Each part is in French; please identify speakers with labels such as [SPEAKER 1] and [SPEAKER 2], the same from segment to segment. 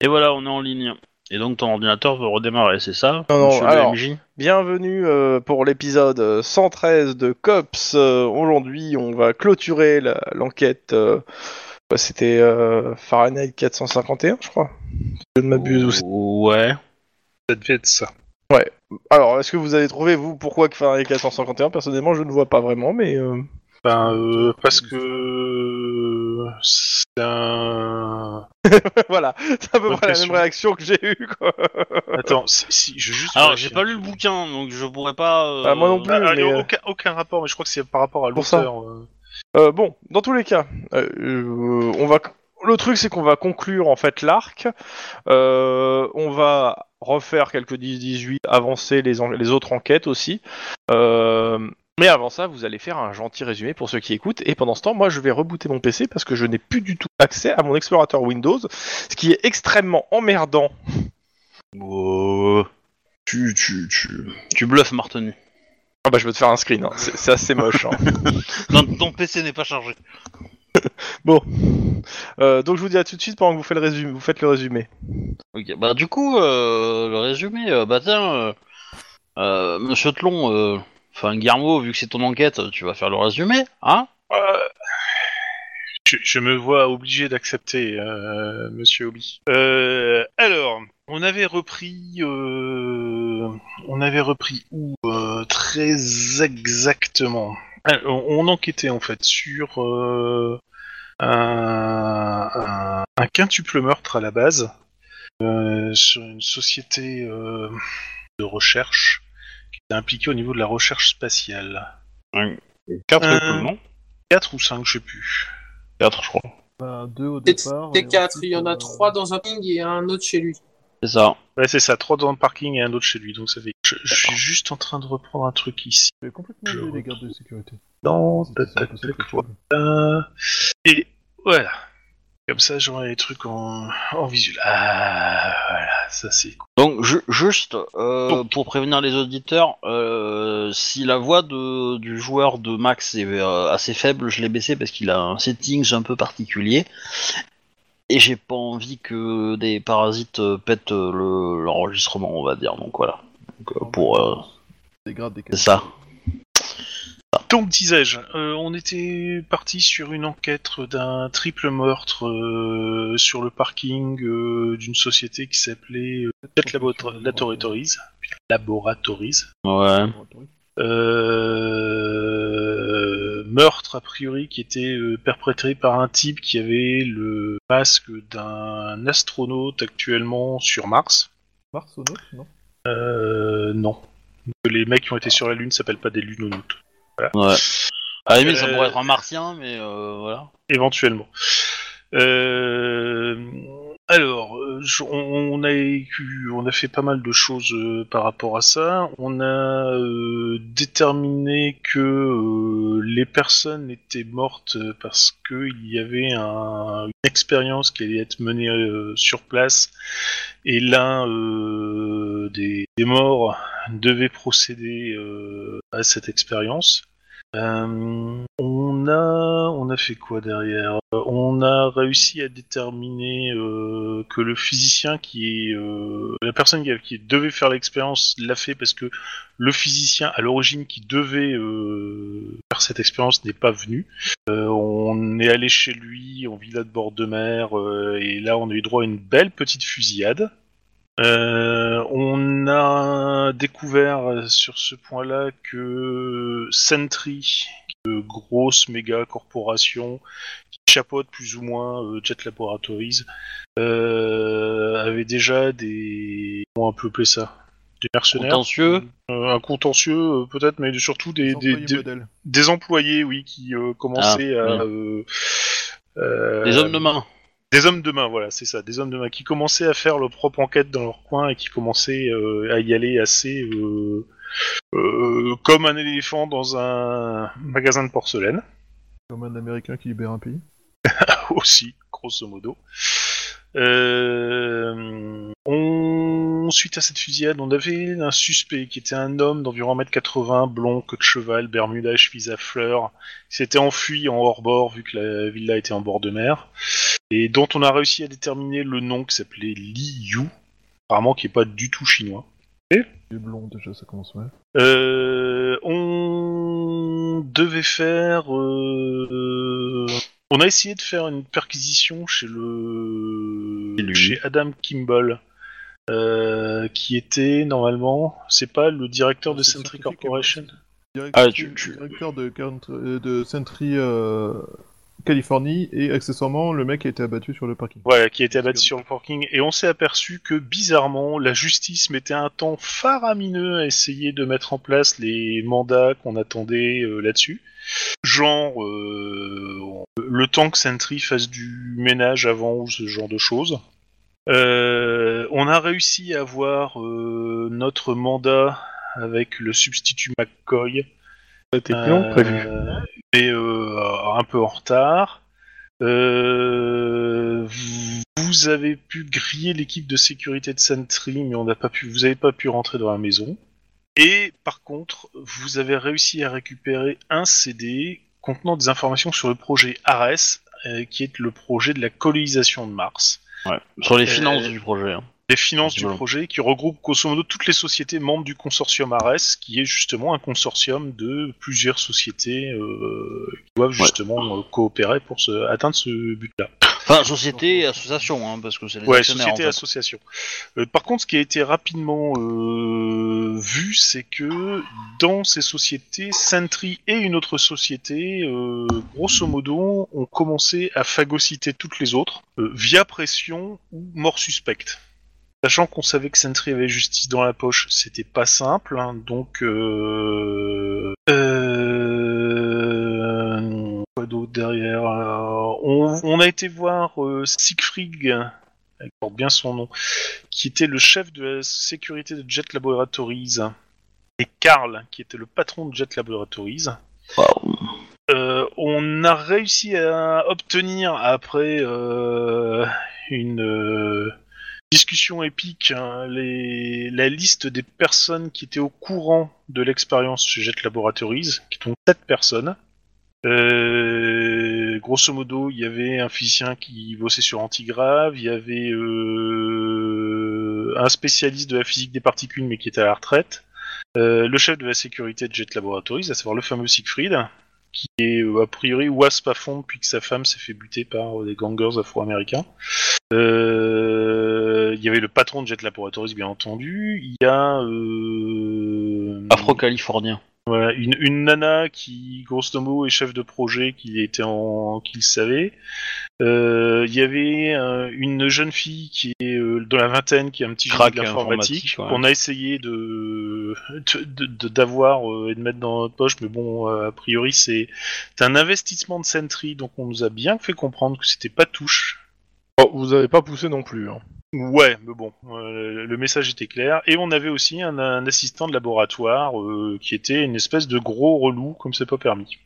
[SPEAKER 1] Et voilà, on est en ligne. Et donc ton ordinateur veut redémarrer, c'est ça
[SPEAKER 2] Non, non,
[SPEAKER 1] monsieur le
[SPEAKER 2] alors-
[SPEAKER 1] MJ
[SPEAKER 2] Bienvenue euh, pour l'épisode euh, 113 de Cops. Euh, Aujourd'hui, on va clôturer la- l'enquête. euh, bah, C'était euh, Fahrenheit 451, je crois. Si Je ne m'abuse. ou c'est-
[SPEAKER 1] Ouais.
[SPEAKER 3] Ça devait être ça.
[SPEAKER 2] Alors, est-ce que vous avez trouvé, vous, pourquoi que Fahrenheit 451 Personnellement, je ne vois pas vraiment, mais... euh,
[SPEAKER 3] Ben, euh, parce que c'est un.
[SPEAKER 2] voilà, c'est à peu
[SPEAKER 3] Bonne
[SPEAKER 2] près la
[SPEAKER 3] question.
[SPEAKER 2] même réaction que j'ai eue, quoi.
[SPEAKER 3] Attends, si, si, je vais juste.
[SPEAKER 1] Alors j'ai pas lu le bouquin, donc je pourrais pas. euh,
[SPEAKER 2] Bah, moi non plus.
[SPEAKER 3] Ah, ah,
[SPEAKER 2] mais,
[SPEAKER 3] non,
[SPEAKER 2] euh,
[SPEAKER 3] aucun, aucun rapport, mais je crois que c'est par rapport à
[SPEAKER 2] Pour ça.
[SPEAKER 3] l'auteur. euh.
[SPEAKER 2] Euh, bon, dans tous les cas, euh, euh, on va. Le truc, c'est qu'on va conclure en fait l'arc. Euh, on va refaire quelques 10-18, avancer les, en- les autres enquêtes aussi. Euh, mais avant ça, vous allez faire un gentil résumé pour ceux qui écoutent. Et pendant ce temps, moi, je vais rebooter mon PC parce que je n'ai plus du tout accès à mon explorateur Windows, ce qui est extrêmement emmerdant.
[SPEAKER 1] euh, Tu, tu, tu, tu bluffes, Martenu.
[SPEAKER 2] Ah bah, je vais te faire un screen. hein. C'est c'est assez moche. hein.
[SPEAKER 1] Non, ton PC n'est pas chargé.
[SPEAKER 2] Bon, Euh, donc je vous dis à tout de suite pendant que vous faites le résumé. Vous faites le résumé.
[SPEAKER 1] Ok, bah du coup, euh, le résumé, euh, bah tiens, euh, euh, Monsieur Tlon, euh, enfin Guillermo, vu que c'est ton enquête, tu vas faire le résumé, hein
[SPEAKER 3] Euh, Je, je me vois obligé d'accepter, euh, monsieur Obi. Euh, alors, on avait repris. euh, on avait repris où euh, Très exactement. Ah, On, on enquêtait en fait sur euh, un, un- un quintuple meurtre à la base, euh, sur une société euh, de recherche qui était impliquée au niveau de la recherche spatiale.
[SPEAKER 1] Quatre,
[SPEAKER 3] Euh,
[SPEAKER 1] non
[SPEAKER 3] 4 ou 5, je sais plus.
[SPEAKER 1] Quatre, je crois.
[SPEAKER 4] Bah, deux au
[SPEAKER 5] C'est
[SPEAKER 4] départ. et
[SPEAKER 5] c'est quatre,
[SPEAKER 4] ensuite,
[SPEAKER 5] il y en a
[SPEAKER 4] euh,
[SPEAKER 5] trois dans un ping et un autre chez lui.
[SPEAKER 1] C'est ça.
[SPEAKER 3] Ouais, c'est ça, trois dans le parking et un autre chez lui, donc ça fait. Je, je suis juste en train de reprendre un truc ici.
[SPEAKER 4] J'ai complètement
[SPEAKER 3] Je
[SPEAKER 4] oublié les
[SPEAKER 3] reprends.
[SPEAKER 4] gardes de sécurité.
[SPEAKER 3] Non,
[SPEAKER 4] C'est-
[SPEAKER 3] tac,
[SPEAKER 4] c'est
[SPEAKER 3] tac,
[SPEAKER 4] impossible que
[SPEAKER 3] tac,
[SPEAKER 4] tu oublies.
[SPEAKER 3] voilà. Euh, Et voilà. Comme ça, j'aurai les trucs en, en visuel. Ah, voilà, ça c'est cool.
[SPEAKER 1] Donc, ju- juste euh,
[SPEAKER 3] Donc.
[SPEAKER 1] pour prévenir les auditeurs, euh, si la voix de, du joueur de Max est euh, assez faible, je l'ai baissé parce qu'il a un settings un peu particulier. Et j'ai pas envie que des parasites euh, pètent euh, le- l'enregistrement, on va dire. Donc voilà. Donc, euh, pour, euh,
[SPEAKER 4] Des gardes des
[SPEAKER 1] c'est ça.
[SPEAKER 3] Donc, disais-je, euh, on était parti sur une enquête d'un triple meurtre euh, sur le parking euh, d'une société qui s'appelait euh, Jet Laborato- Laboratories. Laboratories.
[SPEAKER 1] Ouais.
[SPEAKER 3] Euh, meurtre a priori qui était euh, perpétré par un type qui avait le masque d'un astronaute actuellement sur Mars.
[SPEAKER 4] Marsonautes, non
[SPEAKER 3] Euh, non. Que Les mecs qui ont été sur la Lune s'appellent pas des lunonautes,
[SPEAKER 1] ouais. À la limite, ça
[SPEAKER 3] Euh,
[SPEAKER 1] pourrait être un martien, mais euh, voilà.
[SPEAKER 3] éventuellement. Euh, alors, euh, je- on, on a écu- on a fait pas mal de choses euh, par rapport à ça. On a euh, déterminé que euh, les personnes étaient mortes euh, parce qu'il y avait un- une expérience qui allait être menée euh, sur place et l'un euh, des, des morts devait procéder euh, à cette expérience. Euh, on a, on a fait quoi derrière Euh, On a réussi à déterminer euh, que le physicien qui est euh, la personne qui, a- qui devait faire l'expérience l'a fait parce que le physicien à l'origine qui devait euh, faire cette expérience n'est pas venu. Euh, on est allé chez lui en villa de bord de mer euh, et là on a eu droit à une belle petite fusillade. Euh, on a découvert euh, sur ce point-là que Sentry, une grosse méga corporation qui chapeaute plus ou moins euh, Jet Laboratories, euh, avait déjà des. Comment on peut appeler ça Des mercenaires
[SPEAKER 1] Contentieux.
[SPEAKER 3] Euh, Un contentieux, euh, peut-être, mais surtout des,
[SPEAKER 4] Des
[SPEAKER 3] des,
[SPEAKER 4] employés
[SPEAKER 3] des-
[SPEAKER 4] modèles.
[SPEAKER 3] des employés, oui, qui euh, commençaient
[SPEAKER 1] Ah,
[SPEAKER 3] à. euh, euh,
[SPEAKER 1] Les hommes de main.
[SPEAKER 3] des hommes de main, voilà, c'est ça, des hommes de main qui commençaient à faire leur propre enquête dans leur coin et qui commençaient euh, à y aller assez euh, euh, comme un éléphant dans un magasin de porcelaine
[SPEAKER 4] Comme un américain qui libère un pays.
[SPEAKER 3] aussi, grosso modo. Euh, on... Suite à cette fusillade, on avait un suspect qui était un homme d'environ 1m80, blond, queue de cheval, bermuda et chemise à fleurs. Il s'était enfui en hors-bord vu que la villa était en bord de mer. et dont on a réussi à déterminer le nom qui s'appelait Li Yu, apparemment qui est pas du tout chinois.
[SPEAKER 4] Les blond déjà, ça commence mal.
[SPEAKER 3] Euh, on devait faire. euh, On a essayé de faire une perquisition chez le
[SPEAKER 1] Chez lui.
[SPEAKER 3] chez Adam Kimball, euh, qui était normalement, c'est pas le directeur de
[SPEAKER 4] C'est
[SPEAKER 3] Sentry
[SPEAKER 4] scientifique,
[SPEAKER 3] Corporation.
[SPEAKER 4] Directeur,
[SPEAKER 1] Ah, tu- tu-
[SPEAKER 4] directeur de, Country- euh, de Sentry euh, Californie et accessoirement le mec qui a été abattu sur le parking.
[SPEAKER 3] Voilà, qui a été abattu sur le parking, et on s'est aperçu que bizarrement, la justice mettait un temps faramineux à essayer de mettre en place les mandats qu'on attendait euh, là-dessus. Genre, euh, on- le temps que Sentry fasse du ménage avant ou ce genre de choses. Euh, on a réussi à avoir euh, notre mandat avec le substitut McCoy.
[SPEAKER 2] C'était plus long que prévu.
[SPEAKER 3] Euh, mais euh, un peu en retard. Euh, vous- vous avez pu griller l'équipe de sécurité de Sentry, mais on n'a pas pu. Vous n'avez pas pu rentrer dans la maison. Et par contre, vous avez réussi à récupérer un CD contenant des informations sur le projet Ares, euh, qui est le projet de la colonisation de Mars.
[SPEAKER 1] Ouais. Sur les
[SPEAKER 3] Euh,
[SPEAKER 1] finances du projet. hein.
[SPEAKER 3] Les finances du
[SPEAKER 1] Voilà.
[SPEAKER 3] projet qui regroupe grosso modo toutes les sociétés membres du consortium Ares, qui est justement un consortium de plusieurs sociétés euh, qui doivent justement euh, coopérer pour se, atteindre ce but-là.
[SPEAKER 1] Enfin, société et association, hein, parce que c'est les
[SPEAKER 3] Ouais,
[SPEAKER 1] actionnaires, en
[SPEAKER 3] société
[SPEAKER 1] fait.
[SPEAKER 3] association. Euh, par contre, ce qui a été rapidement euh, vu, c'est que dans ces sociétés, Sentry et une autre société, euh, grosso modo, ont commencé à phagocyter toutes les autres euh, via pression ou mort suspecte. Sachant qu'on savait que Sentry avait justice dans la poche, c'était pas simple, hein, donc. Euh... euh, Quoi d'autre derrière Euh, on, on a été voir euh, Siegfried, elle porte bien son nom, qui était le chef de la sécurité de Jet Laboratories, et Karl, qui était le patron de Jet Laboratories.
[SPEAKER 1] Waouh.
[SPEAKER 3] Euh, on a réussi à obtenir, après euh, une euh, discussion épique, hein, les- la liste des personnes qui étaient au courant de l'expérience chez Jet Laboratories, qui sont 7 personnes. Euh, grosso modo, il y avait un physicien qui bossait sur antigrave, il y avait euh, un spécialiste de la physique des particules mais qui était à la retraite, euh, le chef de la sécurité de Jet Laboratories, à savoir le fameux Siegfried, qui est euh, a priori wasp à fond depuis que sa femme s'est fait buter par euh, des gangers afro-américains. Euh, Il y avait le patron de Jet Laboratories, bien entendu. Il y a... euh,
[SPEAKER 1] Afro-californien.
[SPEAKER 3] voilà, une, une nana qui, grosso modo, est chef de projet, qui était en, qui le savait. Euh, Il y avait euh, une jeune fille qui est euh, dans la vingtaine, qui est un petit
[SPEAKER 1] Crack
[SPEAKER 3] génie de l'informatique.
[SPEAKER 1] informatique, ouais.
[SPEAKER 3] On a essayé de de- de- d'avoir euh, et de mettre dans notre poche, mais bon, euh, a priori, c'est c'est un investissement de Sentry, donc on nous a bien fait comprendre que c'était pas touche.
[SPEAKER 2] Oh, vous avez pas poussé non plus. hein.
[SPEAKER 3] Ouais, mais bon, euh, le message était clair. Et on avait aussi un, un assistant de laboratoire euh, qui était une espèce de gros relou, comme c'est pas permis.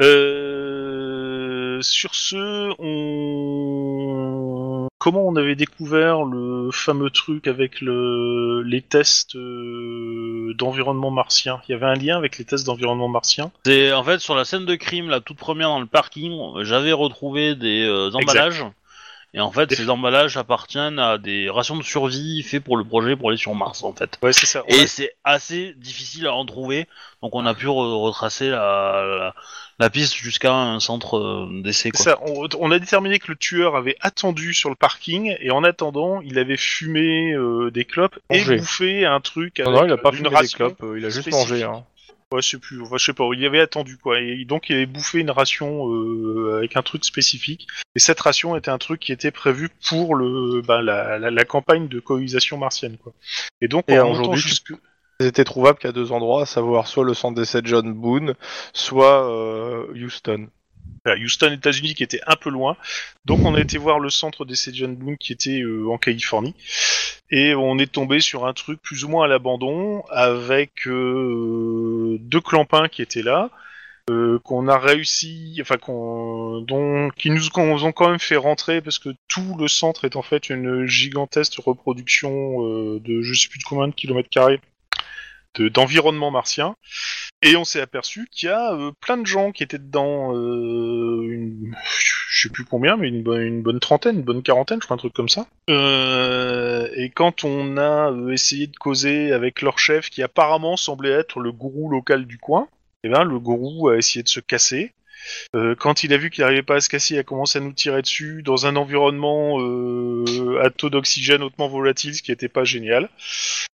[SPEAKER 3] Euh, sur ce, on... comment on avait découvert le fameux truc avec le... les tests euh, d'environnement martien Il y avait un lien avec les tests d'environnement martien
[SPEAKER 1] C'est en fait sur la scène de crime, la toute première dans le parking, j'avais retrouvé des euh,
[SPEAKER 3] Exact.
[SPEAKER 1] emballages. Et en fait,
[SPEAKER 3] Des-
[SPEAKER 1] ces emballages appartiennent à des rations de survie faits pour le projet pour aller sur Mars, en fait.
[SPEAKER 3] Ouais, c'est ça. On
[SPEAKER 1] Et
[SPEAKER 3] a-
[SPEAKER 1] c'est assez difficile à en trouver, donc on a pu re- retracer la, la, la piste jusqu'à un centre euh, d'essai. Quoi.
[SPEAKER 3] C'est ça, on, on a déterminé que le tueur avait attendu sur le parking et en attendant, il avait fumé euh, des clopes et
[SPEAKER 2] Mangé.
[SPEAKER 3] bouffé un truc.
[SPEAKER 2] Non,
[SPEAKER 3] avec,
[SPEAKER 2] non, il a pas
[SPEAKER 3] euh, une
[SPEAKER 2] fumé des
[SPEAKER 3] ration.
[SPEAKER 2] clopes, euh, il a juste
[SPEAKER 3] spécifique.
[SPEAKER 2] mangé. hein.
[SPEAKER 3] Ouais, je sais plus, enfin, je sais pas, il avait attendu quoi. Et donc il avait bouffé une ration euh, avec un truc spécifique. Et cette ration était un truc qui était prévu pour le, bah, la, la- la campagne de colonisation martienne quoi. Et donc
[SPEAKER 2] Et
[SPEAKER 3] en montant
[SPEAKER 2] aujourd'hui, tu-
[SPEAKER 3] jusque-
[SPEAKER 2] Ils étaient trouvables qu'à deux endroits, à savoir soit le centre d'essai de John Boone, soit euh, Houston.
[SPEAKER 3] Voilà, Houston, États-Unis, qui était un peu loin. Donc on a été voir le centre d'essai de John Boone qui était euh, en Californie. Et on est tombé sur un truc plus ou moins à l'abandon avec euh, deux clampins qui étaient là. euh, qu'on a réussi, enfin qu'on, dont, qui nous qu'on- ont quand même fait rentrer parce que tout le centre est en fait une gigantesque reproduction euh, de je sais plus de combien de kilomètres carrés de- d'environnement martien. Et on s'est aperçu qu'il y a euh, plein de gens qui étaient dedans, euh, une- je sais plus combien, mais une, bonne- une bonne trentaine, une bonne quarantaine, je crois, un truc comme ça. Euh, et quand on a euh, essayé de causer avec leur chef, qui apparemment semblait être le gourou local du coin, eh ben, le gourou a essayé de se casser. Euh, quand il a vu qu'il n'arrivait pas à se casser, il a commencé à nous tirer dessus dans un environnement euh, à taux d'oxygène hautement volatile, ce qui n'était pas génial.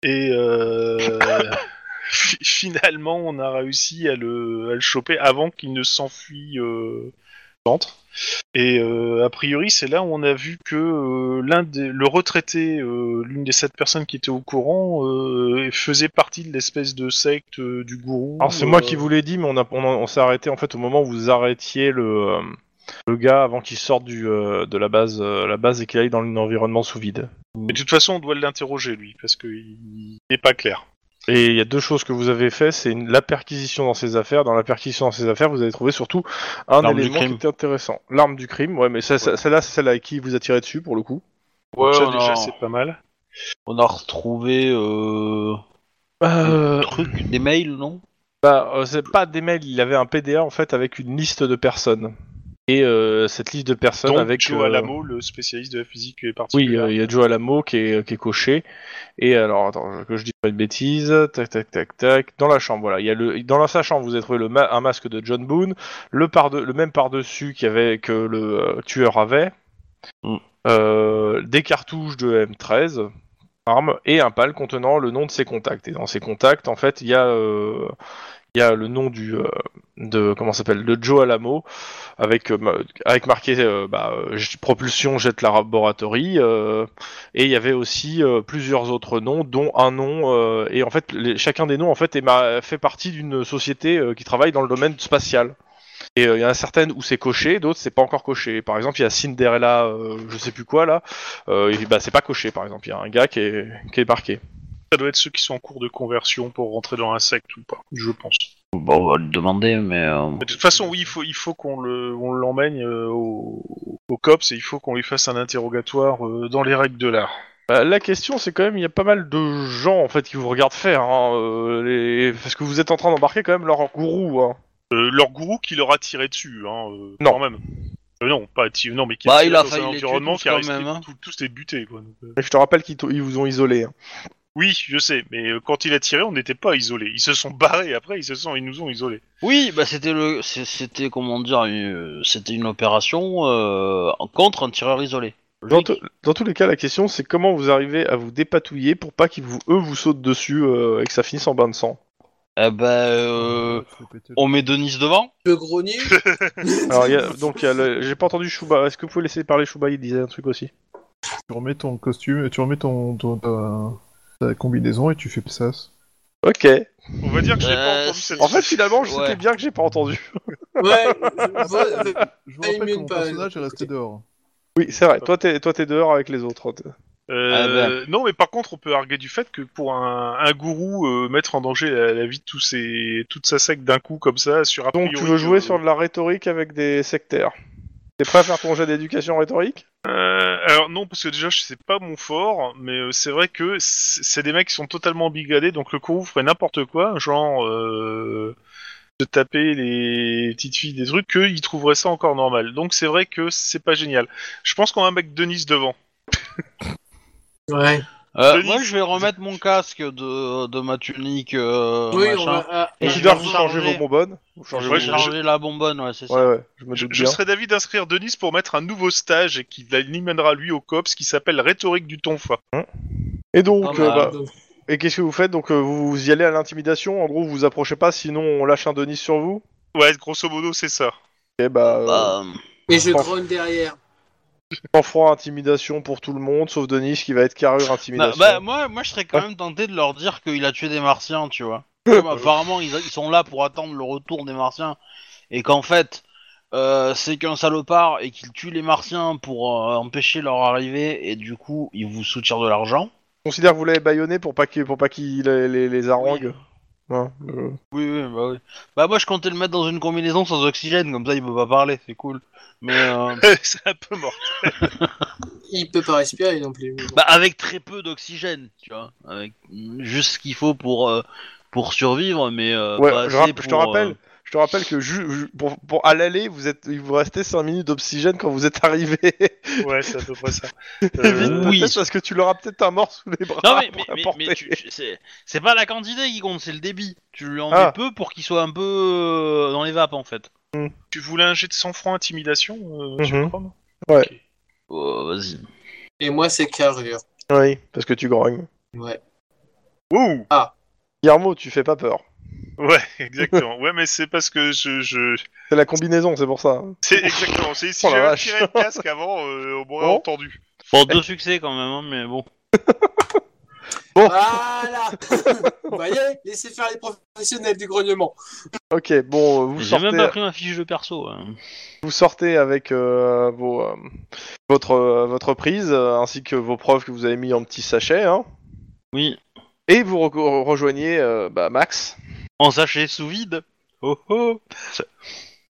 [SPEAKER 3] Et euh, fi- finalement, on a réussi à le, à le choper avant qu'il ne s'enfuit euh, centre. Et euh, a priori, c'est là où on a vu que euh, l'un des, le retraité, euh, l'une des sept personnes qui étaient au courant, euh, faisait partie de l'espèce de secte euh, du gourou.
[SPEAKER 2] Alors c'est moi
[SPEAKER 3] euh,
[SPEAKER 2] qui vous l'ai dit, mais on, a- on, a- on s'est arrêté en fait au moment où vous arrêtiez le, euh, le gars avant qu'il sorte du, euh, de la base, euh, la base et qu'il aille dans un environnement sous vide.
[SPEAKER 3] Mais de toute façon, on doit l'interroger, lui, parce qu'il n'est pas clair.
[SPEAKER 2] Et il y a deux choses que vous avez fait, c'est une- la perquisition dans ses affaires. Dans la perquisition dans ses affaires, vous avez trouvé surtout un
[SPEAKER 1] L'arme du
[SPEAKER 2] élément qui
[SPEAKER 1] crime.
[SPEAKER 2] était intéressant. L'arme du crime, ouais, mais ça- ça- celle-là, c'est celle avec qui vous a tiré dessus pour le coup.
[SPEAKER 1] Ouais,
[SPEAKER 3] ça,
[SPEAKER 1] on,
[SPEAKER 3] déjà,
[SPEAKER 1] a,
[SPEAKER 3] c'est pas mal.
[SPEAKER 1] on a retrouvé euh,
[SPEAKER 2] Euh,
[SPEAKER 1] des trucs, des mails, non
[SPEAKER 2] Bah, euh, c'est pas des mails, il avait un PDA en fait avec une liste de personnes. Et euh, cette liste de personnes
[SPEAKER 3] Donc,
[SPEAKER 2] avec.
[SPEAKER 3] Joe
[SPEAKER 2] euh,
[SPEAKER 3] Alamo, le spécialiste de la physique est parti.
[SPEAKER 2] Oui, euh, il y a Joe Alamo qui est, qui est coché. Et alors, attends, que je dis pas de bêtises. Tac, tac, tac, tac. Dans la chambre, voilà. Il y a le, dans la, sa chambre, vous avez trouvé le ma- un masque de John Boone, le, par de, le même par-dessus qu'il y avait, que le euh, tueur avait,
[SPEAKER 1] Mm.
[SPEAKER 2] euh, des cartouches de M13, arme, et un pal contenant le nom de ses contacts. Et dans ses contacts, en fait, il y a, euh, il y a le nom du, euh, de, comment ça s'appelle, de Joe Alamo, avec, euh, ma- avec marqué euh, bah, euh, j- propulsion jet laboratory euh, et il y avait aussi euh, plusieurs autres noms dont un nom euh, et en fait les- chacun des noms en fait est ma- fait partie d'une société euh, qui travaille dans le domaine spatial et euh, il y en a certaines où c'est coché d'autres c'est pas encore coché par exemple il y a Cinderella euh, je sais plus quoi là euh, et, bah, c'est pas coché par exemple il y a un gars qui est, qui est marqué
[SPEAKER 1] euh,
[SPEAKER 3] Ça doit être ceux qui sont en cours de conversion pour rentrer dans un secte ou pas, je pense.
[SPEAKER 1] Bon, on va le demander, mais... euh,
[SPEAKER 3] Mais de toute façon, oui, il faut, il faut qu'on le, on l'emmène euh, au, au COPS et il faut qu'on lui fasse un interrogatoire euh, dans les règles de l'art.
[SPEAKER 2] Bah, la question, c'est quand même, il y a pas mal de gens en fait qui vous regardent faire, hein, euh, les- parce que vous êtes en train d'embarquer quand même leur gourou. Hein.
[SPEAKER 3] Euh, leur gourou qui leur a tiré dessus, hein, euh,
[SPEAKER 2] Non.
[SPEAKER 3] quand même. Euh, non, pas tiré, non, mais qui
[SPEAKER 1] Bah,
[SPEAKER 3] tiré
[SPEAKER 1] il a
[SPEAKER 3] dans
[SPEAKER 1] failli
[SPEAKER 3] un
[SPEAKER 1] les tuer
[SPEAKER 3] environnement
[SPEAKER 1] tous
[SPEAKER 3] qui a
[SPEAKER 1] quand
[SPEAKER 3] risqué
[SPEAKER 1] même,
[SPEAKER 3] de
[SPEAKER 1] hein.
[SPEAKER 3] tout- tous les buter. Quoi. Donc, euh,
[SPEAKER 2] Et je te rappelle qu'ils t'ont- ils vous ont isolé. hein.
[SPEAKER 3] Oui, je sais, mais euh, quand il a tiré, on n'était pas isolés. Ils se sont barrés après, ils se sont, ils nous ont isolés.
[SPEAKER 1] Oui, bah c'était le, c'est- c'était comment dire, une- c'était une opération euh, contre un tireur isolé.
[SPEAKER 2] Dans, to- dans tous les cas, la question, c'est comment vous arrivez à vous dépatouiller pour pas qu'ils vous, eux, vous sautent dessus euh, et que ça finisse en bain de sang.
[SPEAKER 1] Eh ben, euh, on met Denis devant.
[SPEAKER 5] Le grenier
[SPEAKER 2] Alors, il y a- donc, il y a le- j'ai pas entendu Chouba. Est-ce que vous pouvez laisser parler Chouba Il disait un truc aussi.
[SPEAKER 4] Tu remets ton costume, tu remets ton, ton- ta, ta combinaison et tu fais psas.
[SPEAKER 2] Ok.
[SPEAKER 3] On va dire que je l'ai pas
[SPEAKER 1] Euh,
[SPEAKER 3] entendu cette
[SPEAKER 2] En fait, finalement, je
[SPEAKER 1] Ouais.
[SPEAKER 2] sais bien que j'ai pas entendu.
[SPEAKER 5] Ouais, je- je-
[SPEAKER 4] Je vous
[SPEAKER 5] Ah, il
[SPEAKER 4] rappelle
[SPEAKER 5] met
[SPEAKER 4] que
[SPEAKER 5] une
[SPEAKER 4] mon
[SPEAKER 5] page.
[SPEAKER 4] personnage est resté dehors.
[SPEAKER 2] Oui, c'est vrai. Toi, t'es toi, t'es dehors avec les autres.
[SPEAKER 3] Euh, Non, mais par contre, on peut arguer du fait que pour un, un gourou, euh, mettre en danger la, la vie de tous ses, toute sa secte d'un coup comme ça, sur euh, un
[SPEAKER 2] Donc, tu veux jouer sur de la rhétorique avec des sectaires. T'es prêt à faire ton jeu d'éducation rhétorique
[SPEAKER 3] Euh, alors non, parce que déjà, je sais pas mon fort, mais euh, c'est vrai que c'est c'est des mecs qui sont totalement bigadés, donc le gourou ferait n'importe quoi, genre euh, de taper les petites filles des trucs, qu'ils trouveraient ça encore normal. Donc c'est vrai que c'est pas génial. Je pense qu'on va mettre Denis devant.
[SPEAKER 5] Ouais.
[SPEAKER 1] Euh,
[SPEAKER 3] Denis-
[SPEAKER 1] moi, je vais remettre mon casque de, de ma tunique. euh,
[SPEAKER 5] oui, on
[SPEAKER 1] machin.
[SPEAKER 5] va. ah,
[SPEAKER 1] Et
[SPEAKER 2] Et
[SPEAKER 1] je
[SPEAKER 2] Kidar,
[SPEAKER 1] vais
[SPEAKER 2] vous changez
[SPEAKER 1] changer.
[SPEAKER 2] vos bonbonnes. Vous changez
[SPEAKER 1] Je vais
[SPEAKER 3] je-
[SPEAKER 2] vos-
[SPEAKER 1] charger la bonbonne, ouais, c'est ça.
[SPEAKER 2] Ouais, ouais, je me
[SPEAKER 3] Je,
[SPEAKER 2] doute
[SPEAKER 3] je
[SPEAKER 2] bien.
[SPEAKER 3] serais d'avis d'inscrire Denis pour mettre un nouveau stage et qu'il l'animera lui au COPS qui s'appelle Rhétorique du Tonfa.
[SPEAKER 2] Et donc,
[SPEAKER 1] Pas
[SPEAKER 2] euh,
[SPEAKER 5] Ah,
[SPEAKER 1] mal.
[SPEAKER 2] bah, Et qu'est-ce que vous faites Donc euh, vous, vous y allez à l'intimidation, en gros vous vous approchez pas, sinon on lâche un Denis sur vous
[SPEAKER 3] Ouais, grosso modo, c'est ça.
[SPEAKER 2] Et bah, euh,
[SPEAKER 1] Bah,
[SPEAKER 5] Et je
[SPEAKER 2] Bon.
[SPEAKER 5] grogne derrière.
[SPEAKER 2] sang froid intimidation pour tout le monde, sauf Denis qui va être carrure
[SPEAKER 1] bah,
[SPEAKER 2] intimidation.
[SPEAKER 1] bah, moi, moi, je serais quand même tenté de leur dire qu'il a tué des martiens, tu vois. Comme apparemment, ils, ils sont là pour attendre le retour des martiens et qu'en fait, euh, c'est qu'un salopard et qu'il tue les martiens pour euh, empêcher leur arrivée et du coup, il vous soutient de l'argent.
[SPEAKER 2] Je considère que vous l'avez baïonné pour pas qu'il pour pas qu'il les, les, les harangue. Hein, euh.
[SPEAKER 1] Oui, oui, bah oui. Bah moi je comptais le mettre dans une combinaison sans oxygène, comme ça il peut pas parler, c'est cool. Mais euh,
[SPEAKER 3] c'est un peu mort.
[SPEAKER 5] Il peut pas respirer non plus. mais bon.
[SPEAKER 1] bah avec très peu d'oxygène, tu vois, avec mm, juste ce qu'il faut pour euh, pour survivre, mais euh,
[SPEAKER 2] Ouais,
[SPEAKER 1] pas
[SPEAKER 2] je,
[SPEAKER 1] assez
[SPEAKER 2] rapp- je te
[SPEAKER 1] pour, euh,
[SPEAKER 2] rappelle, je te rappelle que ju- ju- pour, pour- à l'aller, vous êtes, il vous restait 5 minutes d'oxygène quand vous êtes arrivé.
[SPEAKER 3] Ouais, c'est à peu près ça.
[SPEAKER 2] Évite
[SPEAKER 3] Euh,
[SPEAKER 1] oui.
[SPEAKER 2] peut-être parce que tu l'auras peut-être un mort sous les bras.
[SPEAKER 1] Non, mais, mais,
[SPEAKER 2] pour
[SPEAKER 1] mais-
[SPEAKER 2] apporter.
[SPEAKER 1] mais tu- tu- c'est, c'est pas la quantité qui compte, c'est le débit. Tu lui en mets
[SPEAKER 2] Ah.
[SPEAKER 1] peu pour qu'il soit un peu euh, dans les vapes en fait.
[SPEAKER 3] Tu voulais un jet de 100 francs intimidation euh, sur
[SPEAKER 2] Mhm.
[SPEAKER 3] Chrome
[SPEAKER 2] Ouais.
[SPEAKER 3] Ok.
[SPEAKER 1] Oh, vas-y.
[SPEAKER 5] Et moi, c'est carrure.
[SPEAKER 2] Oui, parce que tu grognes.
[SPEAKER 5] Ouais.
[SPEAKER 2] Ouh
[SPEAKER 5] Ah.
[SPEAKER 2] Guillermo, tu fais pas peur.
[SPEAKER 3] Ouais, exactement. Ouais, mais c'est parce que je. je...
[SPEAKER 2] C'est la combinaison, c'est pour ça.
[SPEAKER 3] C'est exactement. C'est si
[SPEAKER 2] Oh la
[SPEAKER 3] j'avais
[SPEAKER 2] vache.
[SPEAKER 3] tiré le casque avant, euh, on m'aurait
[SPEAKER 2] Bon.
[SPEAKER 3] entendu.
[SPEAKER 1] Bon,
[SPEAKER 2] Eh.
[SPEAKER 1] deux succès quand même, hein, mais bon.
[SPEAKER 5] Voilà Vous voyez Laissez faire les professionnels du grognement.
[SPEAKER 2] Ok, bon, euh, vous
[SPEAKER 1] J'ai
[SPEAKER 2] sortez.
[SPEAKER 1] même pas pris ma fiche de perso. hein.
[SPEAKER 2] vous sortez avec euh, vos, euh, votre, euh, votre prise euh, ainsi que vos preuves que vous avez mis en petit sachet hein,
[SPEAKER 1] Oui,
[SPEAKER 2] et vous reco- rejoignez euh, bah, Max.
[SPEAKER 1] en sachet sous vide. Oh oh.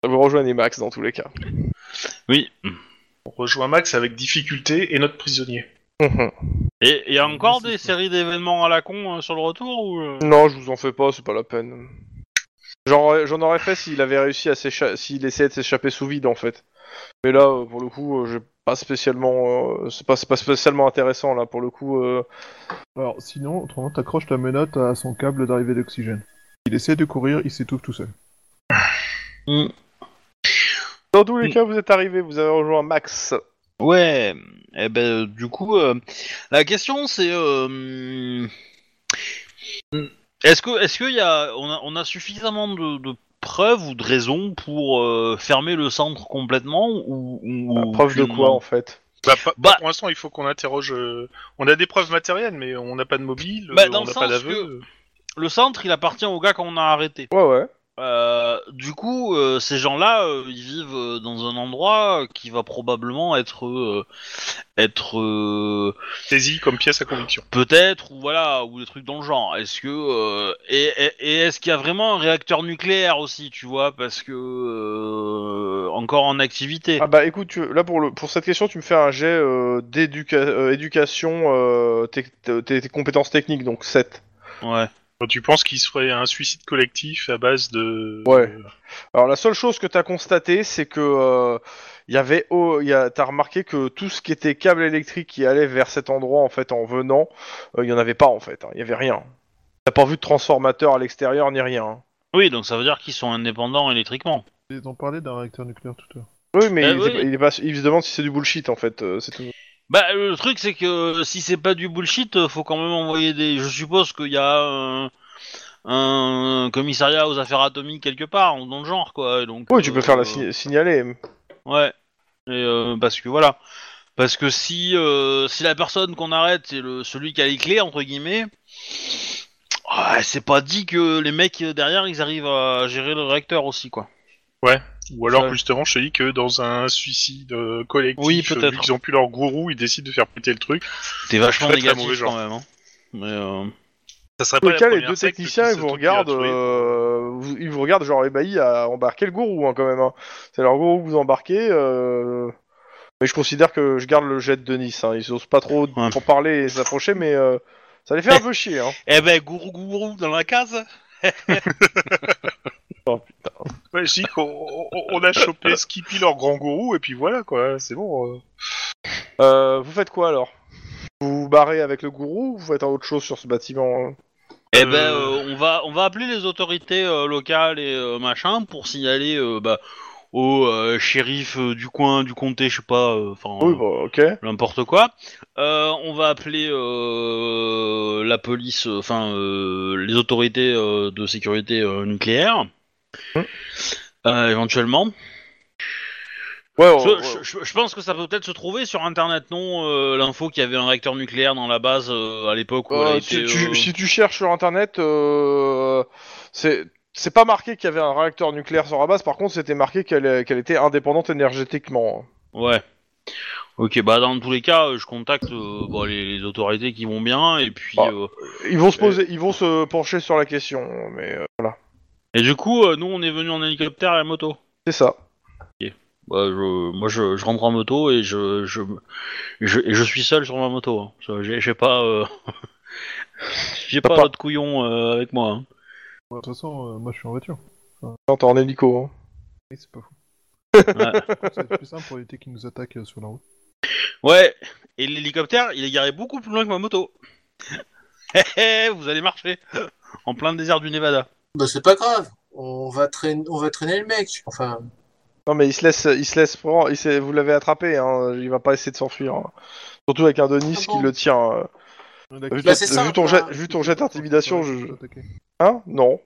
[SPEAKER 2] Vous rejoignez Max dans tous les cas.
[SPEAKER 1] Oui.
[SPEAKER 3] On rejoint Max avec difficulté et notre prisonnier.
[SPEAKER 2] Mhm.
[SPEAKER 1] Et il y a encore des séries d'événements à la con euh, sur le retour ou euh
[SPEAKER 2] non, je vous en fais pas, c'est pas la peine. J'en j'en aurais fait s'il avait réussi à s'échapper, s'il essayait de s'échapper sous vide en fait. Mais là, euh, pour le coup, euh, j'ai pas spécialement, euh, c'est pas, c'est pas spécialement intéressant là pour le coup. euh,
[SPEAKER 4] Alors, sinon, autrement, t'accroches ta menotte à son câble d'arrivée d'oxygène. Il essaie de courir, il s'étouffe tout seul.
[SPEAKER 2] Dans tous les
[SPEAKER 1] Mm.
[SPEAKER 2] cas, vous êtes arrivé, vous avez rejoint Max.
[SPEAKER 1] Ouais. Et ben euh, du coup, euh, la question c'est. euh, hum, Est-ce que est-ce qu'il y a on, a on a suffisamment de, de preuves ou de raisons pour euh, fermer le centre complètement ou, ou-
[SPEAKER 2] Euh, preuve de
[SPEAKER 1] aucunement
[SPEAKER 2] quoi en fait
[SPEAKER 3] Bah, pas-
[SPEAKER 1] Bah-
[SPEAKER 3] pour l'instant, il faut qu'on interroge. euh, On a des preuves matérielles, mais on n'a pas de mobile,
[SPEAKER 1] Bah,
[SPEAKER 3] euh,
[SPEAKER 1] dans
[SPEAKER 3] on
[SPEAKER 1] le
[SPEAKER 3] n'a
[SPEAKER 1] sens
[SPEAKER 3] pas d'aveu.
[SPEAKER 1] Le centre, il appartient au gars qu'on a arrêté.
[SPEAKER 2] Ouais ouais.
[SPEAKER 1] Euh, du coup, euh, ces gens-là, euh, ils vivent euh, dans un endroit euh, qui va probablement être euh, être euh,
[SPEAKER 3] Saisie comme pièce à conviction.
[SPEAKER 1] peut-être ou voilà ou des trucs dans le genre. Est-ce que euh, et, et- et est-ce qu'il y a vraiment un réacteur nucléaire aussi, tu vois, parce que euh, encore en activité.
[SPEAKER 2] Ah bah écoute, tu- là pour, le, pour cette question, tu me fais un jet euh, d'éducation, tes, tes- tes compétences techniques, donc 7.
[SPEAKER 1] Ouais.
[SPEAKER 3] Tu penses qu'il serait un suicide collectif à base de.
[SPEAKER 2] Ouais.
[SPEAKER 3] de-
[SPEAKER 2] Alors la seule chose que t'as constaté, c'est que euh, il y avait, oh, il y a- t'as remarqué que tout ce qui était câble électrique qui allait vers cet endroit en fait en venant, euh, il y en avait pas en fait, hein, il y avait rien. T'as pas vu de transformateur à l'extérieur ni rien. hein.
[SPEAKER 1] Oui, donc ça veut dire qu'ils sont indépendants électriquement.
[SPEAKER 4] Ils ont parlé d'un réacteur nucléaire tout à l'heure.
[SPEAKER 2] Oui, mais
[SPEAKER 1] Euh,
[SPEAKER 2] il,
[SPEAKER 1] oui.
[SPEAKER 2] est- il est pas- il se demande si c'est du bullshit en fait, euh, c'est tout.
[SPEAKER 1] Bah le truc c'est que si c'est pas du bullshit, euh, faut quand même envoyer des. Je suppose qu'il y a un, un commissariat aux affaires atomiques quelque part dans le genre quoi. et donc,
[SPEAKER 2] Oui, tu
[SPEAKER 1] euh,
[SPEAKER 2] peux faire la signa- signaler.
[SPEAKER 1] Ouais. Et, euh, parce que voilà. Parce que si euh, si la personne qu'on arrête c'est le celui qui a les clés entre guillemets, ouais, c'est pas dit que les mecs euh, derrière ils arrivent à gérer le réacteur aussi quoi.
[SPEAKER 3] Ou alors,
[SPEAKER 1] Ça-
[SPEAKER 3] justement, je te dis que dans un suicide euh, collectif,
[SPEAKER 1] Oui,
[SPEAKER 3] euh,
[SPEAKER 1] peut-être.
[SPEAKER 3] vu qu'ils ont plus leur gourou, ils décident de faire péter le truc.
[SPEAKER 1] T'es vachement
[SPEAKER 3] Très, très mauvais
[SPEAKER 1] négatif
[SPEAKER 3] genre.
[SPEAKER 1] quand même. Hein. Mais euh,
[SPEAKER 3] Ça serait
[SPEAKER 2] Dans tous les
[SPEAKER 3] pas la
[SPEAKER 2] cas, les
[SPEAKER 3] première
[SPEAKER 2] deux
[SPEAKER 3] secte qui
[SPEAKER 2] techniciens,
[SPEAKER 3] se
[SPEAKER 2] ils vous
[SPEAKER 3] sont
[SPEAKER 2] regardent,
[SPEAKER 3] mis à tuer.
[SPEAKER 2] euh, vous- ils vous regardent genre ébahis à embarquer le gourou hein, quand même. hein. C'est leur gourou que vous embarquez. euh, Mais je considère que je garde le jet de Nice. hein. Ils osent pas trop
[SPEAKER 1] Ouais.
[SPEAKER 2] pour parler et s'approcher, mais euh, ça les fait un peu chier. Hein.
[SPEAKER 1] Eh ben gourou gourou dans la case.
[SPEAKER 3] Ouais, je dis qu'on on- on a chopé Skippy, leur grand gourou, et puis voilà, quoi, c'est bon. euh.
[SPEAKER 2] Euh, vous faites quoi alors Vous vous barrez avec le gourou ou vous faites autre chose sur ce bâtiment hein
[SPEAKER 1] Eh ben,
[SPEAKER 3] Euh,
[SPEAKER 1] euh, on va on va appeler les autorités euh, locales et euh, machin pour signaler euh, bah, au euh, shérif euh, du coin, du comté, je sais pas, euh, enfin
[SPEAKER 2] Oui,
[SPEAKER 1] euh,
[SPEAKER 2] bah, ok.
[SPEAKER 1] n'importe quoi. Euh, on va appeler euh, la police, euh, enfin euh, les autorités euh, de sécurité euh, nucléaire,
[SPEAKER 2] Hmm.
[SPEAKER 1] Euh, éventuellement.
[SPEAKER 2] Ouais,
[SPEAKER 1] Je,
[SPEAKER 2] ouais, ouais.
[SPEAKER 1] je- je- je pense que ça peut peut-être se trouver sur internet, non euh, L'info qu'il y avait un réacteur nucléaire dans la base euh, à l'époque où elle a
[SPEAKER 2] Euh,
[SPEAKER 1] été,
[SPEAKER 2] tu- tu-
[SPEAKER 1] euh,
[SPEAKER 2] Si tu cherches sur internet, euh, c'est c'est pas marqué qu'il y avait un réacteur nucléaire sur la base, par contre c'était marqué qu'elle euh, qu'elle était indépendante énergétiquement.
[SPEAKER 1] Ouais. Ok, bah dans tous les cas, euh, je contacte euh, bon, les, les autorités qui vont bien et puis.
[SPEAKER 2] Ah.
[SPEAKER 1] euh,
[SPEAKER 2] Ils vont se poser, ils vont se pencher sur la question, mais euh, voilà,
[SPEAKER 1] Et du coup, euh, nous on est venu en hélicoptère et à moto.
[SPEAKER 2] c'est ça.
[SPEAKER 1] Bah, je, moi je, je rentre en moto et je, je, je, et je suis seul sur ma moto. hein. Ça, J'ai j'ai pas. euh, J'ai
[SPEAKER 2] T'as
[SPEAKER 1] pas
[SPEAKER 2] pas-
[SPEAKER 1] l'autre couillon euh, avec moi. hein.
[SPEAKER 4] Bon, De toute façon, euh, moi je suis en voiture.
[SPEAKER 2] Non, t'es en hélico. hein.
[SPEAKER 4] Oui, c'est pas fou.
[SPEAKER 1] Ouais.
[SPEAKER 4] C'est plus simple pour éviter qu'ils nous attaquent euh, sur la route.
[SPEAKER 1] Ouais, et l'hélicoptère, il est garé beaucoup plus loin que ma moto. Hé, hé, vous allez marcher en plein désert du Nevada.
[SPEAKER 5] Bah, c'est pas grave. On va, traîner, on va traîner le mec. Enfin,
[SPEAKER 2] Non, mais il se laisse, il se laisse prendre. il s'est- vous l'avez attrapé, hein, il va pas essayer de s'enfuir. hein. Surtout avec un Denis
[SPEAKER 5] Ah
[SPEAKER 2] qui
[SPEAKER 5] bon
[SPEAKER 2] le tient. euh. Vu,
[SPEAKER 5] Bah,
[SPEAKER 2] ton,
[SPEAKER 5] c'est ça,
[SPEAKER 2] vu ton
[SPEAKER 5] bah,
[SPEAKER 2] jet, vu ton jet d'intimidation, je. je- Hein Non.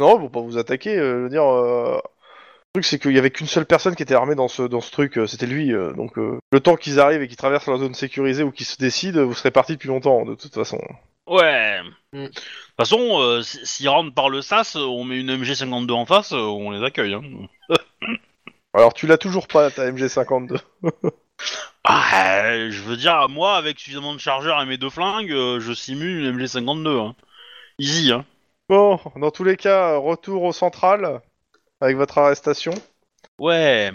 [SPEAKER 2] Non, ils vont pas vous attaquer. euh, je veux dire, euh, le truc c'est qu'il y avait qu'une seule personne qui était armée dans ce dans ce truc, euh, c'était lui. euh, donc euh, le temps qu'ils arrivent et qu'ils traversent la zone sécurisée ou qu'ils se décident, vous serez parti depuis longtemps de toute façon.
[SPEAKER 1] Ouais.
[SPEAKER 5] Mm.
[SPEAKER 1] De toute façon, euh, si- s'ils rentrent par le SAS, on met une MG52 en face, euh, on les accueille. Hein.
[SPEAKER 2] Alors tu l'as toujours pas ta MG52.
[SPEAKER 1] Ah, euh, je veux dire, moi, avec suffisamment de chargeurs et mes deux flingues, euh, je simule une MG52. Hein. Easy, hein.
[SPEAKER 2] Bon, dans tous les cas, euh, retour au central avec votre arrestation.
[SPEAKER 1] Ouais,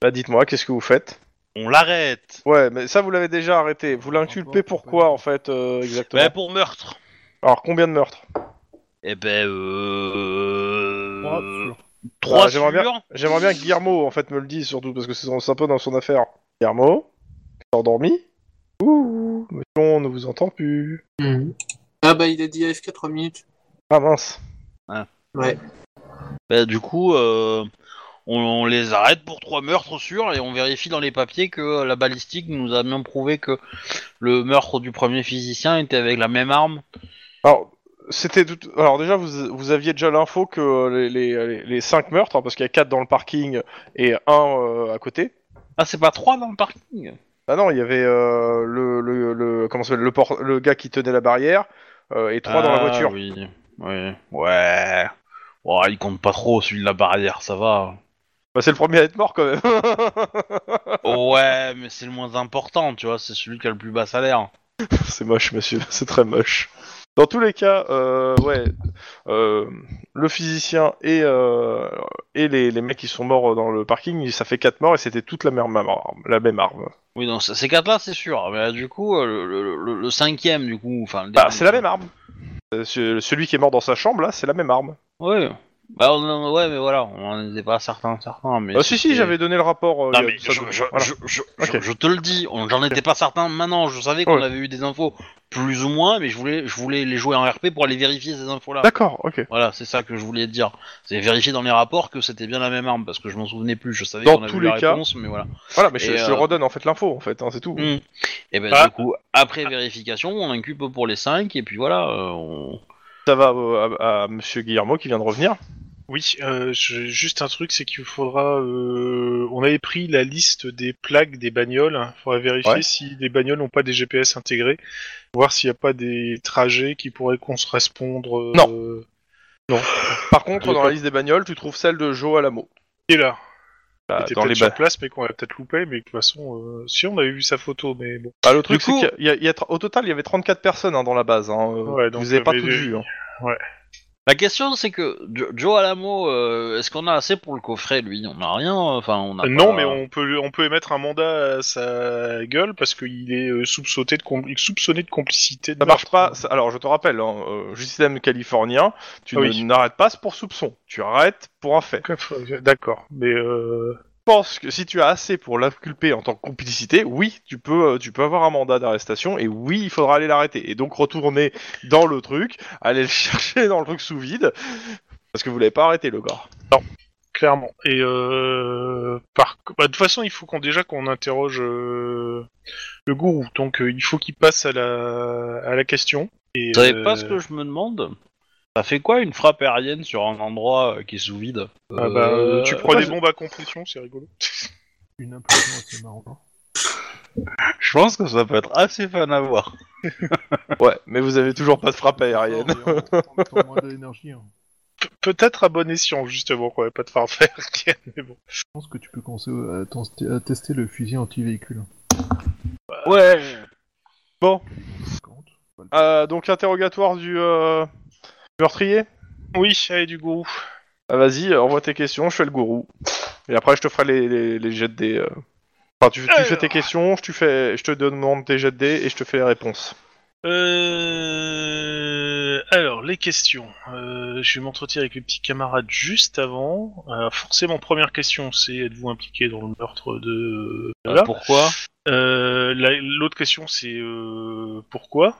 [SPEAKER 2] Bah dites-moi, qu'est-ce que vous faites
[SPEAKER 1] on l'arrête.
[SPEAKER 2] Ouais, mais ça vous l'avez déjà arrêté. Vous l'inculpez
[SPEAKER 4] Encore,
[SPEAKER 2] pourquoi
[SPEAKER 4] ouais.
[SPEAKER 2] en fait euh, exactement
[SPEAKER 1] Ouais, pour meurtre.
[SPEAKER 2] Alors combien de meurtres
[SPEAKER 1] Eh ben, euh...
[SPEAKER 4] Ah, sûr.
[SPEAKER 1] Trois
[SPEAKER 2] Ah, j'aimerais bien-
[SPEAKER 1] sûrs
[SPEAKER 2] J'aimerais bien que Guillermo, en fait, me le dise, surtout, parce que c'est son- c'est un peu dans son affaire. Guillermo T'es endormi Ouh, monsieur, on ne vous entend plus.
[SPEAKER 5] ah bah, il a dit AFK 3 minutes.
[SPEAKER 2] Ah mince.
[SPEAKER 5] Ouais.
[SPEAKER 1] Bah, du coup, euh, on, on les arrête pour trois meurtres sûrs et on vérifie dans les papiers que la balistique nous a bien prouvé que le meurtre du premier physicien était avec la même arme.
[SPEAKER 2] Alors, c'était tout... Alors déjà, vous, vous aviez déjà l'info que euh, les, les, les- les cinq meurtres, hein, parce qu'il y a quatre dans le parking et un euh, à côté.
[SPEAKER 1] Ah, c'est pas trois dans le parking
[SPEAKER 2] Ah non, il y avait euh, le, le, le, comment ça s'appelle, le, por- le gars qui tenait la barrière euh, et trois dans la
[SPEAKER 1] Ah,
[SPEAKER 2] voiture.
[SPEAKER 1] Oui, oui. Ouais. Oh, il compte pas trop celui de la barrière, ça va.
[SPEAKER 2] Bah, c'est le premier à être mort quand même.
[SPEAKER 1] ouais, mais c'est le moins important, tu vois, c'est celui qui a le plus bas salaire.
[SPEAKER 2] C'est moche, monsieur, c'est très moche. Dans tous les cas, euh, ouais, euh, le physicien et, euh, et les, les mecs qui sont morts dans le parking, ça fait 4 morts et c'était toute la même, arme. La même arme.
[SPEAKER 1] Oui, non, c- ces quatre-là, c'est sûr. Mais euh, du coup, euh, le, le- le- le cinquième, du coup, enfin... le
[SPEAKER 2] Bah,
[SPEAKER 1] dernier,
[SPEAKER 2] c'est la même arme. Euh, ce- Celui qui est mort dans sa chambre, là, c'est la même arme.
[SPEAKER 1] Ouais. Bah, on en- ouais, mais voilà, on n'était pas certain, certain. Mais
[SPEAKER 2] Ah, si, si,
[SPEAKER 1] c'était-
[SPEAKER 2] j'avais donné le rapport. euh,
[SPEAKER 1] Non,
[SPEAKER 2] il y a
[SPEAKER 1] mais
[SPEAKER 2] ça
[SPEAKER 1] je,
[SPEAKER 2] de-
[SPEAKER 1] je-
[SPEAKER 2] voilà.
[SPEAKER 1] je- je-
[SPEAKER 2] Ok.
[SPEAKER 1] je- je te le dis, on- j'en étais pas certain maintenant, je savais qu'on
[SPEAKER 2] Ouais.
[SPEAKER 1] avait eu des infos, plus ou moins, mais je voulais, je voulais les jouer en RP pour aller vérifier ces infos-là.
[SPEAKER 2] D'accord, ok.
[SPEAKER 1] Voilà, c'est ça que je voulais te dire. C'est vérifier dans les rapports que c'était bien la même arme, parce que je m'en souvenais plus, je savais
[SPEAKER 2] Dans
[SPEAKER 1] qu'on avait
[SPEAKER 2] tous
[SPEAKER 1] eu la
[SPEAKER 2] les cas.
[SPEAKER 1] réponse, mais voilà.
[SPEAKER 2] Voilà, mais je,
[SPEAKER 1] Et,
[SPEAKER 2] je
[SPEAKER 1] euh,
[SPEAKER 2] redonne en fait l'info, en fait, hein, c'est tout.
[SPEAKER 1] Mm. Et ben
[SPEAKER 3] Ah.
[SPEAKER 1] du coup, après vérification, on incupe pour les 5, et puis voilà, euh, on...
[SPEAKER 2] Ça va euh, à, à monsieur Guillermo qui vient de revenir.
[SPEAKER 3] Oui, euh, je- juste un truc, c'est qu'il faudra. euh, on avait pris la liste des plaques des bagnoles. Il faudra vérifier
[SPEAKER 2] Ouais.
[SPEAKER 3] si les bagnoles n'ont pas des GPS intégrés, voir s'il n'y a pas des trajets qui pourraient correspondre. euh,
[SPEAKER 2] Par contre,
[SPEAKER 3] J'ai
[SPEAKER 2] dans
[SPEAKER 3] pas-
[SPEAKER 2] la liste des bagnoles, tu trouves celle de Joe Alamo.
[SPEAKER 3] Qui est là
[SPEAKER 2] Bah,
[SPEAKER 3] Qui était
[SPEAKER 2] dans
[SPEAKER 3] peut-être
[SPEAKER 2] les ba-
[SPEAKER 3] sur place, mais qu'on a peut-être loupé. Mais de toute façon, euh, si on avait vu sa photo, mais bon.
[SPEAKER 2] Bah, le truc,
[SPEAKER 1] Du
[SPEAKER 2] c'est
[SPEAKER 1] coup-
[SPEAKER 2] qu'il y a- il y a tra- au total, il y avait 34 personnes hein, dans la base. Hein. euh,
[SPEAKER 3] Ouais, donc,
[SPEAKER 2] vous avez pas
[SPEAKER 3] mais
[SPEAKER 2] tout
[SPEAKER 3] les-
[SPEAKER 2] vu. hein.
[SPEAKER 1] La question c'est que Jo- Joe Alamo, euh, est-ce qu'on a assez pour le coffret lui On n'a rien, enfin on a.
[SPEAKER 3] Euh, non,
[SPEAKER 1] pas-
[SPEAKER 3] mais on peut on peut émettre un mandat à sa gueule parce qu'il est euh, soupçonné de com- soupçonné de complicité. De
[SPEAKER 2] Ça marche
[SPEAKER 3] meurtre.
[SPEAKER 2] pas. ça- Alors, je te rappelle, hein, euh, du système californien, tu
[SPEAKER 3] Ah
[SPEAKER 2] ne-
[SPEAKER 3] oui.
[SPEAKER 2] n'arrêtes pas pour soupçon. Tu arrêtes pour un fait.
[SPEAKER 3] D'accord, mais euh,
[SPEAKER 2] Je pense que si tu as assez pour l'inculper en tant que complicité, oui, tu peux, euh, tu peux avoir un mandat d'arrestation et oui, il faudra aller l'arrêter. Et donc retourner dans le truc, aller le chercher dans le truc sous vide, parce que vous l'avez pas arrêté, le gars.
[SPEAKER 3] clairement. Et euh, par bah, de toute façon, il faut qu'on déjà qu'on interroge euh, le gourou. Donc euh, il faut qu'il passe à la à la question. Et,
[SPEAKER 1] Vous savez
[SPEAKER 3] euh,
[SPEAKER 1] pas ce que je me demande Ça fait quoi une frappe aérienne sur un endroit euh, qui est sous vide
[SPEAKER 3] ah, bah,
[SPEAKER 1] Euh,
[SPEAKER 3] tu prends
[SPEAKER 2] ouais,
[SPEAKER 3] des
[SPEAKER 2] je-
[SPEAKER 3] bombes à compression, c'est rigolo.
[SPEAKER 4] Une implosion assez marrant. hein.
[SPEAKER 1] Je pense que ça peut être assez fun à voir.
[SPEAKER 2] Ouais, mais vous avez toujours pas de frappe aérienne.
[SPEAKER 4] Non, mais on- on prend moins de l'énergie, hein.
[SPEAKER 3] Pe- Peut-être à bon escient justement, quoi, pas de farfère. mais bon.
[SPEAKER 4] Je pense que tu peux commencer euh, à, tens- à tester le fusil anti-véhicule. hein.
[SPEAKER 1] Ouais.
[SPEAKER 4] Compte.
[SPEAKER 2] Euh, donc interrogatoire du euh, meurtrier.
[SPEAKER 3] Oui, allez du gourou.
[SPEAKER 2] Ah, Vas-y, euh, envoie tes questions, je fais le gourou. Et après, je te ferai les, les, les jets de dés. euh. Enfin, tu, tu fais tes questions, je, tu fais, je te demande tes jets de dés et je te fais les réponses.
[SPEAKER 3] Euh, Alors, les questions. Euh, je vais m'entretenir avec les petits camarades juste avant. Alors, forcément, première question, c'est êtes-vous impliqué dans le meurtre de...
[SPEAKER 1] Euh,
[SPEAKER 3] Voilà.
[SPEAKER 1] Pourquoi
[SPEAKER 3] Euh, la- L'autre question, c'est euh, pourquoi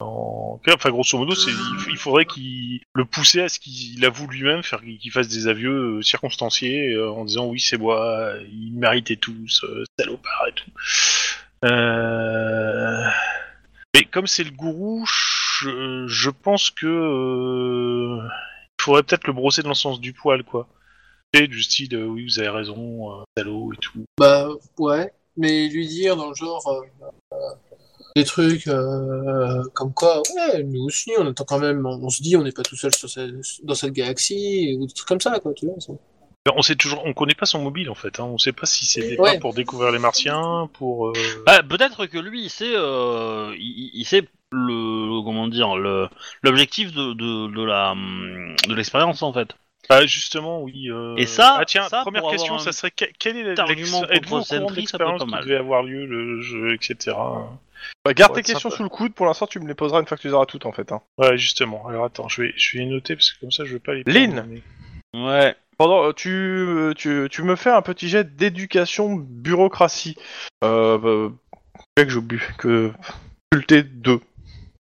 [SPEAKER 3] En- Enfin, grosso modo, c'est il- il faudrait qu'il le pousser à ce qu'il avoue lui-même, faire qu'il fasse des avieux euh, circonstanciés euh, en disant oui, c'est moi, ils méritaient tous, euh, salopard et tout. Euh, Mais comme c'est le gourou, je, je pense que euh, il faudrait peut-être le brosser dans le sens du poil, quoi. Et du style, euh, oui, vous avez raison, euh, salaud et tout.
[SPEAKER 5] Bah ouais, mais lui dire dans le genre euh, euh, des trucs euh, comme quoi, ouais, nous aussi, on attend quand même, on, on se dit, on n'est pas tout seul sur cette- dans cette galaxie ou des trucs comme ça, quoi, tu vois. ça.
[SPEAKER 3] Ben, On sait toujours, on connaît pas son mobile en fait. Hein. On sait pas si c'était
[SPEAKER 5] Ouais.
[SPEAKER 3] pas pour découvrir les Martiens, pour. euh,
[SPEAKER 1] Bah, peut-être que lui, il sait, euh, il, il sait le comment dire le l'objectif de, de, de la hum, de l'expérience en fait.
[SPEAKER 3] bah, justement, oui. euh,
[SPEAKER 1] Et ça-
[SPEAKER 3] ah, tiens,
[SPEAKER 1] ça,
[SPEAKER 3] première
[SPEAKER 1] pour
[SPEAKER 3] question,
[SPEAKER 1] avoir
[SPEAKER 3] ça
[SPEAKER 1] un
[SPEAKER 3] serait que- quelle est la-
[SPEAKER 1] argument
[SPEAKER 3] l'ex-
[SPEAKER 1] contre
[SPEAKER 3] êtes-vous au courant de
[SPEAKER 1] Sentry, ça peut être
[SPEAKER 3] l'expérience
[SPEAKER 1] pas
[SPEAKER 3] qui
[SPEAKER 1] mal.
[SPEAKER 3] devait avoir lieu le jeu, etc.
[SPEAKER 2] Bah, garde
[SPEAKER 3] Ouais,
[SPEAKER 2] tes questions
[SPEAKER 3] sympa.
[SPEAKER 2] sous le coude, pour l'instant tu me les poseras une fois que tu les auras toutes en fait. Hein.
[SPEAKER 3] Ouais, justement. Alors attends, je vais, je vais les noter parce que comme ça, je vais pas les.
[SPEAKER 2] Lynn.
[SPEAKER 3] perdre, mais-
[SPEAKER 1] Ouais.
[SPEAKER 2] Pendant, euh, tu, euh, tu, tu me fais un petit jet d'éducation bureaucratie. Euh, bah, que j'oublie, que faculté 2,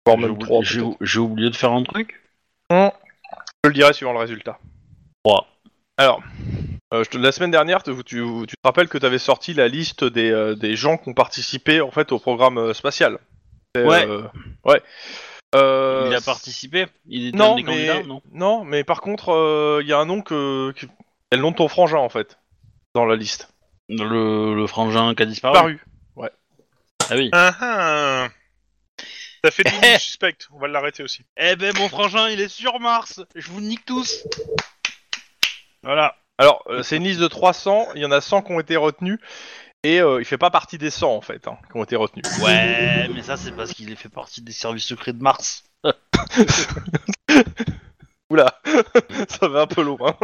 [SPEAKER 2] voire
[SPEAKER 1] J'ai
[SPEAKER 2] même
[SPEAKER 1] oublié-
[SPEAKER 2] 3.
[SPEAKER 1] J'ai j'ai oublié de faire un truc.
[SPEAKER 2] Je le dirai suivant le résultat.
[SPEAKER 1] Trois.
[SPEAKER 2] Alors, euh, je te- la semaine dernière, te- tu, tu te rappelles que tu avais sorti la liste des, euh, des gens qui ont participé en fait au programme euh, spatial. C'est,
[SPEAKER 1] Ouais.
[SPEAKER 2] euh, ouais. Euh,
[SPEAKER 1] il a participé. Il était un
[SPEAKER 2] Non,
[SPEAKER 1] des
[SPEAKER 2] mais
[SPEAKER 1] candidats, non
[SPEAKER 2] non, mais par contre, euh, il y a un nom que, qui- il y a le nom de ton frangin en fait dans la liste.
[SPEAKER 1] Le, le frangin qui a disparu.
[SPEAKER 2] Paru.
[SPEAKER 1] Ah oui.
[SPEAKER 3] Ah ah. Ça fait des suspect. On va l'arrêter aussi.
[SPEAKER 1] Eh ben mon frangin, il est sur Mars. Je vous nique tous. Voilà.
[SPEAKER 2] Alors, euh, c'est une liste de 300. Il y en a 100 qui ont été retenus et euh, il fait pas partie des 100 en fait hein, qui ont été retenus.
[SPEAKER 1] Ouais, mais ça c'est parce qu'il fait partie des services secrets de Mars.
[SPEAKER 2] Oula, ça va un peu loin.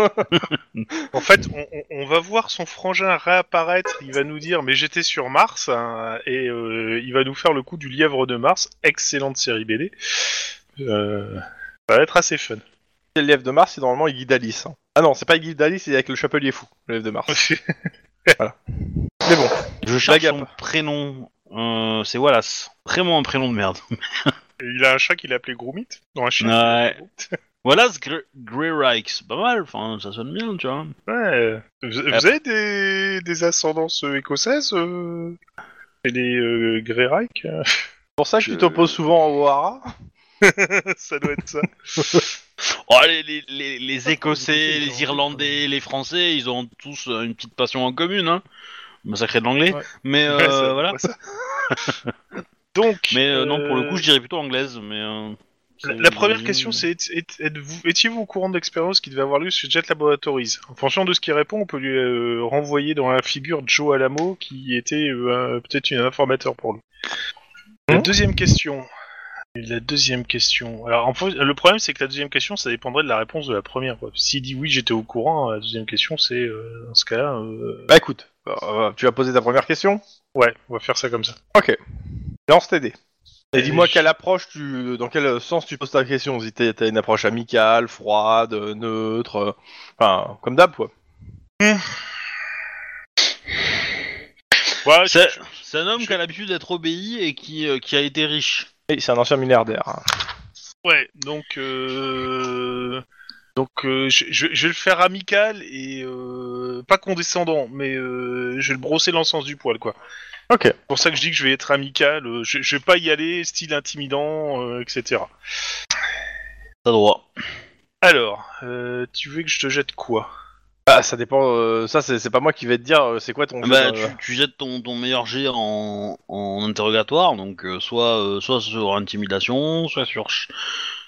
[SPEAKER 3] En fait, on, on- on va voir son frangin réapparaître. Il va nous dire, mais j'étais sur Mars, hein, et euh, il va nous faire le coup du lièvre de Mars. Excellente série BD. Euh, ça va être assez fun.
[SPEAKER 2] C'est l'élève de Mars, et normalement il guide Alice. hein. Ah non, c'est pas il guide Alice, c'est avec le chapelier fou, l'élève de Mars. Mais bon,
[SPEAKER 1] Je cherche
[SPEAKER 2] Blague à
[SPEAKER 1] son prénom. Euh, c'est Wallace. Vraiment un prénom de merde.
[SPEAKER 3] il a un chat qu'il a appelé Groomit dans un chien.
[SPEAKER 1] Ouais. Wallace Gre- Greyreich, c'est pas mal. Enfin, ça sonne bien, tu vois.
[SPEAKER 3] Ouais. Vous, vous avez des, des ascendances euh, écossaises euh, Et des euh, Greyreich euh,
[SPEAKER 2] pour ça que tu
[SPEAKER 1] Je-
[SPEAKER 2] t'opposes souvent à O'Hara.
[SPEAKER 3] Ça doit être ça.
[SPEAKER 1] Oh, les, les, les, les Écossais, les Irlandais, les Français, ils ont tous euh, une petite passion en commune, hein. Massacré de l'anglais.
[SPEAKER 2] Ouais.
[SPEAKER 1] Mais euh,
[SPEAKER 3] Ouais, ça-
[SPEAKER 1] voilà.
[SPEAKER 3] ouais, ça. Donc.
[SPEAKER 1] Mais euh, non, pour le coup,
[SPEAKER 3] euh,
[SPEAKER 1] je dirais plutôt anglaise. Mais euh,
[SPEAKER 3] La,
[SPEAKER 1] c'est-
[SPEAKER 3] la première question, c'est est- est- êtes-vous- étiez-vous au courant de l'expérience qui devait avoir lieu sur Jet Laboratories En fonction de ce qu'il répond, on peut lui euh, renvoyer dans la figure Joe Alamo, qui était euh, un- peut-être un informateur pour lui. La
[SPEAKER 2] Hmm.
[SPEAKER 3] deuxième question. La deuxième question. Alors, en fait, le problème, c'est que la deuxième question, ça dépendrait de la réponse de la première. quoi. S'il dit oui, j'étais au courant, la deuxième question, c'est euh, dans ce cas-là. euh,
[SPEAKER 2] Bah écoute, euh, tu as posé ta première question,
[SPEAKER 3] Ouais, on va faire ça comme ça.
[SPEAKER 2] lance tes dés. Et
[SPEAKER 3] Euh,
[SPEAKER 2] dis-moi
[SPEAKER 3] je-
[SPEAKER 2] quelle approche tu. dans quel sens tu poses ta question Si t'es- t'as une approche amicale, froide, euh, neutre, euh, enfin, comme d'hab quoi.
[SPEAKER 3] Ouais,
[SPEAKER 1] Ah, C'est c'est un homme
[SPEAKER 3] je-
[SPEAKER 1] qui a l'habitude d'être obéi et qui, euh, qui a été riche.
[SPEAKER 2] Et c'est un ancien milliardaire. hein.
[SPEAKER 3] Ouais, donc euh... donc euh, je, je- je vais le faire amical et euh, pas condescendant, mais euh, je vais le brosser dans le sens du poil, quoi.
[SPEAKER 2] Ok.
[SPEAKER 3] C'est pour ça que je dis que je vais être amical. euh, je, je vais pas y aller style intimidant, euh, etc.
[SPEAKER 1] T'as droit.
[SPEAKER 3] Alors, euh, tu veux que je te jette quoi
[SPEAKER 2] Ah, ça dépend, euh, ça c'est c'est pas moi qui vais te dire euh, c'est quoi ton.
[SPEAKER 1] bah,
[SPEAKER 2] euh,
[SPEAKER 1] tu, tu jettes ton, ton meilleur jet en, en interrogatoire, donc euh, soit, euh, soit sur intimidation, soit sur, ch-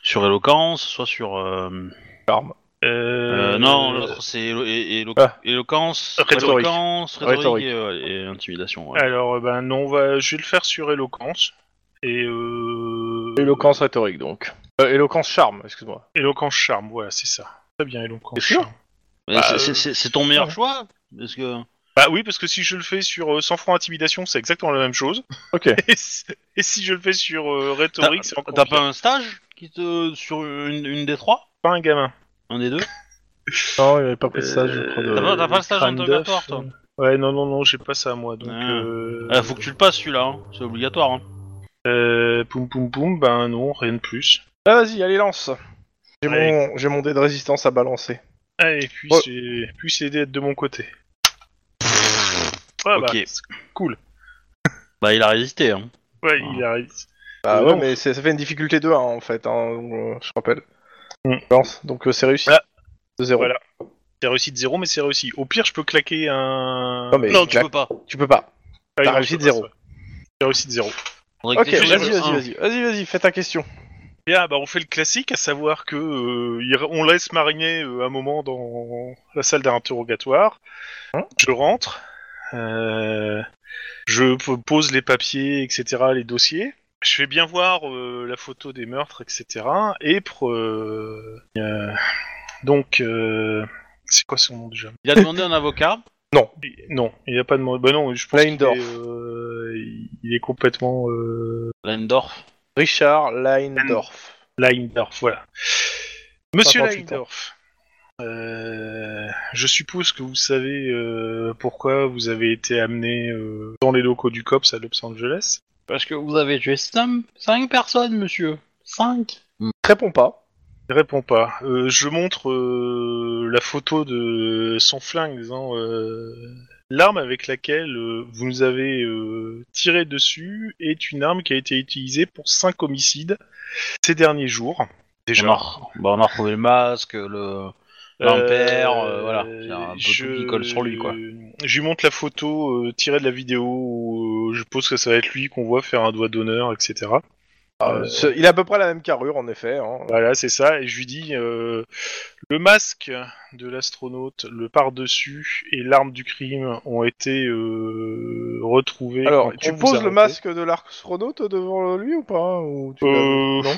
[SPEAKER 1] sur éloquence, soit sur. euh,
[SPEAKER 2] charme.
[SPEAKER 1] Euh,
[SPEAKER 3] euh,
[SPEAKER 1] non, l'autre c'est élo- é- élo-
[SPEAKER 2] Ah.
[SPEAKER 1] éloquence,
[SPEAKER 2] Rhétorique.
[SPEAKER 1] éloquence, rhétorique,
[SPEAKER 2] Rhétorique. Ah.
[SPEAKER 1] Et, euh, et intimidation. ouais.
[SPEAKER 3] Alors, euh, ben non, on va, je vais le faire sur éloquence et euh...
[SPEAKER 2] Éloquence rhétorique donc. Euh, éloquence charme, excuse-moi.
[SPEAKER 3] éloquence charme. Voilà, c'est ça. Très bien, éloquence.
[SPEAKER 2] T'es sûr
[SPEAKER 3] charme.
[SPEAKER 1] Mais
[SPEAKER 2] bah,
[SPEAKER 1] c'est-
[SPEAKER 2] euh,
[SPEAKER 1] c'est- c'est c'est ton meilleur choix parce que
[SPEAKER 3] Bah oui, parce que si je le fais sur euh, 100 francs intimidation, c'est exactement la même chose.
[SPEAKER 2] Ok.
[SPEAKER 3] Et, si- et si je le fais sur euh, rhétorique, c'est encore
[SPEAKER 1] T'as
[SPEAKER 3] pire.
[SPEAKER 1] pas un stage qui te sur une, une des trois
[SPEAKER 3] pas un gamin.
[SPEAKER 1] Un des deux
[SPEAKER 2] Euh, Non, il avait pas pris ça, je crois. de-
[SPEAKER 3] Euh,
[SPEAKER 1] T'as pas, t'as pas le stage
[SPEAKER 2] crâne
[SPEAKER 1] interrogatoire,
[SPEAKER 2] d'œuf,
[SPEAKER 1] toi
[SPEAKER 3] Ouais, non, non, non, j'ai pas ça moi. Donc,
[SPEAKER 1] Ah.
[SPEAKER 3] euh,
[SPEAKER 1] Ah, Faut que tu le passes, celui-là. hein. C'est obligatoire. hein.
[SPEAKER 3] euh, poum poum poum, ben non, rien de plus.
[SPEAKER 2] Ah, vas-y, allez, lance. J'ai
[SPEAKER 3] Allez.
[SPEAKER 2] mon, j'ai mon dé de résistance à balancer.
[SPEAKER 3] Allez, Ah, puis
[SPEAKER 2] Oh.
[SPEAKER 3] c'est puis c'est d'être de mon côté. Ah, bah,
[SPEAKER 1] Ok.
[SPEAKER 3] c'est cool.
[SPEAKER 1] Bah, il a résisté. Hein.
[SPEAKER 3] Ouais,
[SPEAKER 1] Ah.
[SPEAKER 3] il arrive.
[SPEAKER 2] Bah
[SPEAKER 3] Euh,
[SPEAKER 2] ouais,
[SPEAKER 3] non.
[SPEAKER 2] mais c'est- ça fait une difficulté de 1 en fait, hein, donc, euh, je rappelle.
[SPEAKER 3] Mm.
[SPEAKER 2] Lance, donc euh, c'est réussi.
[SPEAKER 3] Ah.
[SPEAKER 2] De 0.
[SPEAKER 3] Voilà. C'est réussi de zéro, mais c'est réussi. Au pire, je peux claquer un.
[SPEAKER 2] Non, mais
[SPEAKER 1] non, tu
[SPEAKER 2] claque,
[SPEAKER 1] peux pas.
[SPEAKER 2] tu peux pas.
[SPEAKER 3] Ah,
[SPEAKER 2] t'as
[SPEAKER 3] non,
[SPEAKER 2] réussi
[SPEAKER 3] je
[SPEAKER 2] de
[SPEAKER 3] peux pas,
[SPEAKER 2] zéro.
[SPEAKER 3] ouais. J'ai réussi de zéro.
[SPEAKER 1] Faudrait
[SPEAKER 2] Ok,
[SPEAKER 1] que t'aies
[SPEAKER 2] vas-y,
[SPEAKER 1] fait le
[SPEAKER 2] vas-y,
[SPEAKER 1] un.
[SPEAKER 2] vas-y, vas-y, vas-y, fais ta question.
[SPEAKER 3] Bien, bah on fait le classique, à savoir que euh, il- on laisse mariner euh, un moment dans la salle d'interrogatoire. Je rentre, euh, je p- pose les papiers, etc., les dossiers. Je fais bien voir euh, la photo des meurtres, etc. Et pour, euh, euh, donc euh, c'est quoi son nom déjà
[SPEAKER 1] Il a demandé un avocat.
[SPEAKER 3] Non, il n'y a pas de mot. Bah non, je pense qu'il est,
[SPEAKER 2] Leindorf.
[SPEAKER 3] euh, il est complètement euh,
[SPEAKER 1] Lendorf.
[SPEAKER 2] Richard Leindorf.
[SPEAKER 3] Leindorf, voilà. Monsieur
[SPEAKER 2] 58 ans.
[SPEAKER 3] Leindorf, euh, je suppose que vous savez euh, pourquoi vous avez été amené euh, dans les locaux du COPS à Los Angeles.
[SPEAKER 1] Parce que vous avez tué 5 personnes, monsieur. 5
[SPEAKER 2] Mm. Réponds pas.
[SPEAKER 3] Il répond pas. Euh, je montre euh, la photo de son flingue, disant euh, l'arme avec laquelle euh, vous nous avez euh, tiré dessus est une arme qui a été utilisée pour cinq homicides ces derniers jours. Déjà.
[SPEAKER 1] On a, re- bah, on a retrouvé le masque, le l'ampère, euh, voilà. C'est un peu tout qui colle sur lui, quoi.
[SPEAKER 3] Je lui montre la photo euh, tirée de la vidéo, où, euh, je pense que ça va être lui qu'on voit faire un doigt d'honneur, etc.
[SPEAKER 2] Euh, ce- Il a à peu près la même carrure en effet. hein.
[SPEAKER 3] Voilà, c'est ça, et je lui dis euh, le masque de l'astronaute, le par-dessus et l'arme du crime ont été euh, retrouvés.
[SPEAKER 2] Alors,
[SPEAKER 3] quand on
[SPEAKER 2] tu
[SPEAKER 3] vous
[SPEAKER 2] poses
[SPEAKER 3] a
[SPEAKER 2] le
[SPEAKER 3] arrêté.
[SPEAKER 2] masque de l'archronaute devant lui ou pas ou tu l'as-
[SPEAKER 3] Euh,
[SPEAKER 2] Non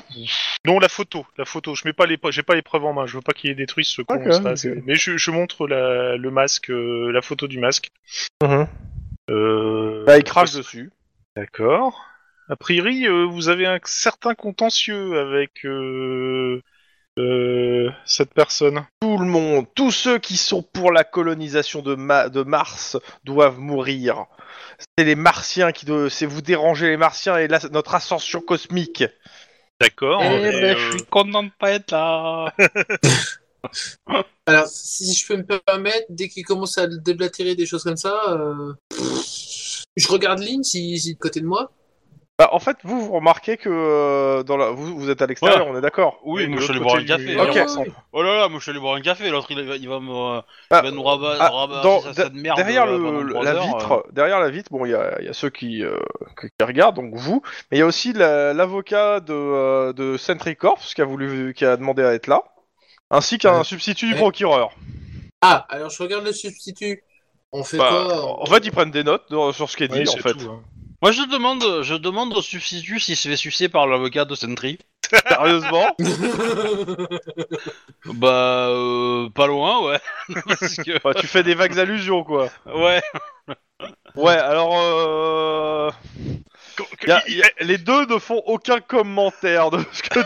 [SPEAKER 3] Non, la photo, la photo. Je mets pas les, po- j'ai pas les preuves en main. Je veux pas qu'il ait détruit ce con.
[SPEAKER 2] D'accord,
[SPEAKER 3] ça,
[SPEAKER 2] ok.
[SPEAKER 3] c'est- Mais je, je montre la, le masque, euh, la photo du masque. mm-hmm.
[SPEAKER 2] Mhm.
[SPEAKER 3] Euh,
[SPEAKER 2] Bah, il crache dessus.
[SPEAKER 3] D'accord. A priori, euh, vous avez un certain contentieux avec euh, euh, cette personne.
[SPEAKER 2] Tout le monde, tous ceux qui sont pour la colonisation de, Ma- de Mars doivent mourir. C'est les Martiens qui doivent. C'est vous déranger les Martiens et là, notre ascension cosmique.
[SPEAKER 1] Eh
[SPEAKER 3] D'accord. mais, euh,
[SPEAKER 1] ben, content de pas être là.
[SPEAKER 5] Alors, si je peux me permettre, dès qu'il commence à déblatérer des choses comme ça, euh, je regarde Lynn si, si est de côté de moi.
[SPEAKER 2] Bah, en fait, vous, vous remarquez que euh, dans la... vous, vous êtes à l'extérieur, on est d'accord.
[SPEAKER 1] Oui,
[SPEAKER 3] et de
[SPEAKER 1] moi, je suis
[SPEAKER 3] l'autre
[SPEAKER 1] allé boire un
[SPEAKER 3] côté
[SPEAKER 1] café,
[SPEAKER 3] du-
[SPEAKER 1] hein.
[SPEAKER 2] Ok.
[SPEAKER 5] Ouais, ouais, ouais.
[SPEAKER 1] Oh là là, moi je suis allé boire un café, l'autre il, va- il va me.
[SPEAKER 2] Bah,
[SPEAKER 1] il va nous rabat,
[SPEAKER 2] ah,
[SPEAKER 1] rabat-
[SPEAKER 2] dans-
[SPEAKER 1] sa- sa merde,
[SPEAKER 2] derrière
[SPEAKER 1] euh,
[SPEAKER 2] le-
[SPEAKER 1] pendant trois
[SPEAKER 2] la
[SPEAKER 1] heures,
[SPEAKER 2] vitre,
[SPEAKER 1] euh.
[SPEAKER 2] derrière la vitre, bon, il y a, il y a ceux qui, euh, que- qui regardent, donc vous, mais il y a aussi la- l'avocat de, euh, de Sentry Corps qui a voulu, qui a demandé à être là, ainsi qu'un
[SPEAKER 5] Ouais.
[SPEAKER 2] substitut du
[SPEAKER 5] Ouais.
[SPEAKER 2] procureur.
[SPEAKER 5] Ah, alors je regarde le substitut. On fait
[SPEAKER 2] Bah,
[SPEAKER 5] quoi
[SPEAKER 2] en fait, ils prennent des notes euh, sur ce qui est dit,
[SPEAKER 3] oui,
[SPEAKER 2] en
[SPEAKER 3] c'est
[SPEAKER 2] fait.
[SPEAKER 3] tout, hein.
[SPEAKER 1] Moi je demande, je demande au substitut s'il se fait sucer par l'avocat de Sentry.
[SPEAKER 2] Sérieusement,
[SPEAKER 1] Bah, euh, pas loin, ouais. Parce que-
[SPEAKER 2] Enfin, tu fais des vagues allusions, quoi.
[SPEAKER 1] ouais.
[SPEAKER 2] Ouais, alors, euh, y a- y a- les deux ne font aucun commentaire de ce que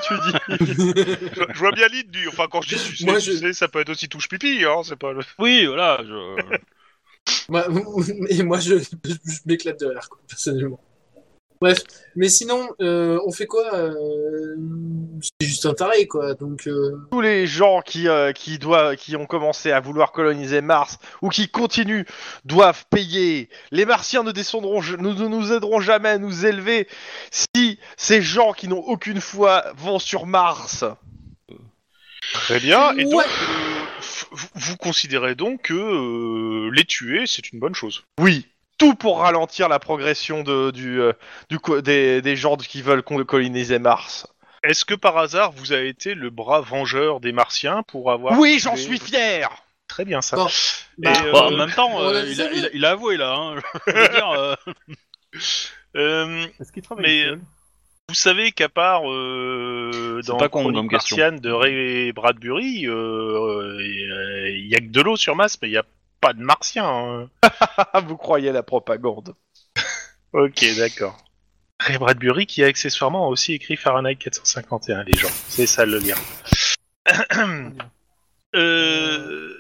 [SPEAKER 2] tu dis.
[SPEAKER 3] Je, je vois bien l'idée du. Enfin, quand je dis sucer,
[SPEAKER 5] Moi, je-
[SPEAKER 3] sucer, ça peut être aussi touche pipi, hein. C'est pas le.
[SPEAKER 1] Oui, voilà. Je...
[SPEAKER 5] Moi- Et moi, je, je m'éclate de rire, quoi, personnellement. Bref, mais sinon, euh, on fait quoi euh, C'est juste un taré, quoi. Donc, euh,
[SPEAKER 2] tous les gens qui, euh, qui, doivent, qui ont commencé à vouloir coloniser Mars ou qui continuent doivent payer. Les Martiens ne descendront, je- nous, ne nous aideront jamais à nous élever si ces gens qui n'ont aucune foi vont sur Mars.
[SPEAKER 3] Très bien. Et donc,
[SPEAKER 5] Ouais.
[SPEAKER 3] euh, f- vous- vous considérez donc que euh, les tuer, c'est une bonne chose.
[SPEAKER 2] Oui, tout pour ralentir la progression de, du, euh, du co- des, des gens qui veulent con- coloniser Mars.
[SPEAKER 3] Est-ce que par hasard vous avez été le bras vengeur des Martiens pour avoir
[SPEAKER 2] oui, j'en
[SPEAKER 3] des-
[SPEAKER 2] suis fier.
[SPEAKER 3] Très bien ça.
[SPEAKER 5] Bon.
[SPEAKER 3] Et,
[SPEAKER 5] bah,
[SPEAKER 3] euh,
[SPEAKER 1] Bah, en même temps,
[SPEAKER 5] on
[SPEAKER 1] euh,
[SPEAKER 5] a dit
[SPEAKER 1] il, a,
[SPEAKER 5] ça,
[SPEAKER 1] il a-
[SPEAKER 5] oui.
[SPEAKER 1] il a avoué là. Hein. Je veux dire, euh,
[SPEAKER 3] euh,
[SPEAKER 4] Est-ce qu'il travaille
[SPEAKER 3] Mais-
[SPEAKER 4] seul
[SPEAKER 3] vous savez qu'à part euh,
[SPEAKER 1] C'est
[SPEAKER 3] dans
[SPEAKER 1] pas con
[SPEAKER 3] Chronique
[SPEAKER 1] comme question.
[SPEAKER 3] Martiane de Ray Bradbury, il euh, euh, y a- y a que de l'eau sur Mars, mais il y a pas de martiens. hein.
[SPEAKER 2] Ah, vous croyez à la propagande.
[SPEAKER 3] Ok, d'accord. Ray Bradbury qui a accessoirement aussi écrit Fahrenheit 451, les gens. C'est ça le lien. Euh,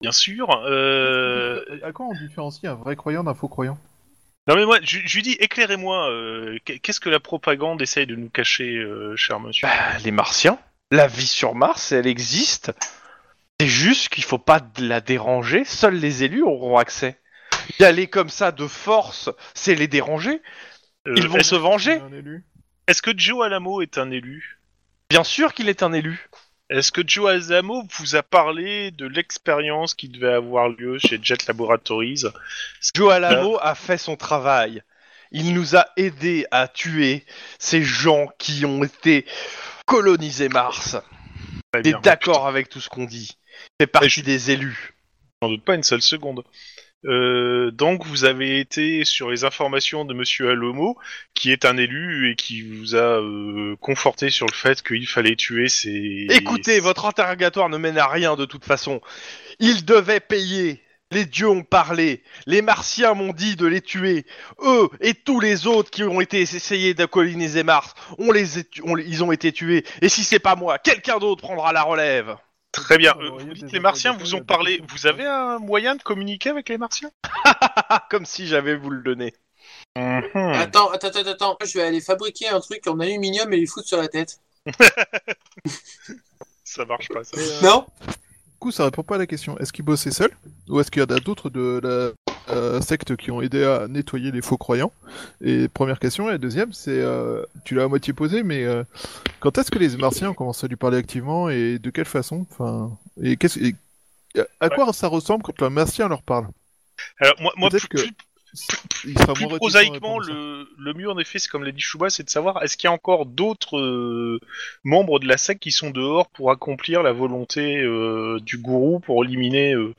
[SPEAKER 3] Bien sûr. euh,
[SPEAKER 4] À quoi on différencie un vrai croyant d'un faux croyant
[SPEAKER 3] Non mais moi, je je lui dis, éclairez-moi, euh, qu- qu'est-ce que la propagande essaye de nous cacher, euh, cher monsieur
[SPEAKER 2] Bah, les martiens, la vie sur Mars, elle existe. C'est juste qu'il faut pas de la déranger, seuls les élus auront accès. Y aller comme ça de force, c'est les déranger.
[SPEAKER 3] Euh,
[SPEAKER 2] Ils vont
[SPEAKER 3] est-ce,
[SPEAKER 2] se venger.
[SPEAKER 4] Un élu
[SPEAKER 3] est-ce que Joe Alamo est un élu
[SPEAKER 2] Bien sûr qu'il est un élu.
[SPEAKER 3] Est-ce que Joe Alamo vous a parlé de l'expérience qui devait avoir lieu chez Jet Laboratories
[SPEAKER 2] Joe
[SPEAKER 3] Bah.
[SPEAKER 2] Alamo a fait son travail. Il nous a aidés à tuer ces gens qui ont été colonisés Mars. Il
[SPEAKER 3] Très bien.
[SPEAKER 2] est d'accord avec tout ce qu'on dit. Il fait
[SPEAKER 3] Et je-
[SPEAKER 2] partie des élus.
[SPEAKER 3] J'en doute pas une seule seconde. Euh, donc vous avez été sur les informations de Monsieur Alamo, qui est un élu et qui vous a euh, conforté sur le fait qu'il fallait tuer ces...
[SPEAKER 2] Écoutez, votre interrogatoire ne mène à rien de toute façon. Ils devaient payer. Les dieux ont parlé. Les martiens m'ont dit de les tuer. Eux et tous les autres qui ont été essayés de coloniser Mars, on les est- on- ils ont été tués. Et si c'est pas moi, quelqu'un d'autre prendra la relève.
[SPEAKER 3] Très bien.
[SPEAKER 4] Vous
[SPEAKER 3] Euh,
[SPEAKER 4] auriez
[SPEAKER 3] vous dites
[SPEAKER 4] des
[SPEAKER 3] les Martiens
[SPEAKER 4] interrogateurs
[SPEAKER 3] vous ont
[SPEAKER 4] là-dessus.
[SPEAKER 3] parlé. Vous avez
[SPEAKER 4] euh,
[SPEAKER 3] un moyen de communiquer avec les Martiens
[SPEAKER 2] Ah, comme si j'avais vous le donné. Mhm.
[SPEAKER 5] Attends, attends, attends, attends. Je vais aller fabriquer un truc en aluminium et lui foutre sur la tête.
[SPEAKER 3] Ça marche pas. Ça.
[SPEAKER 5] Non
[SPEAKER 4] Du coup, ça répond pas à la question. Est-ce qu'il bossait seul Ou est-ce qu'il y en a d'autres de la euh, secte qui ont aidé à nettoyer les faux croyants Et première question. Et deuxième, c'est. euh, tu l'as à moitié posé, mais euh, quand est-ce que les martiens ont commencé à lui parler activement et de quelle façon enfin, Et, qu'est-ce- et à quoi ça ressemble quand un martien leur parle
[SPEAKER 3] Alors moi, moi, plus,
[SPEAKER 4] Peut-être que-
[SPEAKER 3] plus-
[SPEAKER 4] Il sera
[SPEAKER 3] plus
[SPEAKER 4] moins réticent à
[SPEAKER 3] prosaïquement,
[SPEAKER 4] répondre ça.
[SPEAKER 3] le, le mieux en effet, c'est comme l'a dit Chouba, c'est de savoir est-ce qu'il y a encore d'autres euh, membres de la secte qui sont dehors pour accomplir la volonté euh, du gourou pour éliminer euh,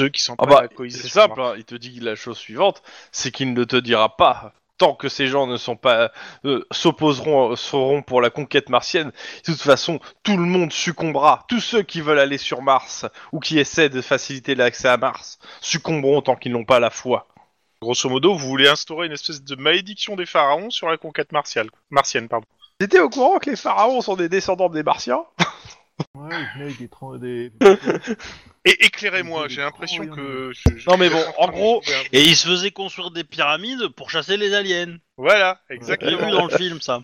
[SPEAKER 3] ceux qui sont
[SPEAKER 2] Ah
[SPEAKER 3] pas
[SPEAKER 2] bah,
[SPEAKER 3] à la cohésion.
[SPEAKER 2] C'est simple, hein, il te dit la chose suivante, c'est qu'il ne te dira pas. Tant que ces gens ne sont pas euh, s'opposeront seront pour la conquête martienne, de toute façon, tout le monde succombera. Tous ceux qui veulent aller sur Mars ou qui essaient de faciliter l'accès à Mars succomberont tant qu'ils n'ont pas la foi.
[SPEAKER 3] Grosso modo, vous voulez instaurer une espèce de malédiction des pharaons sur la conquête martiale, martienne, pardon.
[SPEAKER 2] T'étais au courant que les pharaons sont des descendants des martiens
[SPEAKER 4] Ouais, il venait avec des tran- des-
[SPEAKER 3] Et éclairez-moi,
[SPEAKER 4] Des-
[SPEAKER 3] j'ai
[SPEAKER 4] des
[SPEAKER 3] l'impression
[SPEAKER 4] grands
[SPEAKER 3] que. je- je-
[SPEAKER 2] Non mais bon, en gros,
[SPEAKER 1] Et ils se faisaient construire des pyramides pour chasser les aliens.
[SPEAKER 3] Voilà,
[SPEAKER 1] J'ai
[SPEAKER 3] exactement.
[SPEAKER 1] vu dans le film ça.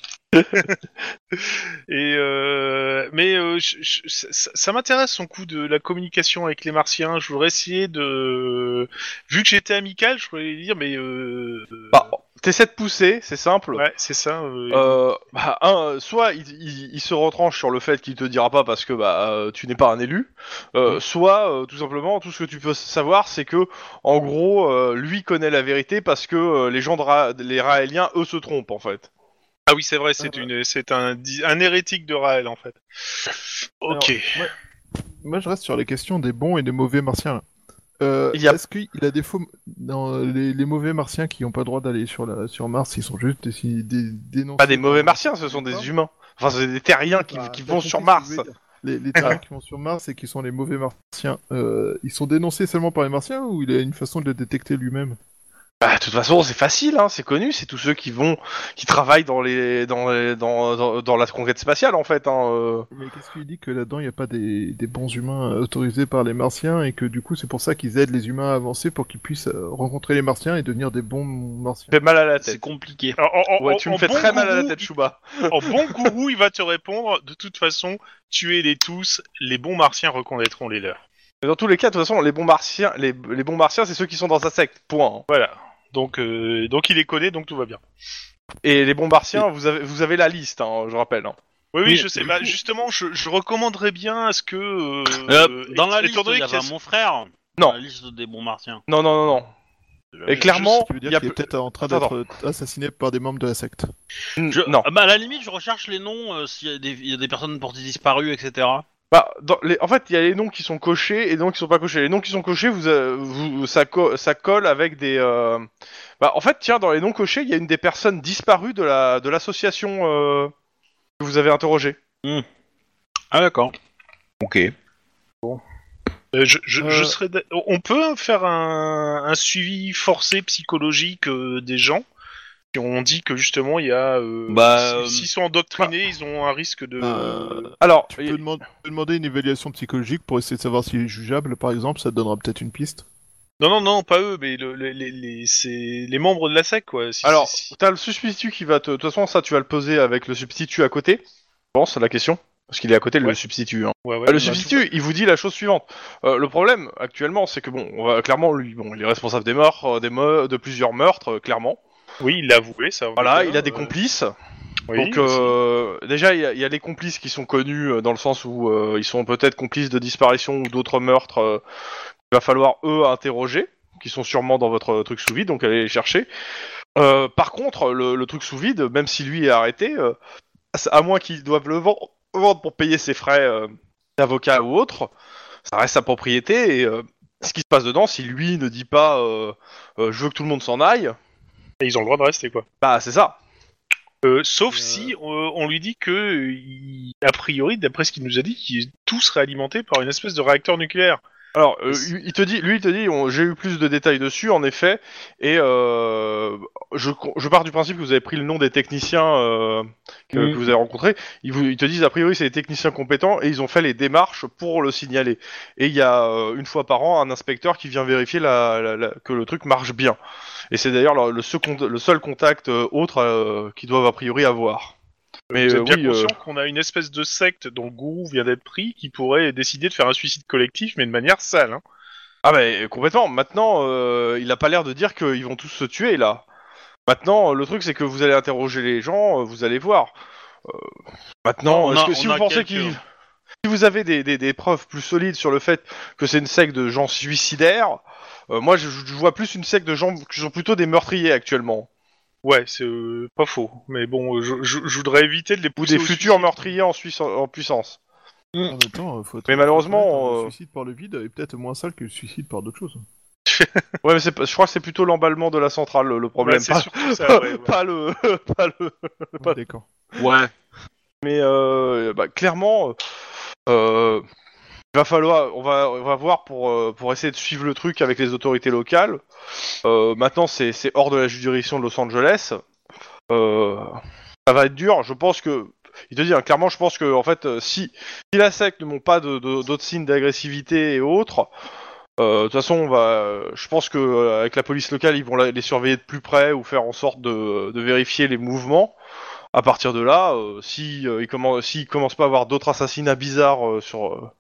[SPEAKER 3] Et euh, mais euh, je- je- ça, ça- ça m'intéresse son coup de la communication avec les Martiens. Je voudrais essayer de, vu que j'étais amical, je voulais lui dire mais euh,
[SPEAKER 2] bah, t'essaies de pousser, c'est simple.
[SPEAKER 3] ouais c'est ça. euh,
[SPEAKER 2] Euh, bah, un, soit il, il- il se retranche sur le fait qu'il te dira pas parce que bah euh, tu n'es pas un élu,
[SPEAKER 4] Mm.
[SPEAKER 2] euh, soit euh, tout simplement tout ce que tu peux savoir c'est que en gros euh, lui connaît la vérité parce que euh, les gens de Ra- les Raéliens eux se trompent en fait.
[SPEAKER 3] Ah oui c'est vrai, c'est une c'est un di- un hérétique de Raël en fait. Ok.
[SPEAKER 4] Alors, moi, moi, je reste sur les questions des bons et des mauvais martiens. là. Euh,
[SPEAKER 2] Il y a-
[SPEAKER 4] Est-ce qu'il a des faux. Non, les, les mauvais martiens qui n'ont pas le droit d'aller sur, la... sur Mars, ils sont juste des, des, dénoncés.
[SPEAKER 2] Pas des mauvais martiens, ce sont des
[SPEAKER 4] D'accord.
[SPEAKER 2] humains. Enfin, c'est des terriens qui,
[SPEAKER 4] Enfin,
[SPEAKER 2] qui
[SPEAKER 4] t'as
[SPEAKER 2] vont sur
[SPEAKER 4] compris ce
[SPEAKER 2] Mars.
[SPEAKER 4] que Bah, je veux dire. Les, les terriens qui vont sur Mars et qui sont les mauvais martiens, euh, ils sont dénoncés seulement par les martiens ou il a une façon de les détecter lui-même
[SPEAKER 2] Bah, de toute façon, c'est facile, hein, c'est connu, c'est tous ceux qui vont, qui travaillent dans les, dans, les- dans, dans, dans la conquête spatiale en fait. Hein, euh.
[SPEAKER 4] Mais qu'est-ce qu'il dit que là-dedans il n'y a pas des, des bons humains euh, autorisés par les martiens et que du coup c'est pour ça qu'ils aident les humains à avancer pour qu'ils puissent euh, rencontrer les martiens et devenir des bons martiens
[SPEAKER 2] Fait mal à la
[SPEAKER 1] C'est
[SPEAKER 2] tête.
[SPEAKER 1] compliqué.
[SPEAKER 3] Alors, en- en-
[SPEAKER 1] oh,
[SPEAKER 2] Ouais,
[SPEAKER 3] en-
[SPEAKER 2] tu me
[SPEAKER 3] en
[SPEAKER 2] fais
[SPEAKER 3] bon
[SPEAKER 2] très mal à la
[SPEAKER 3] gourou,
[SPEAKER 2] tête, Chouba.
[SPEAKER 3] En bon gourou, il va te répondre de toute façon, tuez-les tous, les bons Martiens reconnaîtront les leurs.
[SPEAKER 2] Mais Dans tous les cas, de toute façon, les bons martiens, les, les bons martiens, c'est ceux qui sont dans sa secte. Point. hein.
[SPEAKER 3] Voilà. Donc euh, donc il est codé, donc tout va bien.
[SPEAKER 2] Et les bons martiens, vous avez, vous avez la liste, hein, je rappelle. hein.
[SPEAKER 3] Oui, oui,
[SPEAKER 2] Oui,
[SPEAKER 3] je sais. Bah, justement, je, je recommanderais bien à ce que. euh,
[SPEAKER 1] Euh, dans
[SPEAKER 3] et-
[SPEAKER 1] la
[SPEAKER 3] étant
[SPEAKER 1] liste,
[SPEAKER 3] donné
[SPEAKER 1] il y
[SPEAKER 3] qu'il
[SPEAKER 1] avait
[SPEAKER 3] ce-
[SPEAKER 1] mon frère.
[SPEAKER 2] Non.
[SPEAKER 1] Dans La liste des bons martiens.
[SPEAKER 2] Non, non, non, non. Et
[SPEAKER 3] Euh, Je-
[SPEAKER 2] clairement,
[SPEAKER 4] Ce qui veut dire
[SPEAKER 2] il y a
[SPEAKER 4] qu'il est
[SPEAKER 2] peu-
[SPEAKER 4] peut-être en train
[SPEAKER 2] Attends,
[SPEAKER 4] d'être euh, assassiné par des membres de la secte.
[SPEAKER 1] Je-
[SPEAKER 2] Mm, non.
[SPEAKER 1] Ah bah, à la limite, je recherche les noms euh, s'il y, a des- il y a des personnes portées disparues, etc.
[SPEAKER 2] Bah, dans les- en fait, il y a les noms qui sont cochés et les noms qui sont pas cochés. Les noms qui sont cochés, vous, euh, vous ça, co- ça colle avec des. euh, Bah, en fait, tiens, dans les noms cochés, il y a une des personnes disparues de la de l'association euh, que vous avez interrogée.
[SPEAKER 1] Ah d'accord. Ok.
[SPEAKER 3] Euh, je, je- je
[SPEAKER 4] Euh.
[SPEAKER 3] serais d'a- On peut faire un, un suivi forcé psychologique euh, des gens qui ont dit que justement il y a. euh,
[SPEAKER 1] Bah,
[SPEAKER 3] s- S'ils sont endoctrinés, ils ont un risque de.
[SPEAKER 4] Euh,
[SPEAKER 2] Alors,
[SPEAKER 4] Tu peux, demand- tu peux demander une évaluation psychologique pour essayer de savoir s'il est jugeable, par exemple, ça te donnera peut-être une piste.
[SPEAKER 3] Non, non, non, pas eux, mais le- les, les, les- c'est les membres de la SEC, quoi. Si-
[SPEAKER 2] Alors,
[SPEAKER 3] si- si-
[SPEAKER 2] t'as le substitut qui va te. De toute façon, ça, tu vas le poser avec le substitut à côté. Je pense à la question. Parce qu'il est à côté, le
[SPEAKER 3] Ouais.
[SPEAKER 2] substitut. hein.
[SPEAKER 3] ouais, ouais,
[SPEAKER 2] Ah, le
[SPEAKER 3] bah,
[SPEAKER 2] substitut, il vous dit la chose suivante. Euh, le problème, actuellement, c'est que, bon, on va- clairement, lui, bon, il est responsable des morts, euh, des me- de plusieurs meurtres, euh, clairement.
[SPEAKER 3] tout- Oui, il l'a avoué, ça.
[SPEAKER 2] Voilà, il a des
[SPEAKER 3] euh,
[SPEAKER 2] complices.
[SPEAKER 3] oui,
[SPEAKER 2] Donc, euh, déjà, il y, a- il y a les complices qui sont connus euh, dans le sens où euh, ils sont peut-être complices de disparition ou d'autres meurtres. euh, il va falloir eux interroger, qui sont sûrement dans votre euh, truc sous vide, donc allez les chercher. Euh, par contre, le, le truc sous vide, même si lui est arrêté, euh, à moins qu'ils doivent le ven- vendre pour payer ses frais euh, d'avocat ou autre, ça reste sa propriété et euh, ce qui se passe dedans, si lui ne dit pas euh, euh, je veux que tout le monde s'en aille,
[SPEAKER 3] et ils ont le droit de rester, quoi.
[SPEAKER 2] bah c'est ça.
[SPEAKER 3] Euh, sauf
[SPEAKER 5] Euh,
[SPEAKER 3] si euh, on lui dit que, euh, il- a priori, d'après ce qu'il nous a dit, qu'il- tout serait alimenté par une espèce de réacteur nucléaire.
[SPEAKER 2] Alors, euh, il te dit, lui, il te dit, on- j'ai eu plus de détails dessus, en effet, et euh, je, je pars du principe que vous avez pris le nom des techniciens euh, que,
[SPEAKER 3] Mm.
[SPEAKER 2] que vous avez rencontrés. Ils, vous, ils te disent, a priori, c'est des techniciens compétents, et ils ont fait les démarches pour le signaler. Et il y a euh, une fois par an un inspecteur qui vient vérifier la, la- la- que le truc marche bien. Et c'est d'ailleurs le, le seul con- le seul contact euh, autre euh, qu'ils doivent a priori avoir. Mais
[SPEAKER 3] Vous êtes
[SPEAKER 2] euh,
[SPEAKER 3] bien
[SPEAKER 2] oui, euh,
[SPEAKER 3] conscient qu'on a une espèce de secte dont le gourou vient d'être pris qui pourrait décider de faire un suicide collectif, mais de manière sale. Hein.
[SPEAKER 2] Ah bah complètement. Maintenant, euh, il a pas l'air de dire qu'ils vont tous se tuer là. Maintenant, le truc c'est que vous allez interroger les gens, euh, vous allez voir. Euh, maintenant,
[SPEAKER 1] On
[SPEAKER 2] est-ce
[SPEAKER 1] a-
[SPEAKER 2] que si
[SPEAKER 1] on a
[SPEAKER 2] vous pensez
[SPEAKER 1] quelques-
[SPEAKER 2] qu'ils... Si vous avez des, des- des preuves plus solides sur le fait que c'est une secte de gens suicidaires, euh, moi je, je vois plus une secte de gens qui sont plutôt des meurtriers actuellement.
[SPEAKER 3] Ouais, c'est euh, pas faux. Mais bon, euh, je, je- je voudrais éviter de les
[SPEAKER 2] Ou
[SPEAKER 3] pousser.
[SPEAKER 2] des
[SPEAKER 3] au
[SPEAKER 2] futurs
[SPEAKER 3] suicide.
[SPEAKER 2] meurtriers en, Suisse- en puissance.
[SPEAKER 4] En même temps, euh, faut
[SPEAKER 2] Hmm. Mais malheureusement,
[SPEAKER 4] Le
[SPEAKER 2] euh,
[SPEAKER 4] suicide par le vide est peut-être moins sale que le suicide par d'autres choses.
[SPEAKER 2] ouais, mais c'est pas- je crois que c'est plutôt l'emballement de la centrale le le problème.
[SPEAKER 3] Ouais, c'est
[SPEAKER 2] pas,
[SPEAKER 3] surtout ça, ouais, ouais.
[SPEAKER 2] pas le, pas le, Pas-
[SPEAKER 4] D'accord.
[SPEAKER 1] Ouais.
[SPEAKER 2] Mais euh, bah, clairement, euh, il va falloir, on va, on va voir pour, euh, pour essayer de suivre le truc avec les autorités locales. Euh, maintenant, c'est c'est hors de la juridiction de Los Angeles. Euh, ça va être dur. Je pense que, il te dit hein, clairement, je pense que en fait, euh, si, si la SEC ne montre pas de- de- d'autres signes d'agressivité et autres. euh, De toute façon, on va, je pense que euh, avec la police locale, ils vont la- les surveiller de plus près ou faire en sorte de- de vérifier les mouvements à partir de là, euh, si euh, il commence, s'il commence pas à avoir d'autres assassinats bizarres euh, sur euh,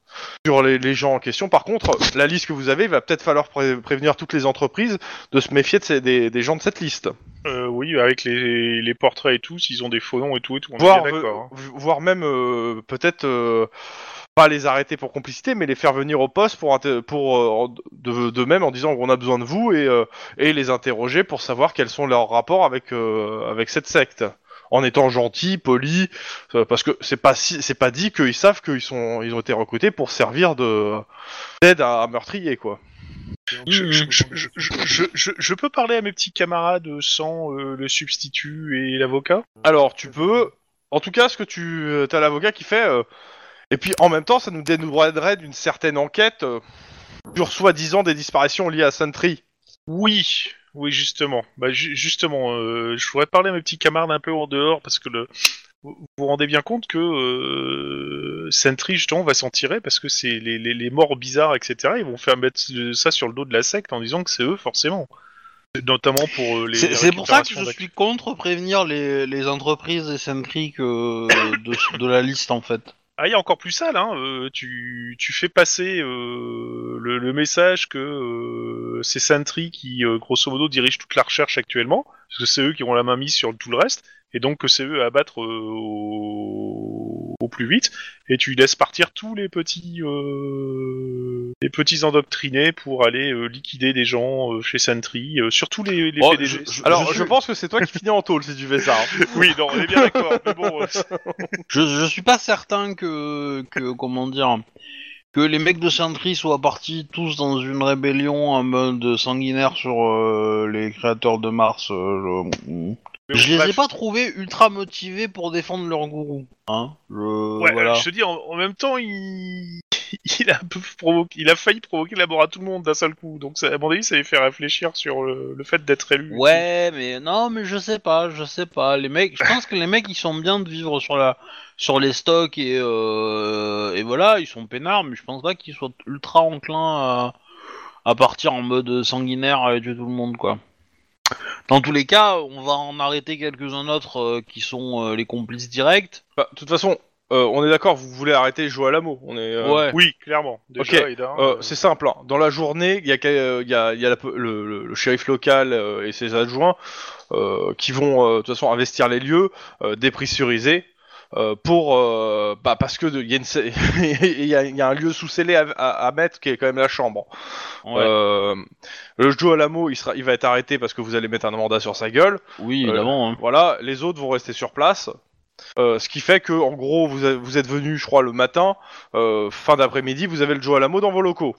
[SPEAKER 2] sur les, les gens en question. Par contre, euh, la liste que vous avez, il va peut-être falloir pré- prévenir toutes les entreprises de se méfier de ces, des, des gens de cette liste,
[SPEAKER 3] Euh, oui, avec les, les portraits et tout, s'ils ont des faux noms et tout et tout. On
[SPEAKER 2] voire
[SPEAKER 3] est bien
[SPEAKER 2] euh,
[SPEAKER 3] d'accord. hein.
[SPEAKER 2] vo- voire même euh, peut-être euh, pas les arrêter pour complicité, mais les faire venir au poste pour inter- pour euh, en- de, de même en disant qu'on a besoin de vous et euh, et les interroger pour savoir quels sont leurs rapports avec euh, avec cette secte. en étant gentil, poli, euh, parce que c'est pas si- c'est pas dit qu'ils savent qu'ils sont ils ont été recrutés pour servir de d'aide à, un meurtrier quoi.
[SPEAKER 3] Je, je, je, je, je, je- je peux parler à mes petits camarades sans euh, le substitut et l'avocat
[SPEAKER 2] Alors tu peux, en tout cas ce que tu as l'avocat qui fait, euh, et puis en même temps ça nous dénouerait d'une certaine enquête euh, sur soi-disant des disparitions liées à Sentry.
[SPEAKER 3] Oui, oui, justement. Bah, ju- justement, euh, je voudrais parler à mes petits camarades un peu en dehors parce que le... vous vous vous rendez bien compte que euh, Sentry, justement, va s'en tirer parce que c'est les, les, les morts bizarres, etc. Ils vont faire mettre ça sur le dos de la secte en disant que c'est eux, forcément. Notamment pour euh, les.
[SPEAKER 1] C'est
[SPEAKER 3] les
[SPEAKER 1] c'est pour ça que je
[SPEAKER 3] récupérations
[SPEAKER 1] suis contre prévenir les, les entreprises et Sentry que euh, de, de la liste en fait.
[SPEAKER 3] Ah, il y a encore plus sale, hein. euh, tu, tu fais passer euh, le, le message que euh, c'est Sentry qui, euh, grosso modo, dirige toute la recherche actuellement, parce que c'est eux qui ont la main mise sur tout le reste, et donc que c'est eux à abattre euh, au, au plus vite, et tu laisses partir tous les petits, euh, les petits endoctrinés pour aller euh, liquider des gens euh, chez Sentry, euh, surtout les, les
[SPEAKER 1] Oh,
[SPEAKER 3] PDG.
[SPEAKER 1] je- je-
[SPEAKER 2] Alors je pense que c'est toi qui finis en tôle si tu fais ça. hein.
[SPEAKER 3] Oui, non, on est bien d'accord, mais bon, euh,
[SPEAKER 1] Je, je suis pas certain que, que comment dire que les mecs de Sentry soient partis tous dans une rébellion en mode sanguinaire sur euh, les créateurs de Mars. euh, je...
[SPEAKER 3] mais
[SPEAKER 1] Je
[SPEAKER 3] bon,
[SPEAKER 1] les ai
[SPEAKER 3] bref.
[SPEAKER 1] pas trouvés ultra motivés pour défendre leur gourou. Hein je...
[SPEAKER 2] Euh,
[SPEAKER 3] Ouais,
[SPEAKER 1] voilà.
[SPEAKER 3] euh, je te dis, en, en même temps, ils... il a un peu provoqué, il a failli provoquer la mort à tout le monde d'un seul coup. Donc, ça, à mon avis, ça les fait réfléchir sur le, le fait d'être élu.
[SPEAKER 1] Ouais, mais non, mais je sais pas, je sais pas. Les mecs, je pense que les mecs, ils sont bien de vivre sur la, sur les stocks et euh, et voilà, ils sont peinards, mais je pense pas qu'ils soient ultra enclins à, à partir en mode sanguinaire et tuer tout le monde, quoi. Dans tous les cas, on va en arrêter quelques-uns d'autres euh, qui sont euh, les complices directs.
[SPEAKER 2] Bah, de toute façon, euh, on est d'accord, vous voulez arrêter Joe Alamo. On est, euh,
[SPEAKER 1] Ouais.
[SPEAKER 3] Oui, clairement. Déjà,
[SPEAKER 2] Ok,
[SPEAKER 3] il a un,
[SPEAKER 2] Euh,
[SPEAKER 3] euh,
[SPEAKER 2] c'est simple. hein. Dans la journée, il y a, qu'à- euh, il y a- il y a la pe- le, le- le shérif local euh, et ses adjoints euh, qui vont euh, de toute façon investir les lieux, euh, dépressuriser. euh, pour euh, bah, parce que de- il y, a une sa- il y a- il y a un lieu sous scellé à, à- à mettre qui est quand même la chambre.
[SPEAKER 1] Ouais.
[SPEAKER 2] Euh, le Joe Alamo, il sera, il va être arrêté parce que vous allez mettre un mandat sur sa gueule.
[SPEAKER 1] oui, évidemment. hein.
[SPEAKER 2] Voilà, les autres vont rester sur place. Euh, ce qui fait que, en gros, vous, a- vous êtes venu, je crois, le matin, euh, fin d'après-midi, vous avez le Joe Alamo dans vos locaux.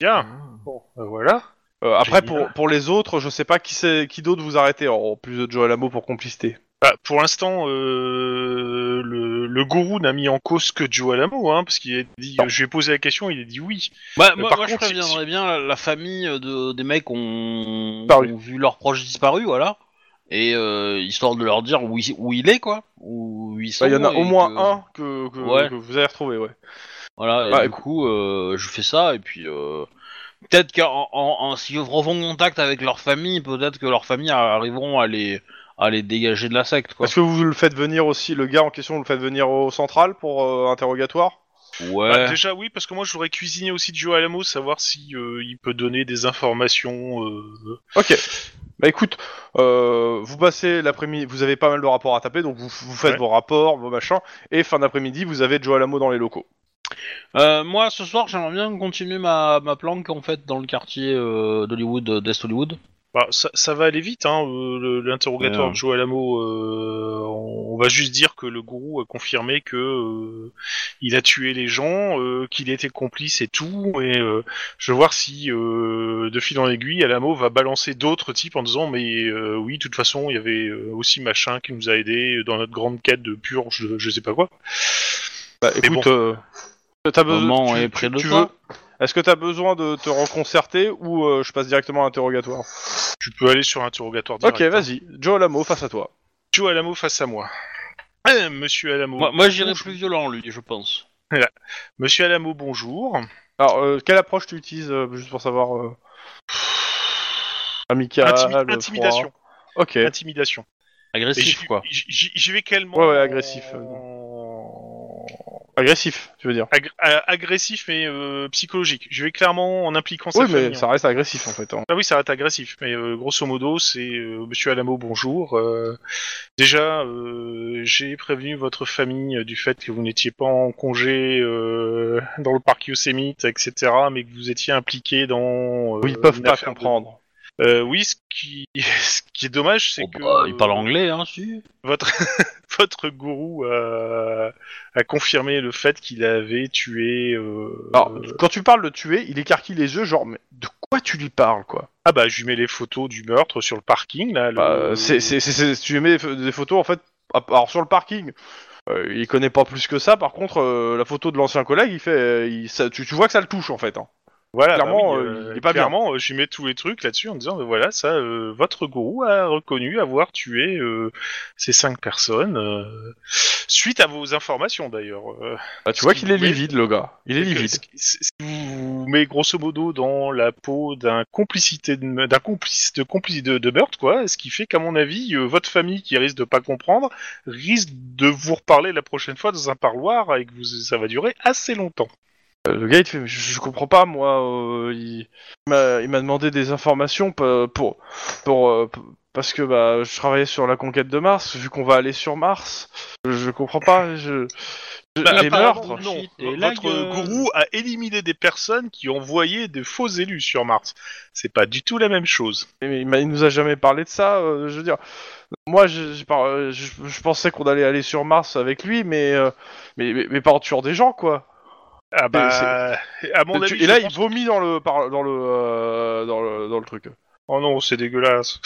[SPEAKER 3] bien. Bon, euh, voilà.
[SPEAKER 2] Ah. Euh, après,
[SPEAKER 3] Génial.
[SPEAKER 2] pour, pour les autres, je sais pas qui, c'est- qui d'autre vous arrêtez, en plus de Joe Alamo pour complicité.
[SPEAKER 3] Bah, pour l'instant, euh, le, le gourou n'a mis en cause que Joe Alamo, hein, parce qu'il a dit,
[SPEAKER 2] Non.
[SPEAKER 3] je lui ai posé la question, il a dit oui.
[SPEAKER 1] Bah,
[SPEAKER 3] Mais
[SPEAKER 1] moi,
[SPEAKER 3] par
[SPEAKER 1] moi, je
[SPEAKER 3] contre, si-
[SPEAKER 1] préviendrais bien la, la famille de, des mecs ont,
[SPEAKER 2] Disparu.
[SPEAKER 1] ont vu leurs proches disparus, voilà. Et euh, histoire de leur dire où il, où il est, quoi. Où ils
[SPEAKER 2] Bah,
[SPEAKER 1] sont.
[SPEAKER 2] Il y en a
[SPEAKER 1] et
[SPEAKER 2] au moins
[SPEAKER 1] que-
[SPEAKER 2] un que, que-
[SPEAKER 1] Ouais.
[SPEAKER 2] que vous avez retrouvé, ouais.
[SPEAKER 1] Voilà, et
[SPEAKER 2] Bah,
[SPEAKER 1] du coup, euh, je fais ça, et puis euh, peut-être qu'en en, en- s'ils refont contact avec leur famille, peut-être que leur famille arriveront à les, à les dégager de la secte, quoi.
[SPEAKER 2] Est-ce que vous le faites venir aussi, le gars en question, vous le faites venir au central pour euh, interrogatoire
[SPEAKER 1] Ouais.
[SPEAKER 3] Bah, déjà, oui, parce que moi, je voudrais cuisiner aussi Joe Alamo, savoir si euh, il peut donner des informations. euh,
[SPEAKER 2] Ok. Bah écoute, euh, vous passez l'après-midi, vous avez pas mal de rapports à taper, donc vous, vous faites
[SPEAKER 3] Ouais.
[SPEAKER 2] vos rapports, vos machins, et fin d'après-midi, vous avez Joe Alamo dans les locaux.
[SPEAKER 1] Euh, moi, ce soir, j'aimerais bien continuer ma, ma planque, en fait, dans le quartier euh, d'Hollywood, euh, d'Est Hollywood.
[SPEAKER 3] Bah, ça, ça va aller vite, hein, euh, le- l'interrogatoire
[SPEAKER 1] Ouais.
[SPEAKER 3] de Joe Alamo. euh, on, on va juste dire que le gourou a confirmé que euh, il a tué les gens, euh, qu'il était complice et tout. Et euh, je veux voir si, euh, de fil en aiguille, Alamo va balancer d'autres types en disant mais euh, oui, de toute façon, il y avait euh, aussi machin qui nous a aidés dans notre grande quête de purge, de je sais pas quoi.
[SPEAKER 2] Bah
[SPEAKER 3] Mais
[SPEAKER 2] écoute, euh, t'as besoin-
[SPEAKER 1] Maman
[SPEAKER 2] tu-
[SPEAKER 1] est
[SPEAKER 2] tu-
[SPEAKER 1] près de
[SPEAKER 2] tu
[SPEAKER 1] toi.
[SPEAKER 2] veux- Est-ce que t'as besoin de te reconcerter ou euh, je passe directement à l'interrogatoire
[SPEAKER 3] Tu peux aller sur l'interrogatoire direct.
[SPEAKER 2] Ok, vas-y, Joe Alamo face à toi.
[SPEAKER 3] Joe Alamo face à moi. Eh, Monsieur Alamo.
[SPEAKER 1] Moi, moi j'irais
[SPEAKER 3] bonjour.
[SPEAKER 1] plus violent, lui, je pense.
[SPEAKER 3] Monsieur Alamo, bonjour.
[SPEAKER 2] Alors, euh, quelle approche tu utilises, euh, juste pour savoir euh... Amical,
[SPEAKER 1] Ah,
[SPEAKER 3] Intimi-
[SPEAKER 2] froid
[SPEAKER 3] intimidation.
[SPEAKER 2] Ok,
[SPEAKER 3] Intimidation. Et
[SPEAKER 1] Agressif,
[SPEAKER 3] j'y-
[SPEAKER 1] quoi.
[SPEAKER 3] j'y- J'y j'y vais calmement.
[SPEAKER 2] Ouais, ouais, agressif, euh, agressif, tu veux dire
[SPEAKER 3] Agr- euh, agressif mais euh, psychologique. Je vais clairement en impliquant sa
[SPEAKER 2] Oui,
[SPEAKER 3] famille.
[SPEAKER 2] mais ça reste agressif en fait. hein.
[SPEAKER 3] Ah oui, ça reste agressif. Mais euh, grosso modo, c'est euh, Monsieur Alamo, bonjour. Euh, déjà, euh, j'ai prévenu votre famille euh, du fait que vous n'étiez pas en congé euh, dans le parc Yosemite, etc., mais que vous étiez impliqué dans. euh,
[SPEAKER 2] Oui, ils peuvent
[SPEAKER 3] une
[SPEAKER 2] pas
[SPEAKER 3] affaire de-
[SPEAKER 2] comprendre.
[SPEAKER 3] Euh, oui, ce qui, ce qui est dommage, c'est
[SPEAKER 1] Oh,
[SPEAKER 3] que
[SPEAKER 1] bah, il parle
[SPEAKER 3] euh,
[SPEAKER 1] anglais, hein, si.
[SPEAKER 3] votre votre gourou euh, a confirmé le fait qu'il avait tué. euh,
[SPEAKER 2] Alors,
[SPEAKER 3] euh,
[SPEAKER 2] quand tu parles de tuer, il écarquille les yeux, genre, mais de quoi tu lui parles, quoi
[SPEAKER 3] ah bah je lui mets les photos du meurtre sur le parking là. le-
[SPEAKER 2] Bah, c'est, c'est, c'est- c'est- Tu mets des ph- des photos, en fait, à- alors sur le parking. euh, il connaît pas plus que ça, par contre, euh, la photo de l'ancien collègue, il fait, euh, il- ça- tu, tu vois que ça le touche, en fait. hein.
[SPEAKER 3] voilà.
[SPEAKER 2] clairement,
[SPEAKER 3] bah oui,
[SPEAKER 2] euh, il est pas bien.
[SPEAKER 3] clairement, euh, je lui mets tous les trucs là-dessus en disant bah, voilà ça, euh, votre gourou a reconnu avoir tué euh, ces cinq personnes euh, suite à vos informations d'ailleurs. euh.
[SPEAKER 2] Bah, tu vois
[SPEAKER 3] Ce
[SPEAKER 2] qu'il est
[SPEAKER 3] qui- oui.
[SPEAKER 2] livide, le gars. Il est
[SPEAKER 3] Parce que
[SPEAKER 2] livide.
[SPEAKER 3] ce qui- ce- ce qui vous met grosso modo dans la peau d'un complicité de- d'un complice de complice de, de meurtre quoi, ce qui fait qu'à mon avis euh, votre famille qui risque de pas comprendre risque de vous reparler la prochaine fois dans un parloir et que vous, ça va durer assez longtemps.
[SPEAKER 2] Euh, Le gars, il te fait, mais je, je comprends pas, moi, euh, il, il m'a, il m'a demandé des informations pa- pour, pour, euh, p- parce que bah, je travaillais sur la conquête de Mars, vu qu'on va aller sur Mars, je, je comprends pas, je, je-
[SPEAKER 3] Bah,
[SPEAKER 2] les
[SPEAKER 1] apparemment,
[SPEAKER 2] meurtres.
[SPEAKER 1] non.
[SPEAKER 3] Non,
[SPEAKER 1] Et la
[SPEAKER 3] votre
[SPEAKER 1] gueule.
[SPEAKER 3] gourou a éliminé des personnes qui envoyaient des faux élus sur Mars. C'est pas du tout la même chose.
[SPEAKER 2] Mais il, m'a- il nous a jamais parlé de ça. euh, je veux dire, moi, je, je par- euh, je- je pensais qu'on allait aller sur Mars avec lui, mais, euh, mais, mais, mais pas en tuant des gens, quoi.
[SPEAKER 3] Ah bah, à mon
[SPEAKER 2] Et Euh, tu-
[SPEAKER 3] avis,
[SPEAKER 2] et là,
[SPEAKER 3] je
[SPEAKER 2] il
[SPEAKER 3] pense-
[SPEAKER 2] vomit dans le, par- dans le, euh, dans le, dans le truc.
[SPEAKER 3] oh non, c'est dégueulasse.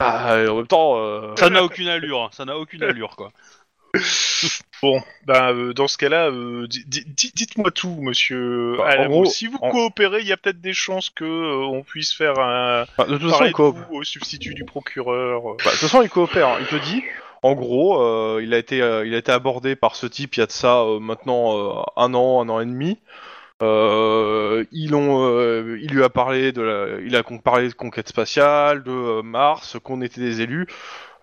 [SPEAKER 2] Ah, et en même temps, euh,
[SPEAKER 1] Ça n'a aucune allure, ça n'a aucune allure, quoi.
[SPEAKER 3] Bon, ben, euh, dans ce cas-là, euh, di- di- di- dites-moi tout, monsieur.
[SPEAKER 2] Bah, en
[SPEAKER 3] Alamo.
[SPEAKER 2] gros,
[SPEAKER 3] si vous
[SPEAKER 2] en-
[SPEAKER 3] coopérez, il y a peut-être des chances que euh, on puisse faire un
[SPEAKER 2] Enfin, de toute façon,
[SPEAKER 3] parler
[SPEAKER 2] il coop.
[SPEAKER 3] de vous au substitut du procureur. euh.
[SPEAKER 2] Bah, de toute façon, il coopère. hein. Il te dit, en gros, euh, il, a été, euh, il a été abordé par ce type il y a de ça euh, maintenant euh, un an, un an et demi. Euh, ils ont, euh, il lui a parlé de la, il a con- parlé de conquête spatiale, de euh, Mars, qu'on était des élus.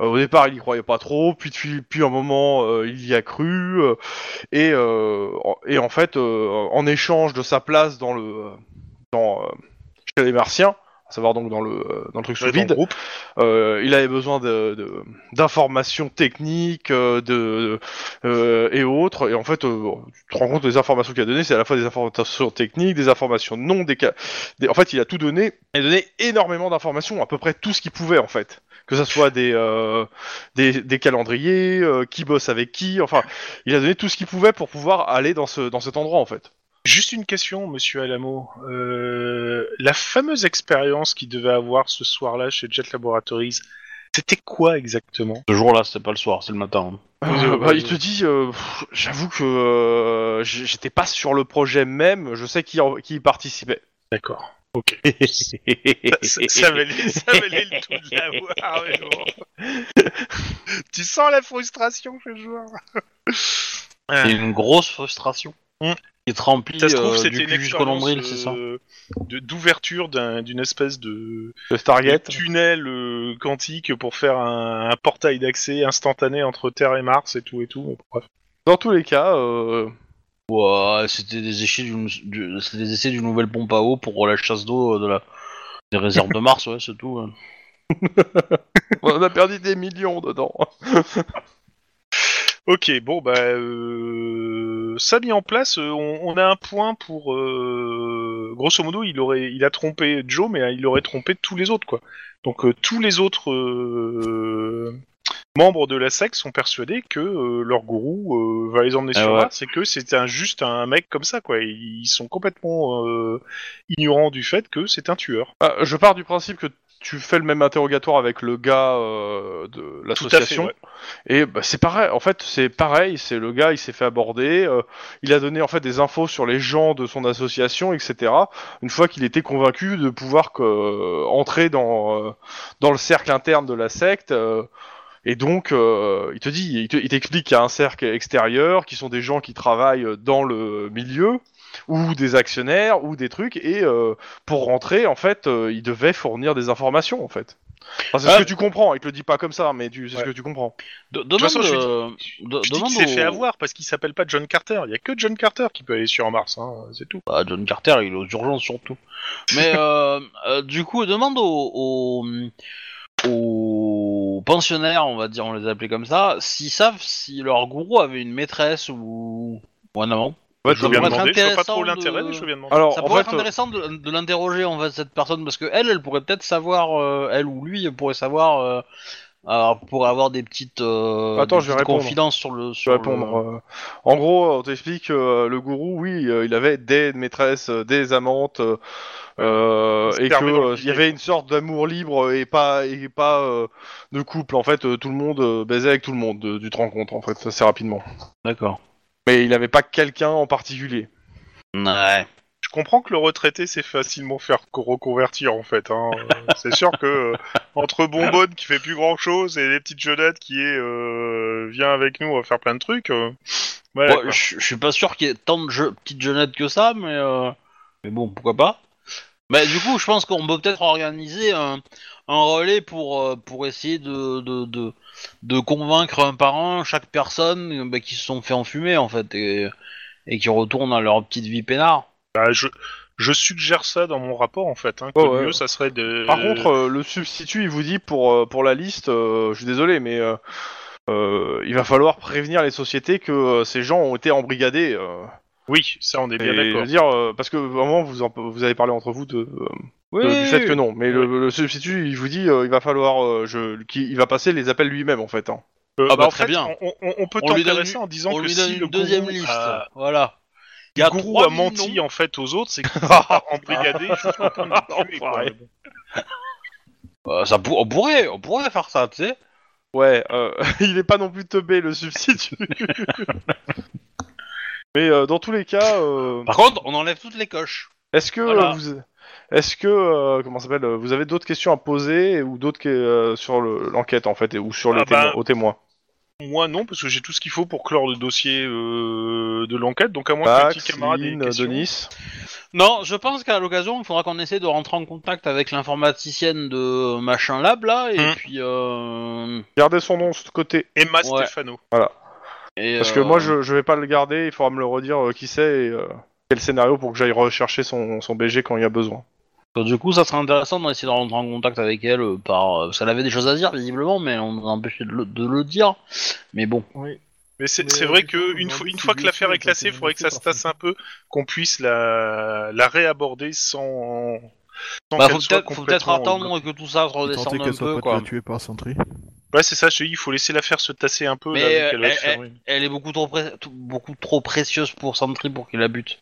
[SPEAKER 2] Euh, au départ, il y croyait pas trop, puis depuis, puis un moment, euh, il y a cru, euh, et euh, en- et en fait, euh, en échange de sa place dans le, dans euh, chez les Martiens, à savoir donc dans le, euh, dans le truc sous
[SPEAKER 3] Ouais, dans le
[SPEAKER 2] vide, euh, il avait besoin de- de- d'informations techniques euh, de, euh, et autres. Et en fait, euh, tu te rends compte des informations qu'il a données, c'est à la fois des informations techniques, des informations non, des, ca- des- En fait, il a tout donné. Il a donné énormément d'informations, à peu près tout ce qu'il pouvait en fait. Que ça soit des, euh, des, des calendriers, euh, qui bosse avec qui. Enfin, il a donné tout ce qu'il pouvait pour pouvoir aller dans, ce, dans cet endroit en fait.
[SPEAKER 3] Juste une question, monsieur Alamo. Euh, la fameuse expérience qu'il devait avoir ce soir-là chez Jet Laboratories, c'était quoi exactement
[SPEAKER 1] Ce jour-là, c'était pas le soir, c'est le matin. hein.
[SPEAKER 2] Euh,
[SPEAKER 3] Euh,
[SPEAKER 2] bah, il te dit, euh, pff, j'avoue que euh, j- j'étais pas sur le projet même, je sais qui, en- qui y participait.
[SPEAKER 3] D'accord. Ok. ça, ça- ça valait, ça valait le tout de l'avoir. mais bon. tu sens la frustration chez le joueur.
[SPEAKER 1] C'est une grosse frustration.
[SPEAKER 3] Hmm.
[SPEAKER 1] Qui te remplit
[SPEAKER 3] Ça se trouve,
[SPEAKER 1] euh,
[SPEAKER 3] c'était
[SPEAKER 1] du
[SPEAKER 3] une
[SPEAKER 1] cul jusqu'au
[SPEAKER 3] expérience
[SPEAKER 1] nombril, c'est ça
[SPEAKER 3] euh, de- d'ouverture d'un- d'une espèce de,
[SPEAKER 2] Le
[SPEAKER 3] de
[SPEAKER 2] Stargate.
[SPEAKER 3] tunnel euh, quantique pour faire un, un portail d'accès instantané entre Terre et Mars et tout et tout. mais bref.
[SPEAKER 2] Dans tous les cas, euh,
[SPEAKER 1] Ouais, c'était des essais d'une du- c'était des essais d'une nouvelle pompe à eau pour la chasse d'eau euh, de la des réserves de Mars, ouais, c'est tout. ouais.
[SPEAKER 2] on a perdu des millions dedans.
[SPEAKER 3] Ok, bon bah euh, ça mis en place, euh, on, on a un point pour euh, grosso modo il aurait il a trompé Joe mais euh, il aurait trompé tous les autres quoi. Donc euh, tous les autres euh, membres de la secte sont persuadés que euh, leur gourou euh, va les emmener
[SPEAKER 1] Ah
[SPEAKER 3] sur
[SPEAKER 1] ouais.
[SPEAKER 3] Mars et que c'est un juste un mec comme ça quoi. Ils sont complètement euh, ignorants du fait que c'est un tueur.
[SPEAKER 2] Ah, je pars du principe que tu fais le même interrogatoire avec le gars euh, de l'association.
[SPEAKER 3] Tout
[SPEAKER 2] Et bah, c'est pareil, en fait, c'est pareil, c'est le gars, il s'est fait aborder, euh, il a donné en fait des infos sur les gens de son association, etc. Une fois qu'il était convaincu de pouvoir que- entrer dans, euh, dans le cercle interne de la secte, euh, et donc euh, il te dit, il te- il t'explique qu'il y a un cercle extérieur, qui sont des gens qui travaillent dans le milieu, ou des actionnaires, ou des trucs, et euh, pour rentrer, en fait, euh, il devait fournir des informations, en fait. Enfin, c'est
[SPEAKER 1] Ah.
[SPEAKER 2] ce que tu comprends, il te le dit pas comme ça, mais tu, c'est ce
[SPEAKER 3] Ouais.
[SPEAKER 2] que tu comprends.
[SPEAKER 1] De- demande,
[SPEAKER 3] façon, je suis-
[SPEAKER 1] euh, de-
[SPEAKER 3] Je dis
[SPEAKER 1] demande
[SPEAKER 3] qu'il s'est
[SPEAKER 1] au-
[SPEAKER 3] fait avoir parce qu'il s'appelle pas John Carter. Il y a que John Carter qui peut aller sur Mars, hein, c'est tout.
[SPEAKER 1] Bah, John Carter, il est aux urgences surtout. Mais euh, euh, du coup, demande aux, aux, aux pensionnaires, on va dire, on les appelait comme ça, s'ils savent si leur gourou avait une maîtresse ou, ou un amant.
[SPEAKER 2] Ouais,
[SPEAKER 1] Je
[SPEAKER 2] tu
[SPEAKER 3] Je viens de
[SPEAKER 1] vois
[SPEAKER 2] comprends.
[SPEAKER 1] être
[SPEAKER 3] demander, je vois pas
[SPEAKER 1] Ah, intéressant
[SPEAKER 3] trop l'intérêt,
[SPEAKER 1] de-
[SPEAKER 3] mais je viens de demander.
[SPEAKER 2] Alors,
[SPEAKER 1] ça
[SPEAKER 2] en
[SPEAKER 1] pourrait
[SPEAKER 2] fait, euh,
[SPEAKER 1] être intéressant de, de l'interroger en fait cette personne parce que elle, elle pourrait peut-être savoir, euh, elle ou lui pourrait savoir, euh, alors, pourrait avoir des petites, euh,
[SPEAKER 2] Attends,
[SPEAKER 1] des
[SPEAKER 2] je vais
[SPEAKER 1] petites
[SPEAKER 2] répondre.
[SPEAKER 1] confidences sur le.
[SPEAKER 2] Je
[SPEAKER 1] Sur
[SPEAKER 2] vais
[SPEAKER 1] le-
[SPEAKER 2] répondre. euh, en gros, on t'explique euh, le gourou, oui, euh, il avait des maîtresses, euh, des amantes, euh, euh,
[SPEAKER 3] Il se
[SPEAKER 2] et que
[SPEAKER 3] permet dans le
[SPEAKER 2] euh, il y
[SPEAKER 3] milieu,
[SPEAKER 2] avait une sorte d'amour libre et pas et pas euh, de couple. En fait, euh, tout le monde euh, baisait avec tout le monde, de- du te rends compte, en fait, assez rapidement.
[SPEAKER 1] D'accord.
[SPEAKER 2] Mais il n'avait pas quelqu'un en particulier.
[SPEAKER 1] Ouais.
[SPEAKER 3] Je comprends que le retraité s'est facilement faire co- reconvertir en fait. hein. Euh, c'est sûr que euh, entre Bonbonne qui fait plus grand chose et les petites jeunettes qui est euh, viens avec nous, on va faire plein de trucs. euh, voilà,
[SPEAKER 1] Ouais,
[SPEAKER 3] quoi.
[SPEAKER 1] je je suis pas sûr qu'il y ait tant de jeux- petites jeunettes que ça, mais euh, mais bon, pourquoi pas. Mais du coup, je pense qu'on peut peut-être organiser un, un relais pour euh, pour essayer de de, de de convaincre un par un chaque personne euh, bah, qui se sont fait enfumer en fait et et qui retournent à leur petite vie peinard.
[SPEAKER 3] Bah, je, je suggère ça dans mon rapport en fait. Hein, que
[SPEAKER 2] Oh, ouais.
[SPEAKER 3] le mieux, ça serait de.
[SPEAKER 2] Par contre, euh, le substitut, il vous dit pour euh, pour la liste, euh, je suis désolé, mais euh, euh, il va falloir prévenir les sociétés que euh, ces gens ont été embrigadés. euh,
[SPEAKER 3] oui, ça on est bien
[SPEAKER 2] Et je
[SPEAKER 3] Eh, d'accord.
[SPEAKER 2] veux dire, euh, parce que vraiment, vous, en- vous avez parlé entre vous de, euh,
[SPEAKER 1] Oui,
[SPEAKER 2] de- du fait que non. Mais le, le substitut, il vous dit, euh, il va falloir, euh, je, qu'il- il va passer les appels lui-même en fait. hein.
[SPEAKER 3] Euh,
[SPEAKER 1] Ah bah,
[SPEAKER 3] en
[SPEAKER 1] très
[SPEAKER 3] fait,
[SPEAKER 1] bien.
[SPEAKER 3] On, on- on peut
[SPEAKER 1] On lui donne
[SPEAKER 3] t'intéresser
[SPEAKER 1] une-
[SPEAKER 3] en disant
[SPEAKER 1] on
[SPEAKER 3] que
[SPEAKER 1] lui donne
[SPEAKER 3] si le
[SPEAKER 1] une deuxième
[SPEAKER 3] gourou
[SPEAKER 1] liste.
[SPEAKER 3] a-
[SPEAKER 1] Voilà. Il y
[SPEAKER 3] Le
[SPEAKER 1] a
[SPEAKER 3] gourou
[SPEAKER 1] trois
[SPEAKER 3] a menti hein.
[SPEAKER 1] mille noms.
[SPEAKER 3] en fait aux autres, c'est qu'ils sont pas embrigadés jusqu'au point de les tuer, quoi.
[SPEAKER 2] Enfoiré.
[SPEAKER 1] Euh, ça pour- on pourrait, on pourrait faire ça, tu sais.
[SPEAKER 2] Ouais, euh, il est pas non plus teubé le substitut. Mais euh, dans tous les cas, euh,
[SPEAKER 1] Par contre, on enlève toutes les coches.
[SPEAKER 2] est-ce que
[SPEAKER 1] Voilà.
[SPEAKER 2] euh, vous, est-ce que euh, comment ça s'appelle, euh, vous avez d'autres questions à poser ou d'autres que- euh, sur le- l'enquête en fait et- ou sur les
[SPEAKER 3] Ah bah.
[SPEAKER 2] témoins- aux témoins
[SPEAKER 3] Moi non, parce que j'ai tout ce qu'il faut pour clore le dossier euh, de l'enquête, donc à moins que
[SPEAKER 2] Max,
[SPEAKER 3] petit camarade ait des
[SPEAKER 2] Lynn,
[SPEAKER 3] questions.
[SPEAKER 2] Denis.
[SPEAKER 1] Non, je pense qu'à l'occasion, il faudra qu'on essaie de rentrer en contact avec l'informaticienne de machin lab là, et
[SPEAKER 3] Hmm.
[SPEAKER 1] puis. euh,
[SPEAKER 2] Gardez son nom de ce côté
[SPEAKER 3] Emma
[SPEAKER 1] Ouais.
[SPEAKER 3] Stefano.
[SPEAKER 1] et,
[SPEAKER 2] parce que
[SPEAKER 1] euh,
[SPEAKER 2] moi je, je vais pas le garder. Il faudra me le redire euh, qui c'est et euh, quel scénario pour que j'aille rechercher son, son BG quand il y a besoin.
[SPEAKER 1] Donc, euh, du coup, ça serait intéressant d'essayer de rentrer en contact avec elle euh, par. euh, Parce qu'elle avait des choses à dire, visiblement, mais on nous a empêché de le, de le dire. Mais bon.
[SPEAKER 3] Mais c'est
[SPEAKER 4] Mais,
[SPEAKER 3] c'est
[SPEAKER 4] euh,
[SPEAKER 3] vrai
[SPEAKER 4] du
[SPEAKER 3] que
[SPEAKER 4] coup,
[SPEAKER 3] une,
[SPEAKER 4] on
[SPEAKER 3] fois-
[SPEAKER 4] a
[SPEAKER 3] une
[SPEAKER 4] dit
[SPEAKER 3] fois
[SPEAKER 4] que
[SPEAKER 3] que l'affaire
[SPEAKER 4] Lucie
[SPEAKER 3] est classée, il
[SPEAKER 4] était
[SPEAKER 3] faudrait que ça se
[SPEAKER 4] menacée par
[SPEAKER 3] tasse un peu, qu'on puisse la, la réaborder sans, sans
[SPEAKER 1] Bah,
[SPEAKER 3] qu'elle
[SPEAKER 1] faut peut-être
[SPEAKER 3] soit
[SPEAKER 1] faut peut-être
[SPEAKER 3] complètement-
[SPEAKER 1] attendre que tout ça se redescende
[SPEAKER 4] Tenter
[SPEAKER 1] un
[SPEAKER 4] qu'elle soit
[SPEAKER 1] peu,
[SPEAKER 4] pas
[SPEAKER 1] quoi.
[SPEAKER 4] tuée par Sentry.
[SPEAKER 3] Ouais, c'est ça, je te dis, il faut laisser l'affaire se tasser un peu.
[SPEAKER 1] Mais,
[SPEAKER 3] là,
[SPEAKER 1] euh,
[SPEAKER 3] qu'elle va
[SPEAKER 1] elle-
[SPEAKER 3] faire une-
[SPEAKER 1] Elle est beaucoup trop, pré- tout- beaucoup trop précieuse pour Sentry pour qu'il la bute.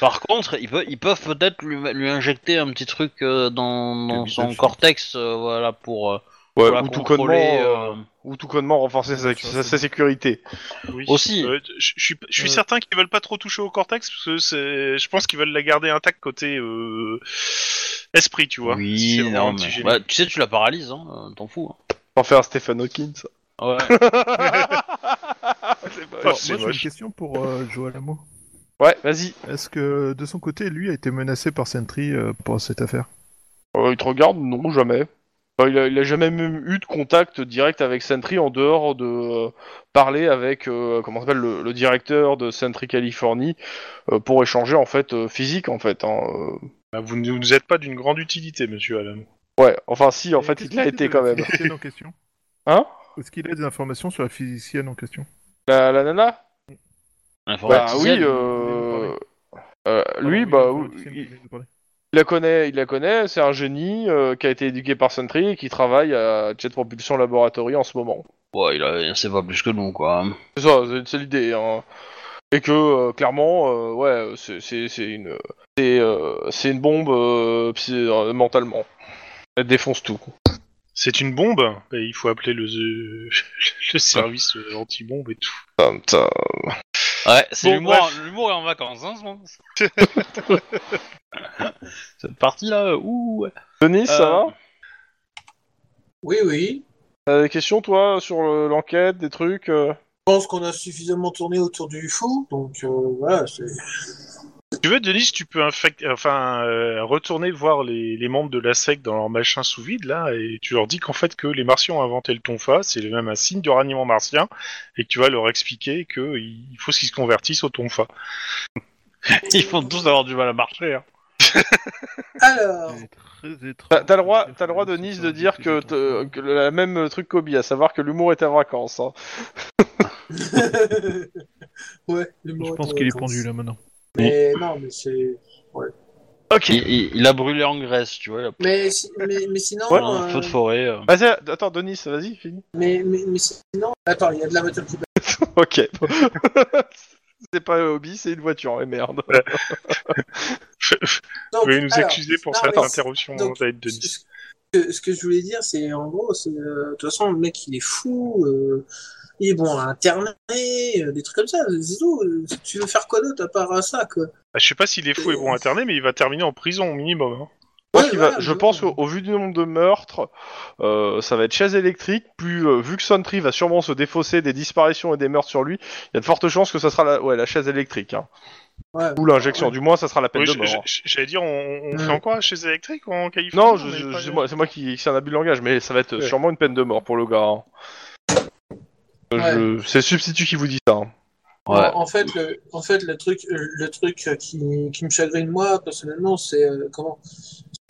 [SPEAKER 1] Par contre, ils peuvent, ils peuvent peut-être lui, lui injecter un petit truc euh, dans, dans
[SPEAKER 4] Une
[SPEAKER 1] son
[SPEAKER 4] bite.
[SPEAKER 1] cortex, euh, voilà, pour, euh,
[SPEAKER 2] Ouais,
[SPEAKER 1] pour la
[SPEAKER 2] ou tout connement,
[SPEAKER 1] contrôler. euh,
[SPEAKER 2] ou tout connement renforcer sa, sa- sa sécurité.
[SPEAKER 3] oui.
[SPEAKER 1] aussi.
[SPEAKER 3] Euh, je je suis, je suis
[SPEAKER 4] Euh.
[SPEAKER 3] certain qu'ils veulent pas trop toucher au cortex, parce que c'est- je pense qu'ils veulent la garder intacte côté euh, esprit, tu vois.
[SPEAKER 1] Oui,
[SPEAKER 3] C'est vraiment
[SPEAKER 1] non,
[SPEAKER 3] un petit
[SPEAKER 1] mais-
[SPEAKER 3] génie.
[SPEAKER 1] bah, tu sais, tu la paralyses, hein, euh, t'en fous.
[SPEAKER 2] Sans faire Stephen Hawking. ça.
[SPEAKER 1] hein. Ouais.
[SPEAKER 2] Oh,
[SPEAKER 4] Alors,
[SPEAKER 3] Oh, c'est
[SPEAKER 4] moi, j'ai une
[SPEAKER 3] moche.
[SPEAKER 4] question pour euh, Joe Alamo.
[SPEAKER 2] Ouais, vas-y.
[SPEAKER 4] Est-ce que de son côté, lui a été menacé par Sentry euh, pour cette affaire
[SPEAKER 2] Euh, il te regarde Non, jamais. Bah, il, a, il a jamais même eu de contact direct avec Sentry en dehors de euh, parler avec euh, comment ça s'appelle le, le directeur de Sentry Californie euh, pour échanger en fait euh, physique en fait. hein, euh.
[SPEAKER 3] Bah, vous ne nous êtes pas d'une grande utilité, monsieur Alan.
[SPEAKER 2] Ouais, enfin si en fait il l'a été quand même.
[SPEAKER 4] en question
[SPEAKER 2] Hein
[SPEAKER 4] Est-ce qu'il a des informations sur la physicienne en question
[SPEAKER 2] La, la nana Bah oui.
[SPEAKER 1] L'informaticienne.
[SPEAKER 2] euh, euh, lui bah
[SPEAKER 4] Pardon, oui,
[SPEAKER 2] oui,
[SPEAKER 4] la
[SPEAKER 2] il-
[SPEAKER 4] physicienne dont vous parlez.
[SPEAKER 2] Il la connaît, il la connaît, c'est un génie euh, qui a été éduqué par Sentry et qui travaille à Jet Propulsion Laboratory en ce moment.
[SPEAKER 1] Ouais, il a- c'est pas plus que nous, quoi.
[SPEAKER 2] C'est ça, c'est- c'est l'idée. hein. Et que, euh, clairement, euh, ouais, c'est- c'est c'est une, c'est, euh, c'est une bombe euh, psy- euh, mentalement. Elle défonce tout.
[SPEAKER 3] C'est une bombe Bah, Il faut appeler le, euh, le service euh, anti-bombe et tout.
[SPEAKER 2] Tum, tum.
[SPEAKER 1] Ouais, c'est
[SPEAKER 3] Bon,
[SPEAKER 1] l'humour,
[SPEAKER 3] bref.
[SPEAKER 1] l'humour est en vacances, hein, ce moment. Cette partie-là, euh, ouh. ouais.
[SPEAKER 2] Denis, ça
[SPEAKER 1] Euh,
[SPEAKER 2] va
[SPEAKER 5] Oui, oui.
[SPEAKER 2] T'as des questions, toi, sur le- l'enquête, des trucs euh
[SPEAKER 5] Je pense qu'on a suffisamment tourné autour du fou, donc euh, voilà, c'est...
[SPEAKER 3] Si tu veux, Denis, tu peux infect- enfin, euh, retourner voir les, les membres de la SEC dans leur machin sous vide, là, et tu leur dis qu'en fait, que les martiens ont inventé le tonfa, c'est même un signe de raniement martien, et que tu vas leur expliquer qu'il faut qu'ils se convertissent au tonfa.
[SPEAKER 1] Ils font tous avoir du mal à marcher. hein.
[SPEAKER 5] Alors,
[SPEAKER 2] T'as t'as le droit, t'as le droit, Denis, de dire que, te- que la même truc qu'Obi, à savoir que l'humour est en vacances. hein.
[SPEAKER 5] ouais, le mot
[SPEAKER 4] Je
[SPEAKER 5] est
[SPEAKER 4] pense
[SPEAKER 5] en
[SPEAKER 4] qu'il est
[SPEAKER 5] vacances.
[SPEAKER 4] pendu là maintenant.
[SPEAKER 5] Mais non, mais c'est...
[SPEAKER 1] Il, il- il a brûlé en Grèce, tu vois. il a pris
[SPEAKER 5] Mais, si- mais, mais sinon...
[SPEAKER 1] un
[SPEAKER 5] euh,
[SPEAKER 1] feu de forêt. euh.
[SPEAKER 2] Vas-y, attends, Denis, vas-y, finis.
[SPEAKER 5] mais, mais, mais sinon... Attends, il y a de la voiture qui passe.
[SPEAKER 2] Ok. c'est pas un hobby, c'est une voiture, et merde.
[SPEAKER 5] Donc,
[SPEAKER 3] Vous pouvez nous
[SPEAKER 5] alors,
[SPEAKER 3] excuser pour
[SPEAKER 5] non,
[SPEAKER 3] cette
[SPEAKER 5] mais-
[SPEAKER 3] interruption
[SPEAKER 5] donc,
[SPEAKER 3] mentale, Denis.
[SPEAKER 5] ce que, ce que je voulais dire, c'est en gros, c'est, euh, de toute façon, le mec, il est fou, euh, il est bon à interner, euh, des trucs comme ça. C'est tout. Euh, Tu veux faire quoi d'autre à part ça, quoi
[SPEAKER 3] Ah, je sais pas s'il est fou et bon interné, mais il va terminer en prison au minimum. hein.
[SPEAKER 2] Je pense
[SPEAKER 5] Ouais,
[SPEAKER 2] qu'il
[SPEAKER 5] voilà,
[SPEAKER 2] va- je
[SPEAKER 5] voilà.
[SPEAKER 2] pense qu'au au vu du nombre de meurtres, euh, ça va être chaise électrique. Plus euh, vu que Sentry va sûrement se défausser des disparitions et des meurtres sur lui, il y a de fortes chances que ça sera la, ouais, la chaise électrique. hein.
[SPEAKER 5] Ouais.
[SPEAKER 2] Ou l'injection, du moins ça sera la peine
[SPEAKER 3] Oui,
[SPEAKER 2] de
[SPEAKER 3] je-
[SPEAKER 2] mort.
[SPEAKER 3] je- J'allais dire, on, on
[SPEAKER 5] Hmm.
[SPEAKER 3] fait encore un chaise électrique en Californie
[SPEAKER 2] Non, je-
[SPEAKER 3] on avait
[SPEAKER 2] je-
[SPEAKER 3] pas-
[SPEAKER 2] c'est moi, c'est moi qui c'est un abus de langage, mais ça va être
[SPEAKER 3] Ouais.
[SPEAKER 2] sûrement une peine de mort pour le gars. hein. Euh, je- C'est le substitut qui vous dit ça. hein.
[SPEAKER 1] Ouais.
[SPEAKER 5] En, en fait, le, en fait, le truc, euh, le truc qui, qui me chagrine moi personnellement, c'est euh, comment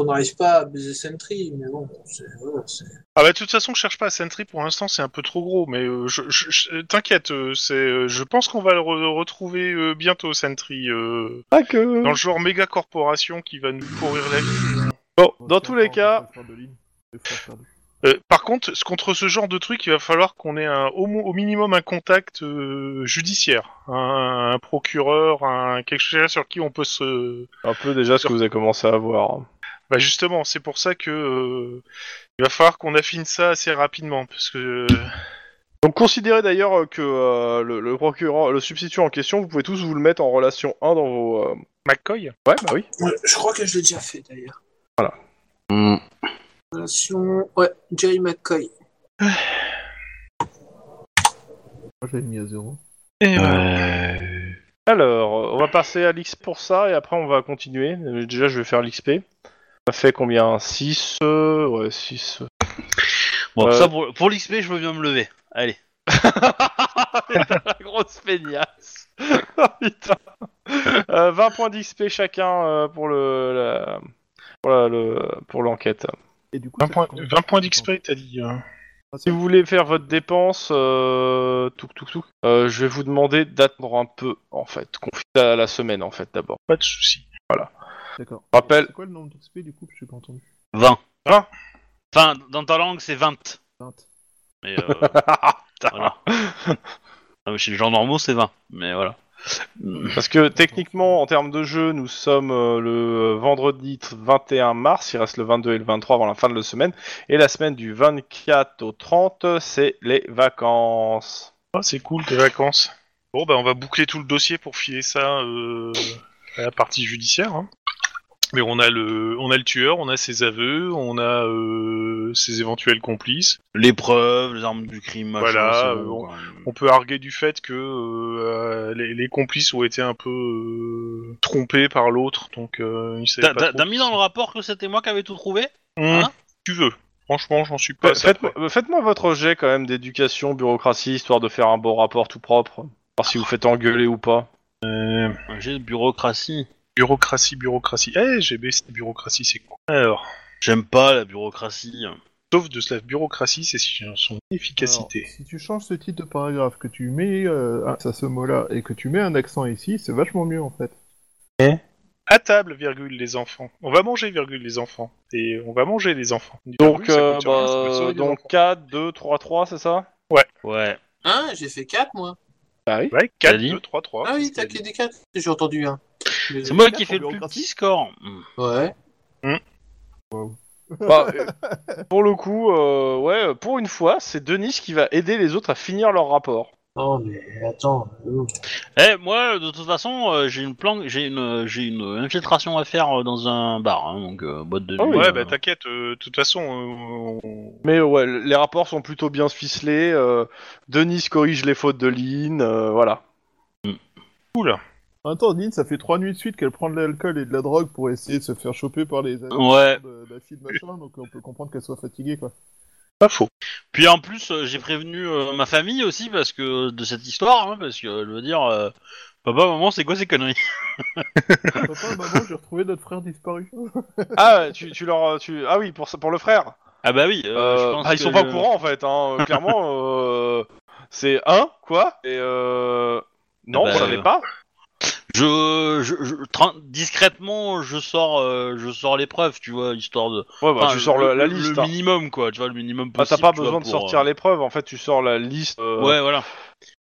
[SPEAKER 5] on n'arrive pas à baiser Sentry, mais bon, c'est voilà, c'est-
[SPEAKER 3] Ah bah de toute façon, je cherche pas à Sentry pour l'instant, c'est un peu trop gros, mais euh, je, je- je- t'inquiète, euh, c'est, euh, je pense qu'on va le re- retrouver euh, bientôt Sentry, euh,
[SPEAKER 2] Ah que.
[SPEAKER 3] dans le genre méga corporation qui va nous pourrir la vie.
[SPEAKER 2] Bon, dans tous les cas,
[SPEAKER 3] Euh, par contre, c- contre ce genre de truc, il va falloir qu'on ait un, au, mo- au minimum un contact euh, judiciaire, un, un procureur, un quelque chose sur qui on peut se,
[SPEAKER 2] un peu déjà ce que vous avez commencé à voir. hein.
[SPEAKER 3] Bah justement, c'est pour ça que euh, il va falloir qu'on affine ça assez rapidement, parce que euh,
[SPEAKER 2] Donc considérez d'ailleurs euh, que euh, le, le procureur, le substitut en question, vous pouvez tous vous le mettre en relation 1 dans vos... euh,
[SPEAKER 3] McCoy.
[SPEAKER 2] Ouais, bah oui.
[SPEAKER 5] Ouais, je crois que je l'ai déjà fait d'ailleurs.
[SPEAKER 2] Mm.
[SPEAKER 1] Hmm.
[SPEAKER 5] Relation. Ouais, Jerry McCoy.
[SPEAKER 4] Moi, j'avais mis à zéro.
[SPEAKER 2] euh, Alors, euh, on va passer à l'X pour ça, et après on va continuer. Euh, Déjà, je vais faire l'XP. Ça fait combien 6 Ouais, euh. 6.
[SPEAKER 1] Bon,
[SPEAKER 2] Euh,
[SPEAKER 1] ça pour, pour l'XP, je veux bien me lever. Allez.
[SPEAKER 2] La grosse feignasse Oh, Putain. Euh, 20 points d'XP chacun euh, pour le... la- Pour la- le- pour l'enquête.
[SPEAKER 4] Et du coup,
[SPEAKER 3] 20
[SPEAKER 4] ça
[SPEAKER 3] points,
[SPEAKER 4] fait combien
[SPEAKER 3] 20 points d'XP, t'as dit. hein.
[SPEAKER 2] Si vous voulez faire votre dépense, euh, touc, touc, touc, euh, je vais vous demander d'attendre un peu, en fait, qu'on finisse la, la semaine, en fait, d'abord.
[SPEAKER 3] Pas de souci.
[SPEAKER 4] Ah, D'accord.
[SPEAKER 2] Rappel.
[SPEAKER 4] C'est quoi le nombre d'XP du coup Je suis pas entendu.
[SPEAKER 1] 20.
[SPEAKER 2] 20.
[SPEAKER 1] Enfin, dans ta langue, c'est 20.
[SPEAKER 4] 20.
[SPEAKER 1] Mais euh, voilà. Ah, mais chez les gens normaux, c'est 20. Mais voilà. Hmm.
[SPEAKER 2] Parce que techniquement, en termes de jeu, nous sommes euh, le vendredi 21 mars, il reste le 22 et le 23 avant la fin de la semaine, et la semaine du 24 au 30, c'est les vacances.
[SPEAKER 3] Ah, c'est cool, tes vacances. Bon, bah on va boucler tout le dossier pour filer ça euh, à la partie judiciaire. hein. Mais on a le, on a le tueur, on a ses aveux, on a euh, ses éventuels complices.
[SPEAKER 1] Les preuves, les armes du crime, machin,
[SPEAKER 3] Voilà,
[SPEAKER 1] c'est
[SPEAKER 3] euh,
[SPEAKER 1] bon, quoi.
[SPEAKER 3] On peut arguer du fait que euh, euh, les, les complices ont été un peu euh, trompés par l'autre, donc euh, ils savaient
[SPEAKER 1] T'as-
[SPEAKER 3] pas
[SPEAKER 1] T'as
[SPEAKER 3] trop.
[SPEAKER 1] t'as mis dans le rapport que c'était moi qui avais tout trouvé
[SPEAKER 3] Mmh,
[SPEAKER 1] hein
[SPEAKER 3] tu veux. Franchement, j'en suis
[SPEAKER 2] Fa-
[SPEAKER 3] pas. à ça
[SPEAKER 2] Bah, Faites-moi faites-moi votre jet quand même d'éducation, bureaucratie, histoire de faire un bon rapport tout propre, voir si vous faites engueuler ou pas.
[SPEAKER 3] près. Euh,
[SPEAKER 1] Un jet de bureaucratie.
[SPEAKER 3] bureaucratie, bureaucratie. Eh, j'ai baissé bureaucratie, c'est quoi Alors,
[SPEAKER 1] J'aime pas la bureaucratie.
[SPEAKER 3] sauf de cela, bureaucratie, c'est son efficacité.
[SPEAKER 4] Alors, si tu changes ce titre de paragraphe, que tu mets euh, un- ça ce mot-là et que tu mets un accent ici, c'est vachement mieux en fait.
[SPEAKER 3] À table, virgule, les enfants. On va manger, virgule, les enfants. Et on va manger, les enfants.
[SPEAKER 2] Donc,
[SPEAKER 3] Virgule, Ah
[SPEAKER 2] euh,
[SPEAKER 3] ça coûte hein. rien, ça va
[SPEAKER 2] bah,
[SPEAKER 3] sauver les
[SPEAKER 2] donc
[SPEAKER 3] enfants.
[SPEAKER 2] 4, 2, 3, 3, c'est ça
[SPEAKER 1] Ouais.
[SPEAKER 5] Hein, j'ai fait 4 moi.
[SPEAKER 2] Bah oui.
[SPEAKER 3] Ouais,
[SPEAKER 1] T'as
[SPEAKER 3] 4,
[SPEAKER 1] dit
[SPEAKER 3] 2, 3, 3.
[SPEAKER 5] Ah oui, t'as que des 4. J'ai entendu un.
[SPEAKER 1] C'est moi
[SPEAKER 4] bien
[SPEAKER 1] qui
[SPEAKER 4] pour
[SPEAKER 1] fais le plus
[SPEAKER 4] bureaucratie.
[SPEAKER 1] petit score. Hmm.
[SPEAKER 5] Ouais.
[SPEAKER 2] Bah, euh, pour le coup, euh, ouais, pour une fois, c'est Denis qui va aider les autres à finir leur rapport.
[SPEAKER 5] Non, mais attends. euh,
[SPEAKER 1] Eh, moi, de toute façon, euh, j'ai une planque, j'ai une, euh, j'ai une euh, infiltration à faire euh, dans un bar, hein, donc euh, boîte de nuit.
[SPEAKER 2] Ah oui,
[SPEAKER 3] Ouais,
[SPEAKER 1] euh,
[SPEAKER 3] bah t'inquiète, euh, de toute façon, euh, on-
[SPEAKER 2] Mais euh, ouais, l- les rapports sont plutôt bien ficelés. euh, Denis corrige les fautes de Lynn, euh, voilà.
[SPEAKER 3] cool.
[SPEAKER 4] En même temps, Dean, ça fait trois nuits de suite qu'elle prend de l'alcool et de la drogue pour essayer de se faire choper par les agents
[SPEAKER 1] Ouais.
[SPEAKER 4] de la fille de machin, donc on peut comprendre qu'elle soit fatiguée quoi.
[SPEAKER 3] Pas faux.
[SPEAKER 1] Puis en plus, euh, j'ai prévenu euh, ma famille aussi parce que de cette histoire, hein, parce que euh, je veux dire, euh, papa, maman, c'est quoi ces conneries
[SPEAKER 4] Papa, maman, j'ai retrouvé notre frère disparu. Oh,
[SPEAKER 2] Ah, ouais, tu, tu leur, tu... ah oui, pour, ça- pour le frère.
[SPEAKER 1] Ah bah oui. euh,
[SPEAKER 2] Euh,
[SPEAKER 1] je pense
[SPEAKER 2] bah, ils sont
[SPEAKER 1] que
[SPEAKER 2] pas
[SPEAKER 1] le-
[SPEAKER 2] au courant en fait, hein, euh, clairement. euh, c'est un, quoi Et euh... non,
[SPEAKER 1] Ah bah,
[SPEAKER 2] on savait
[SPEAKER 1] euh,
[SPEAKER 2] pas.
[SPEAKER 1] Je, je, je- tra- discrètement, je sors, euh, je sors les preuves, tu vois, histoire de.
[SPEAKER 2] Ouais, bah,
[SPEAKER 1] Enfin,
[SPEAKER 2] tu sors
[SPEAKER 1] le-
[SPEAKER 2] la, la
[SPEAKER 1] le-
[SPEAKER 2] liste.
[SPEAKER 1] Le
[SPEAKER 2] hein.
[SPEAKER 1] minimum, quoi, tu vois, le minimum
[SPEAKER 2] Bah,
[SPEAKER 1] possible.
[SPEAKER 2] t'as pas
[SPEAKER 1] tu vois,
[SPEAKER 2] besoin de
[SPEAKER 1] pour,
[SPEAKER 2] sortir
[SPEAKER 1] euh,
[SPEAKER 2] l'épreuve, en fait, tu sors la liste. euh,
[SPEAKER 1] Ouais, voilà.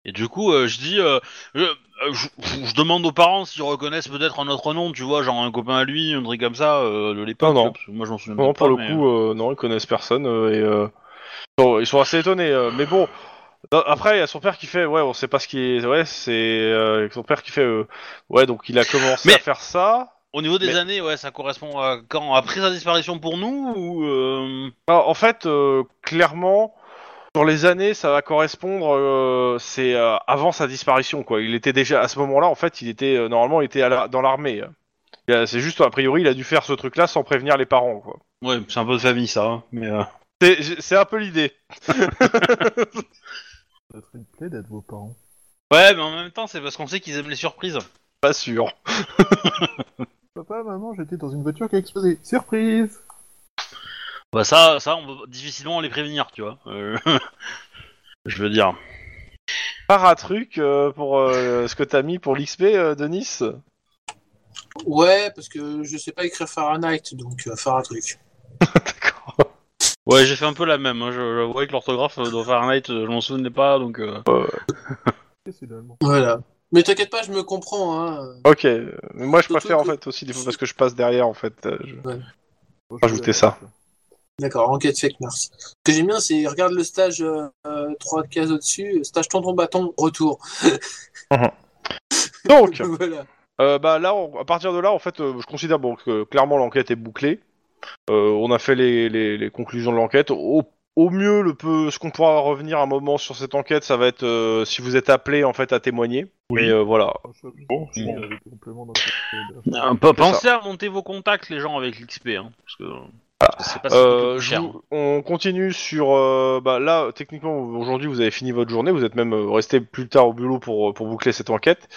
[SPEAKER 1] Et du coup, euh, je dis, euh, je, euh, je- je demande aux parents s'ils reconnaissent peut-être un autre nom, tu vois, genre un copain à lui, un truc comme ça, euh, de l'époque.
[SPEAKER 2] Non,
[SPEAKER 1] tu
[SPEAKER 2] non.
[SPEAKER 1] vois, parce que Moi, je m'en souviens
[SPEAKER 2] Non,
[SPEAKER 1] pas,
[SPEAKER 2] pour le
[SPEAKER 1] mais,
[SPEAKER 2] coup, euh, non, ils connaissent personne euh, et euh, bon, ils sont assez étonnés. euh, mais bon, Non, après, il y a son père qui fait, ouais, on sait pas ce qui est. Ouais, c'est euh, son père qui fait, euh, ouais, donc il a commencé
[SPEAKER 1] Mais-
[SPEAKER 2] à faire ça.
[SPEAKER 1] Au niveau des
[SPEAKER 2] Mais-
[SPEAKER 1] années, ouais, ça correspond à quand Après sa disparition pour nous ou euh,
[SPEAKER 2] Alors, en fait, euh, clairement, sur les années, ça va correspondre. euh, c'est euh, avant sa disparition, quoi. Il était déjà à ce moment-là, en fait, il était euh, normalement, il était à la- dans l'armée. hein. Il a- C'est juste, a priori, il a dû faire ce truc-là sans prévenir les parents, quoi.
[SPEAKER 1] Ouais, c'est un peu de famille ça, hein, mais. euh,
[SPEAKER 2] C'est- C'est un peu l'idée.
[SPEAKER 4] Ça serait une plaie d'être vos parents.
[SPEAKER 1] Ouais, mais en même temps, c'est parce qu'on sait qu'ils aiment les surprises.
[SPEAKER 2] Pas sûr.
[SPEAKER 4] Papa, maman, j'étais dans une voiture qui a explosé. Surprise
[SPEAKER 1] Bah ça, ça, on peut difficilement les prévenir, tu vois. euh, je veux dire.
[SPEAKER 2] Par un truc euh, pour euh, ce que t'as mis pour l'XP, euh, Denis
[SPEAKER 5] Ouais, parce que je sais pas écrire Fahrenheit, donc euh, faire un truc.
[SPEAKER 1] Ouais, j'ai fait un peu la même. hein, Je, je vois que l'orthographe euh, dans Fahrenheit, euh, je m'en souvenais pas, donc. euh,
[SPEAKER 4] Qu'est-ce que c'est l'allemand
[SPEAKER 5] Voilà. Mais t'inquiète pas, je me comprends. Hein.
[SPEAKER 2] Ok, euh, mais moi je
[SPEAKER 5] Surtout
[SPEAKER 2] préfère en
[SPEAKER 5] que-
[SPEAKER 2] fait aussi des fois parce que je passe derrière en fait. euh, je-
[SPEAKER 4] Oh,
[SPEAKER 2] Rajoutez ça.
[SPEAKER 5] D'accord, enquête fake Mars. Ce que j'aime bien, c'est regarde le stage euh, euh, trois cases au-dessus, stage tendron bâton, retour.
[SPEAKER 2] Donc,
[SPEAKER 5] voilà.
[SPEAKER 2] euh, bah là, on- à partir de là, en fait, euh, je considère bon, que clairement l'enquête est bouclée. Euh, on a fait les, les- les conclusions de l'enquête. Au, au mieux, le peu, ce qu'on pourra revenir un moment sur cette enquête, ça va être euh, si vous êtes appelé en fait à témoigner. Mais euh, voilà.
[SPEAKER 3] Bon,
[SPEAKER 4] Il y a des compléments dans cette-
[SPEAKER 1] Euh, pe-
[SPEAKER 2] ça.
[SPEAKER 1] pensez à monter vos contacts, les gens, avec l'XP. Hein, parce que c'est pas si
[SPEAKER 2] Euh,
[SPEAKER 1] coûte
[SPEAKER 2] je
[SPEAKER 1] cher. hein.
[SPEAKER 2] vous- on continue sur. euh, bah, là, techniquement, aujourd'hui, vous avez fini votre journée. Vous êtes même euh, resté plus tard au bureau pour, euh, pour boucler cette enquête.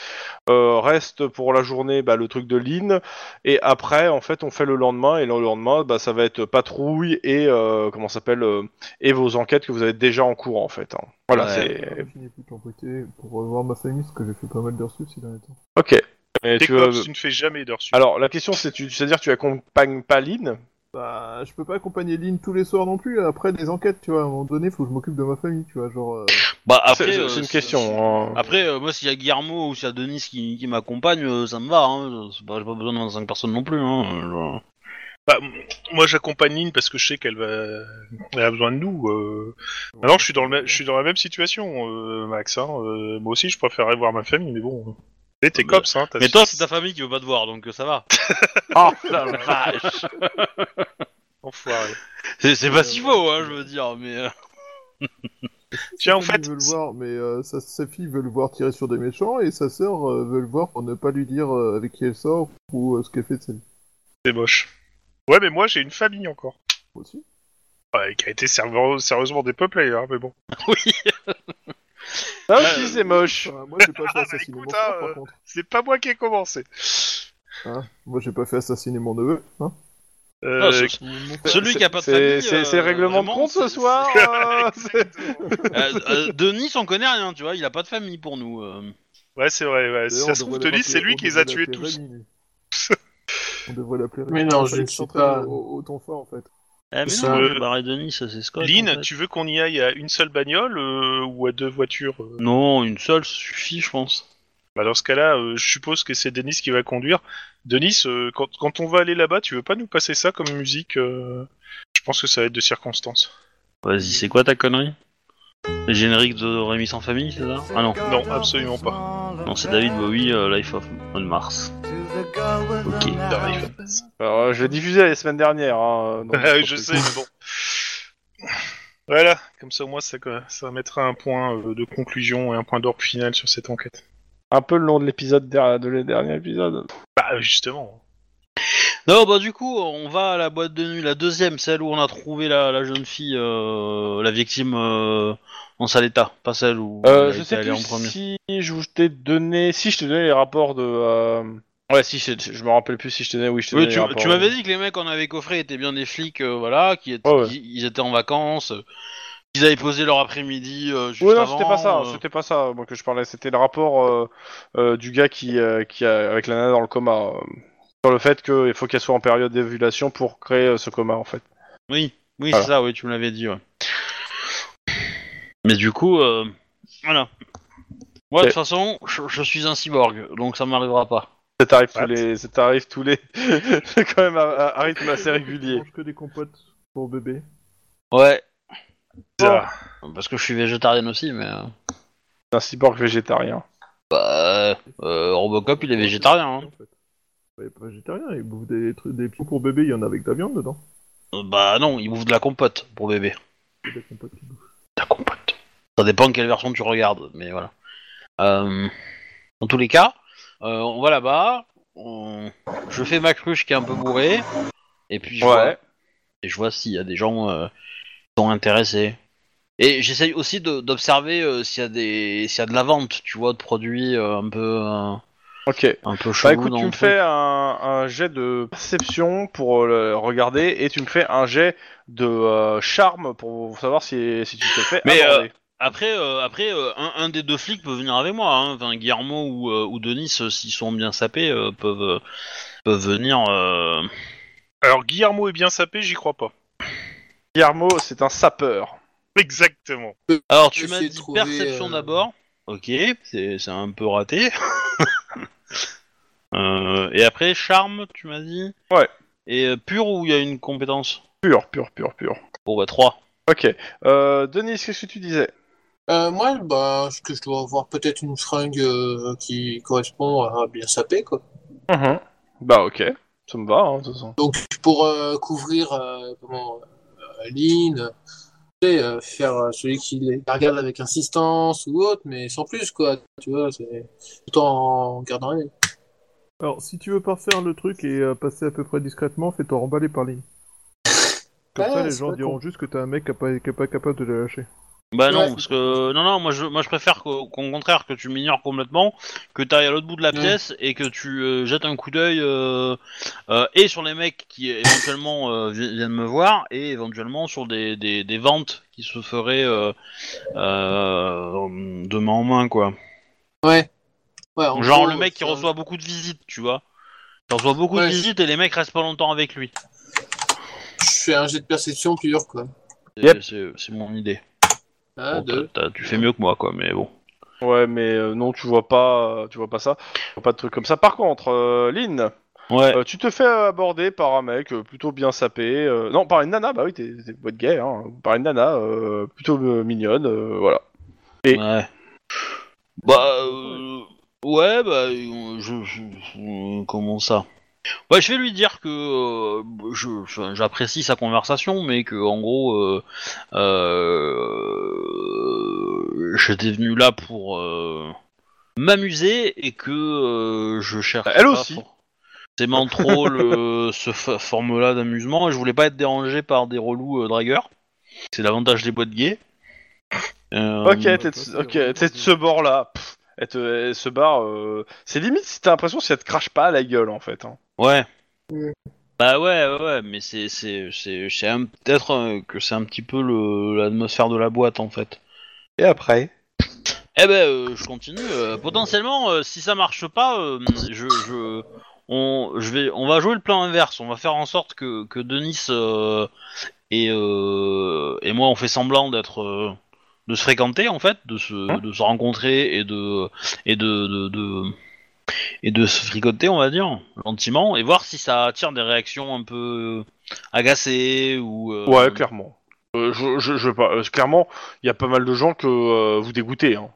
[SPEAKER 2] Euh, reste pour la journée bah, le truc de Lynn. Et après, en fait, on fait le lendemain. Et le lendemain, bah, ça va être patrouille et euh, comment ça s'appelle euh, et vos enquêtes que vous avez déjà en cours, en fait. hein. Voilà.
[SPEAKER 1] Ouais.
[SPEAKER 2] c'est...
[SPEAKER 4] Je n'ai plus qu'en beauté pour revoir ma famille, parce que j'ai fait pas mal d'heures sup ces derniers temps.
[SPEAKER 2] Ok. Et tu vas-
[SPEAKER 3] tu ne fais jamais d'heures sup.
[SPEAKER 2] Alors, la question, c'est tu... c'est-à-dire tu accompagnes pas Lynn
[SPEAKER 4] Bah, je peux pas accompagner Lynn tous les soirs non plus, après des enquêtes, tu vois, à un moment donné, faut que je m'occupe de ma famille, tu vois, genre... euh,
[SPEAKER 1] Bah, après,
[SPEAKER 2] C'est-
[SPEAKER 1] euh,
[SPEAKER 2] C'est une
[SPEAKER 1] c'est-
[SPEAKER 2] question. hein.
[SPEAKER 1] Après, euh, moi, s'il y a Guillermo ou s'il y a Denis qui, qui m'accompagne, euh, ça me va. Hein, C'est pas- J'ai pas besoin de 25 personnes non plus. Hein, euh, je-
[SPEAKER 3] Bah, m- moi j'accompagne Lynn parce que je sais qu'elle va... Elle a besoin de nous. euh. Maintenant je suis, dans le
[SPEAKER 4] euh,
[SPEAKER 3] même- je suis dans la même situation, euh, Max. hein, euh, moi aussi je préférerais voir ma famille, mais bon. Et t'es
[SPEAKER 1] Mais-
[SPEAKER 3] cops, hein. t'as-
[SPEAKER 1] Mais toi, c'est ta famille qui veut pas te voir, donc euh, ça va. oh la
[SPEAKER 2] Ah,
[SPEAKER 1] vache
[SPEAKER 3] Enfoiré.
[SPEAKER 1] C'est c'est pas si faux, hein, je veux dire, mais... euh,
[SPEAKER 3] Tiens, en
[SPEAKER 4] sa famille
[SPEAKER 3] fait,
[SPEAKER 4] veut le voir, mais euh, sa, sa fille veut le voir tirer sur des méchants, et sa sœur euh, veut le voir pour ne pas lui dire euh, avec qui elle sort ou euh, ce qu'elle fait de sa vie.
[SPEAKER 3] c'est moche. Ouais, mais moi j'ai une famille encore.
[SPEAKER 4] Aussi.
[SPEAKER 3] Ouais, qui a été serveur- sérieusement dépeuplée, hein, mais bon.
[SPEAKER 1] oui
[SPEAKER 2] Ah, si, c'est moche.
[SPEAKER 4] Enfin, moi, j'ai pas fait
[SPEAKER 3] bah
[SPEAKER 4] assassiner
[SPEAKER 3] écoute,
[SPEAKER 4] mon frère,
[SPEAKER 3] hein,
[SPEAKER 4] par
[SPEAKER 3] euh.
[SPEAKER 4] contre.
[SPEAKER 3] C'est pas moi qui ai commencé.
[SPEAKER 4] Hein. Moi, j'ai pas fait assassiner mon neveu, hein.
[SPEAKER 3] Euh,
[SPEAKER 1] Ah, ce- Celui
[SPEAKER 2] C'est-
[SPEAKER 1] qui a pas de
[SPEAKER 2] c'est-
[SPEAKER 1] famille...
[SPEAKER 2] C'est c'est
[SPEAKER 1] euh,
[SPEAKER 2] règlement de
[SPEAKER 1] vraiment,
[SPEAKER 2] compte ce
[SPEAKER 1] c'est-
[SPEAKER 2] soir euh, c'est-
[SPEAKER 1] Euh, euh, Denis, on connaît rien, tu vois, il a pas de famille pour nous. euh.
[SPEAKER 3] Ouais, c'est vrai, ouais. Si
[SPEAKER 4] D'ailleurs,
[SPEAKER 3] ça
[SPEAKER 4] on
[SPEAKER 3] se trouve,
[SPEAKER 4] devrait
[SPEAKER 3] Denis, c'est
[SPEAKER 4] l'appeler-
[SPEAKER 3] lui
[SPEAKER 4] on
[SPEAKER 3] qui les a
[SPEAKER 4] devrait
[SPEAKER 3] tués
[SPEAKER 4] l'appeler
[SPEAKER 3] tous.
[SPEAKER 4] Rémi, lui. on devrait l'appeler
[SPEAKER 5] Mais
[SPEAKER 4] Rémi.
[SPEAKER 5] non,
[SPEAKER 4] Il
[SPEAKER 5] je
[SPEAKER 4] fallait
[SPEAKER 5] ne suis
[SPEAKER 4] s'entraîner
[SPEAKER 5] pas-
[SPEAKER 4] Au, au ton phare, en fait.
[SPEAKER 1] Eh, mais
[SPEAKER 5] C'est
[SPEAKER 1] non,
[SPEAKER 5] un-
[SPEAKER 1] mais Barré Denis, ça, c'est Scott.
[SPEAKER 3] Lynn,
[SPEAKER 1] en fait.
[SPEAKER 3] tu veux qu'on y aille à une seule bagnole euh, ou à deux voitures euh
[SPEAKER 1] Non, une seule suffit, je pense.
[SPEAKER 3] bah, Dans ce cas-là, euh, je suppose que c'est Denis qui va conduire. Denis, euh, quand, quand on va aller là-bas, tu veux pas nous passer ça comme musique euh, Je pense que ça va être de circonstance.
[SPEAKER 1] Vas-y, c'est quoi ta connerie Le générique de Rémi sans famille, c'est ça Ah non.
[SPEAKER 3] Non, absolument pas.
[SPEAKER 1] Non, c'est David Bowie, euh, Life of on Mars. Ok.
[SPEAKER 2] Alors, euh, je l'ai diffusé la semaine dernière. hein, donc-
[SPEAKER 3] Ah je sais, mais bon. Voilà, comme ça au moins ça, ça mettra un point euh, de conclusion et un point d'orbe final sur cette enquête.
[SPEAKER 2] Un peu le long de l'épisode der- de le dernier épisode.
[SPEAKER 3] Bah justement.
[SPEAKER 1] Non, bah du coup, on va à la boîte de nuit, la deuxième, celle où on a trouvé la, la jeune fille, euh, la victime euh, en sale état, pas celle où
[SPEAKER 2] Euh,
[SPEAKER 1] elle
[SPEAKER 2] je
[SPEAKER 1] était
[SPEAKER 2] sais
[SPEAKER 1] allée
[SPEAKER 2] plus
[SPEAKER 1] en premier.
[SPEAKER 2] si je vous t'ai donné, si je te donnais les rapports de. euh, Ouais, si je, je me rappelle plus si je te donnais, oui, je te
[SPEAKER 1] Oui,
[SPEAKER 2] donnais
[SPEAKER 1] tu,
[SPEAKER 2] les rapports.
[SPEAKER 1] tu m'avais dit que les mecs qu'on avait coffrés étaient bien des flics, euh, voilà, qui étaient,
[SPEAKER 2] Ouais, ouais.
[SPEAKER 1] qui- ils étaient en vacances, euh, qu'ils avaient posé leur après-midi euh, juste
[SPEAKER 2] Oui, non,
[SPEAKER 1] avant,
[SPEAKER 2] c'était pas ça,
[SPEAKER 1] euh,
[SPEAKER 2] c'était pas ça, moi que je parlais. C'était le rapport euh, euh, du gars qui, euh, qui a, avec la nana dans le coma. euh, sur le fait qu'il faut qu'elle soit en période d'évulation pour créer euh, ce coma, en fait.
[SPEAKER 1] Oui, oui,
[SPEAKER 2] Voilà.
[SPEAKER 1] c'est ça, oui, tu me l'avais dit, ouais. Mais du coup, euh, voilà. Moi, de
[SPEAKER 2] Et-
[SPEAKER 1] toute façon, je, je suis un cyborg, donc ça m'arrivera pas.
[SPEAKER 2] Ça t'arrive tous
[SPEAKER 3] What
[SPEAKER 2] les, ça t'arrive tous les, quand même à, à- à rythme assez
[SPEAKER 4] Je
[SPEAKER 2] régulier.
[SPEAKER 4] mange que des compotes pour bébé.
[SPEAKER 1] Ouais,
[SPEAKER 3] Ça.
[SPEAKER 1] parce que je suis végétarien aussi, mais... euh,
[SPEAKER 2] C'est un cyborg végétarien.
[SPEAKER 1] Bah, euh, Robocop, il est végétarien, hein.
[SPEAKER 4] En fait. Bah, Il est pas végétarien, il bouffe des, trucs, des petits pour bébé, il y en a avec de la viande dedans.
[SPEAKER 1] Euh, Bah non, il bouffe de la compote pour bébé.
[SPEAKER 4] C'est des compotes qui bouffent.
[SPEAKER 1] De la compote. Ça dépend quelle version tu regardes, mais voilà. Euh, dans tous les cas, euh, on va là-bas, on- je fais ma cruche qui est un peu bourrée, et puis je vois- et je vois s'il y a des gens euh, qui sont intéressés. Et j'essaye aussi de- d'observer euh, s'il y a des s'il y a de la vente, tu vois, de produits euh, un peu euh,
[SPEAKER 2] Ok.
[SPEAKER 1] un peu
[SPEAKER 2] Bah
[SPEAKER 1] chelous.
[SPEAKER 2] écoute,
[SPEAKER 1] dans
[SPEAKER 2] tu
[SPEAKER 1] le
[SPEAKER 2] me
[SPEAKER 1] truc.
[SPEAKER 2] fais un, un jet de perception pour euh, le regarder et tu me fais un jet de euh, charme pour savoir si, si tu te fais
[SPEAKER 1] Mais,
[SPEAKER 2] aborder.
[SPEAKER 1] Après euh, après euh, un, un des deux flics peut venir avec moi, hein. enfin Guillermo ou, euh, ou Denis euh, s'ils sont bien sapés euh, peuvent euh, peuvent venir. euh,
[SPEAKER 3] Alors Guillermo est bien sapé, j'y crois pas.
[SPEAKER 2] Guillermo, c'est un sapeur.
[SPEAKER 3] Exactement.
[SPEAKER 1] Alors tu
[SPEAKER 5] Essayer
[SPEAKER 1] m'as
[SPEAKER 5] de
[SPEAKER 1] dit
[SPEAKER 5] trouver,
[SPEAKER 1] perception
[SPEAKER 5] euh,
[SPEAKER 1] d'abord. Ok, c'est c'est un peu raté. Euh, et après charme, tu m'as dit.
[SPEAKER 2] Ouais.
[SPEAKER 1] Et euh, pur ou il y a une compétence
[SPEAKER 2] Pur, pur, pur, pur.
[SPEAKER 1] Bon, bah 3.
[SPEAKER 2] Ok. Euh, Denis, qu'est-ce que tu disais
[SPEAKER 5] Euh, moi, bah, ce que je dois avoir peut-être une fringue euh, qui correspond à bien saper, quoi.
[SPEAKER 2] Bah ok, ça me va, hein, de toute façon.
[SPEAKER 5] Donc, pour euh, couvrir, euh, comment, euh, Lynn, tu sais, euh, faire euh, celui qui les regarde avec insistance ou autre, mais sans plus, quoi. Tu vois, c'est tout en gardant les...
[SPEAKER 4] Alors, si tu veux parfaire le truc et euh, passer à peu près discrètement, fais-toi remballer par ligne. Comme
[SPEAKER 5] Ouais,
[SPEAKER 4] ça, les
[SPEAKER 5] Ah, c'est
[SPEAKER 4] gens
[SPEAKER 5] pas
[SPEAKER 4] diront juste que t'as un mec qui est pas, qui est pas capable de la lâcher.
[SPEAKER 1] Bah
[SPEAKER 5] Ouais.
[SPEAKER 1] non, parce que non, non, moi je, moi je préfère qu'au qu'au contraire que tu m'ignores complètement, que t'ailles à l'autre bout de la
[SPEAKER 5] Mm.
[SPEAKER 1] pièce et que tu euh, jettes un coup d'œil euh, euh, et sur les mecs qui éventuellement euh, vi- viennent me voir et éventuellement sur des, des, des ventes qui se feraient euh, euh, de main en main quoi.
[SPEAKER 5] Ouais. ouais en
[SPEAKER 1] Genre
[SPEAKER 5] gros,
[SPEAKER 1] le mec qui
[SPEAKER 5] euh,
[SPEAKER 1] reçoit beaucoup de visites, tu vois. Il reçoit beaucoup
[SPEAKER 5] Ouais.
[SPEAKER 1] de visites et les mecs restent pas longtemps avec lui.
[SPEAKER 5] Je fais un jet de perception pure, quoi.
[SPEAKER 1] C'est-
[SPEAKER 2] Yep.
[SPEAKER 1] C'est c'est mon idée.
[SPEAKER 5] Un,
[SPEAKER 1] Bon,
[SPEAKER 5] deux.
[SPEAKER 1] t'as- t'as- tu fais mieux que moi quoi, mais bon.
[SPEAKER 2] Ouais, mais euh, non, tu vois pas, euh, tu vois pas ça, Tu vois pas de trucs comme ça. Par contre, euh, Lynn,
[SPEAKER 1] Ouais.
[SPEAKER 2] euh, tu te fais aborder par un mec euh, plutôt bien sapé, euh, non, par une nana, bah oui, t'es t'es boîte gay, hein, par une nana euh, plutôt euh, mignonne, euh, voilà. Et-
[SPEAKER 1] Ouais. Bah. euh, ouais, bah. euh, Je, je- je- comment ça Ouais, je vais lui dire que euh, je- enfin, j'apprécie sa conversation, mais que en gros, euh, euh, j'étais venu là pour euh, m'amuser et que euh, je cherche.
[SPEAKER 2] Elle
[SPEAKER 1] pas
[SPEAKER 2] aussi.
[SPEAKER 1] forcément trop le, ce fa- forme-là d'amusement et je voulais pas être dérangé par des relous euh, dragueurs. C'est l'avantage des boîtes gays. Euh,
[SPEAKER 2] Ok, t'es
[SPEAKER 4] bah,
[SPEAKER 2] de,
[SPEAKER 4] toi,
[SPEAKER 2] ce-
[SPEAKER 4] c'est
[SPEAKER 2] ok,
[SPEAKER 4] vraiment
[SPEAKER 2] t'es de
[SPEAKER 4] des-
[SPEAKER 2] ce bord-là. Pff, Elle, te- elle se barre. euh, C'est limite si t'as l'impression si elle te crache pas à la gueule en fait. hein.
[SPEAKER 1] Ouais.
[SPEAKER 5] Mm.
[SPEAKER 1] Bah ouais, ouais, ouais, mais c'est, c'est, c'est, c'est un- peut-être euh, que c'est un petit peu le, l'atmosphère de la boîte en fait.
[SPEAKER 2] Et après
[SPEAKER 1] Eh ben, euh, je continue. euh, potentiellement, euh, si ça marche pas, euh, je, je, on, je vais, on va jouer le plan inverse. On va faire en sorte que, que Denis euh, et, euh, et moi, on fait semblant d'être, euh, de se fréquenter en fait, de se,
[SPEAKER 2] Hein
[SPEAKER 1] de se rencontrer et de, et de, de, de- et de se fricoter, on va dire, gentiment, et voir si ça attire des réactions un peu agacées ou. euh,
[SPEAKER 2] Ouais, clairement. Euh, je, je, je, pas- euh, clairement, il y a pas mal de gens que euh, vous dégoûtez. Hein.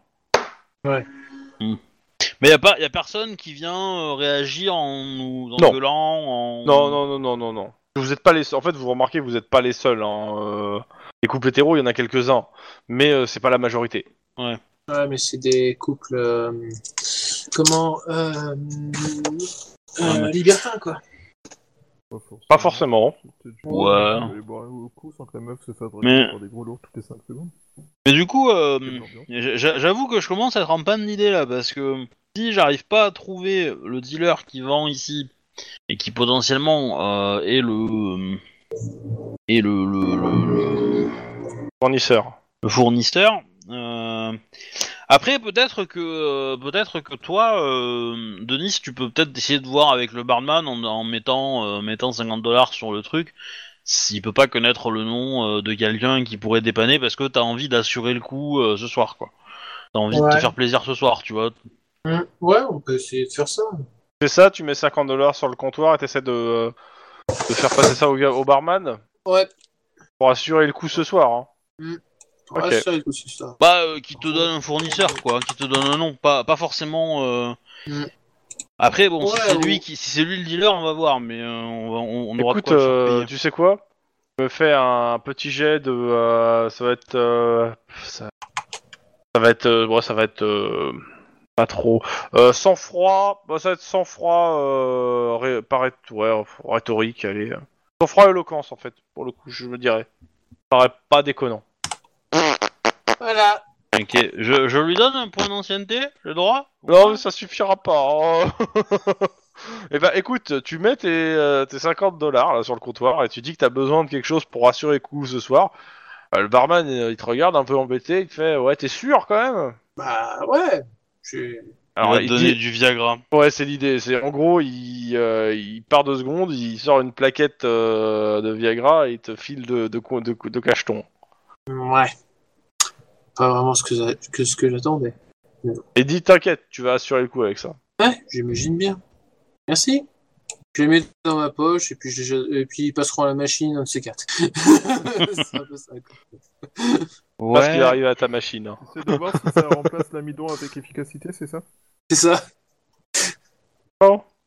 [SPEAKER 1] Mais y a pas, y a personne qui vient euh, réagir en nous
[SPEAKER 2] Non.
[SPEAKER 1] engueulant. En...
[SPEAKER 2] Non, non, non, non, non, non. Vous êtes pas les. En fait, vous remarquez, que vous êtes pas les seuls. Hein. euh, Les couples hétéros, il y en a quelques-uns, mais euh, c'est pas la majorité.
[SPEAKER 5] Ouais, mais c'est des couples. euh, comment. Euh, euh, libertins, quoi.
[SPEAKER 4] Pas forcément.
[SPEAKER 2] Pas forcément.
[SPEAKER 4] Peut-être juste
[SPEAKER 1] Ouais.
[SPEAKER 4] que tu peux aller boire au coup sans que la meuf se fasse
[SPEAKER 1] Mais-
[SPEAKER 4] draguer par des gros lourds toutes les 5 secondes.
[SPEAKER 1] Mais du coup, euh,
[SPEAKER 4] C'est de l'ambiance.
[SPEAKER 1] j'a- j'a- j'avoue que je commence à être en panne d'idées là parce que si j'arrive pas à trouver le dealer qui vend ici et qui potentiellement euh, est le est le le, le- le-
[SPEAKER 2] Fournisseur.
[SPEAKER 1] le fournisseur. euh, Après, peut-être que euh, peut-être que toi, euh, Denis, tu peux peut-être essayer de voir avec le barman en, en mettant euh, mettant 50 dollars sur le truc. S'il peut pas connaître le nom euh, de quelqu'un qui pourrait dépanner parce que t'as envie d'assurer le coup euh, ce soir, quoi. T'as envie de
[SPEAKER 5] Ouais.
[SPEAKER 1] te faire plaisir ce soir, tu vois.
[SPEAKER 5] Hum, Ouais, on peut essayer de faire ça.
[SPEAKER 2] C'est ça, tu mets 50 dollars sur le comptoir et t'essaies de, de faire passer ça au, gars- au barman
[SPEAKER 5] Ouais.
[SPEAKER 2] pour assurer le coup ce soir. hein.
[SPEAKER 5] Ouais,
[SPEAKER 2] Ok.
[SPEAKER 5] ça, écoute, c'est ça.
[SPEAKER 1] Bah, euh, qui te donne un fournisseur, quoi, qui te donne un nom, pas pas forcément. euh,
[SPEAKER 5] Mm.
[SPEAKER 1] Après, bon, si
[SPEAKER 5] Ouais,
[SPEAKER 1] c'est
[SPEAKER 5] ou-
[SPEAKER 1] lui qui, si c'est lui le dealer, on va voir, mais euh, on, va- on, on aura de
[SPEAKER 2] Écoute,
[SPEAKER 1] quoi hein. le
[SPEAKER 2] euh,
[SPEAKER 1] surpayer.
[SPEAKER 2] tu sais quoi Je me fais un petit jet de. euh, ça va être. euh, ça... ça va être. euh, ouais, ça va être. euh, Pas trop. Euh, sans froid. bah, ça va être sans froid. Euh... ré- pas ré- ouais, rhétorique. Allez. Sans froid éloquence en fait. Pour le coup, je me dirais. Ça paraît pas déconnant.
[SPEAKER 5] Voilà.
[SPEAKER 1] Ok, je, je lui donne un point d'ancienneté, le droit
[SPEAKER 2] Non, mais ça suffira pas. Et bah écoute, tu mets tes, euh, tes 50 dollars sur le comptoir et tu dis que t'as besoin de quelque chose pour assurer le coup ce soir. Euh, le barman, euh, il te regarde un peu embêté, il te fait Ouais, t'es sûr quand même
[SPEAKER 5] Bah ouais. Je...
[SPEAKER 1] Alors,
[SPEAKER 2] Alors, il
[SPEAKER 1] donner
[SPEAKER 2] dit-
[SPEAKER 1] du Viagra.
[SPEAKER 2] Ouais, c'est l'idée. C'est En gros, il, euh, il part deux secondes, il sort une plaquette euh, de Viagra et il te file de, de, co- de, co- de cacheton.
[SPEAKER 5] Ouais. Pas vraiment ce que, j'a- que ce que j'attendais.
[SPEAKER 2] Et dit T'inquiète, tu vas assurer le coup avec ça.
[SPEAKER 5] Ouais, j'imagine bien. Merci. Je les mets dans ma poche et puis, je, je- et puis ils passeront à la machine, un de ces quatre. C'est un peu ça, quoi.
[SPEAKER 2] Pas ce qui est arrivé à ta machine. hein.
[SPEAKER 4] C'est de voir si ça remplace l'amidon avec efficacité, c'est ça
[SPEAKER 5] C'est ça.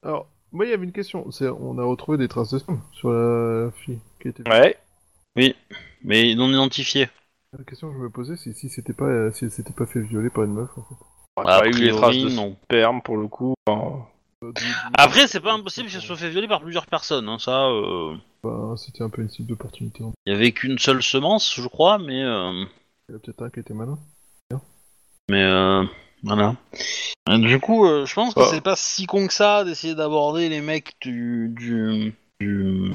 [SPEAKER 4] Alors, moi, il y avait une question. C'est- On a retrouvé des traces de sang sur la fille qui était.
[SPEAKER 2] Ouais.
[SPEAKER 1] Mais non identifié.
[SPEAKER 4] La question que je me posais, c'est si c'était pas, euh, si elle s'était pas fait violer par une meuf. En fait.
[SPEAKER 1] Bah, A
[SPEAKER 2] pas eu les
[SPEAKER 1] priori,
[SPEAKER 2] traces de
[SPEAKER 1] non.
[SPEAKER 2] sperme pour le coup. enfin,
[SPEAKER 4] Euh, du- du-
[SPEAKER 1] Après, c'est pas impossible qu'elle se soit fait violer par plusieurs personnes. hein, ça, euh,
[SPEAKER 4] Bah, c'était un peu une cible d'opportunité. hein.
[SPEAKER 1] il y avait qu'une seule semence, je crois, mais euh,
[SPEAKER 4] Il y en a peut-être un qui était malin.
[SPEAKER 1] mais euh, voilà. Euh, Du coup, euh, je pense que
[SPEAKER 4] Ah.
[SPEAKER 1] c'est pas si con que ça d'essayer d'aborder les mecs du du, du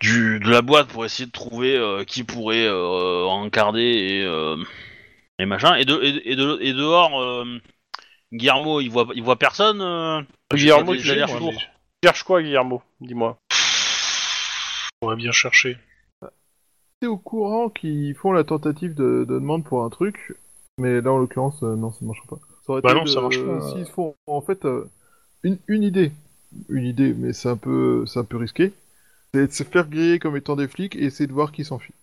[SPEAKER 1] du- de la boîte pour essayer de trouver euh, qui pourrait euh, encarder et euh, et machin. Et de et, de- et de- et dehors, euh, Guillermo, il voit il voit personne. euh,
[SPEAKER 2] Guillermo,
[SPEAKER 1] j'ai
[SPEAKER 2] tu
[SPEAKER 1] pas des
[SPEAKER 2] cherches
[SPEAKER 1] allers-retours.
[SPEAKER 2] quoi Tu cherches quoi, Guillermo Dis-moi.
[SPEAKER 3] On va bien chercher.
[SPEAKER 4] T'es au courant qu'ils font la tentative de, de demande pour un truc, mais là en l'occurrence, euh, non, ça ne marchera pas. Ça aurait
[SPEAKER 3] Bah
[SPEAKER 4] été
[SPEAKER 3] non, ça marche
[SPEAKER 4] euh,
[SPEAKER 3] pas.
[SPEAKER 4] S'ils font en fait euh, une, une idée, une idée, mais c'est un peu, c'est un peu risqué, c'est de se faire griller comme étant des flics et essayer de voir qui s'enfuit.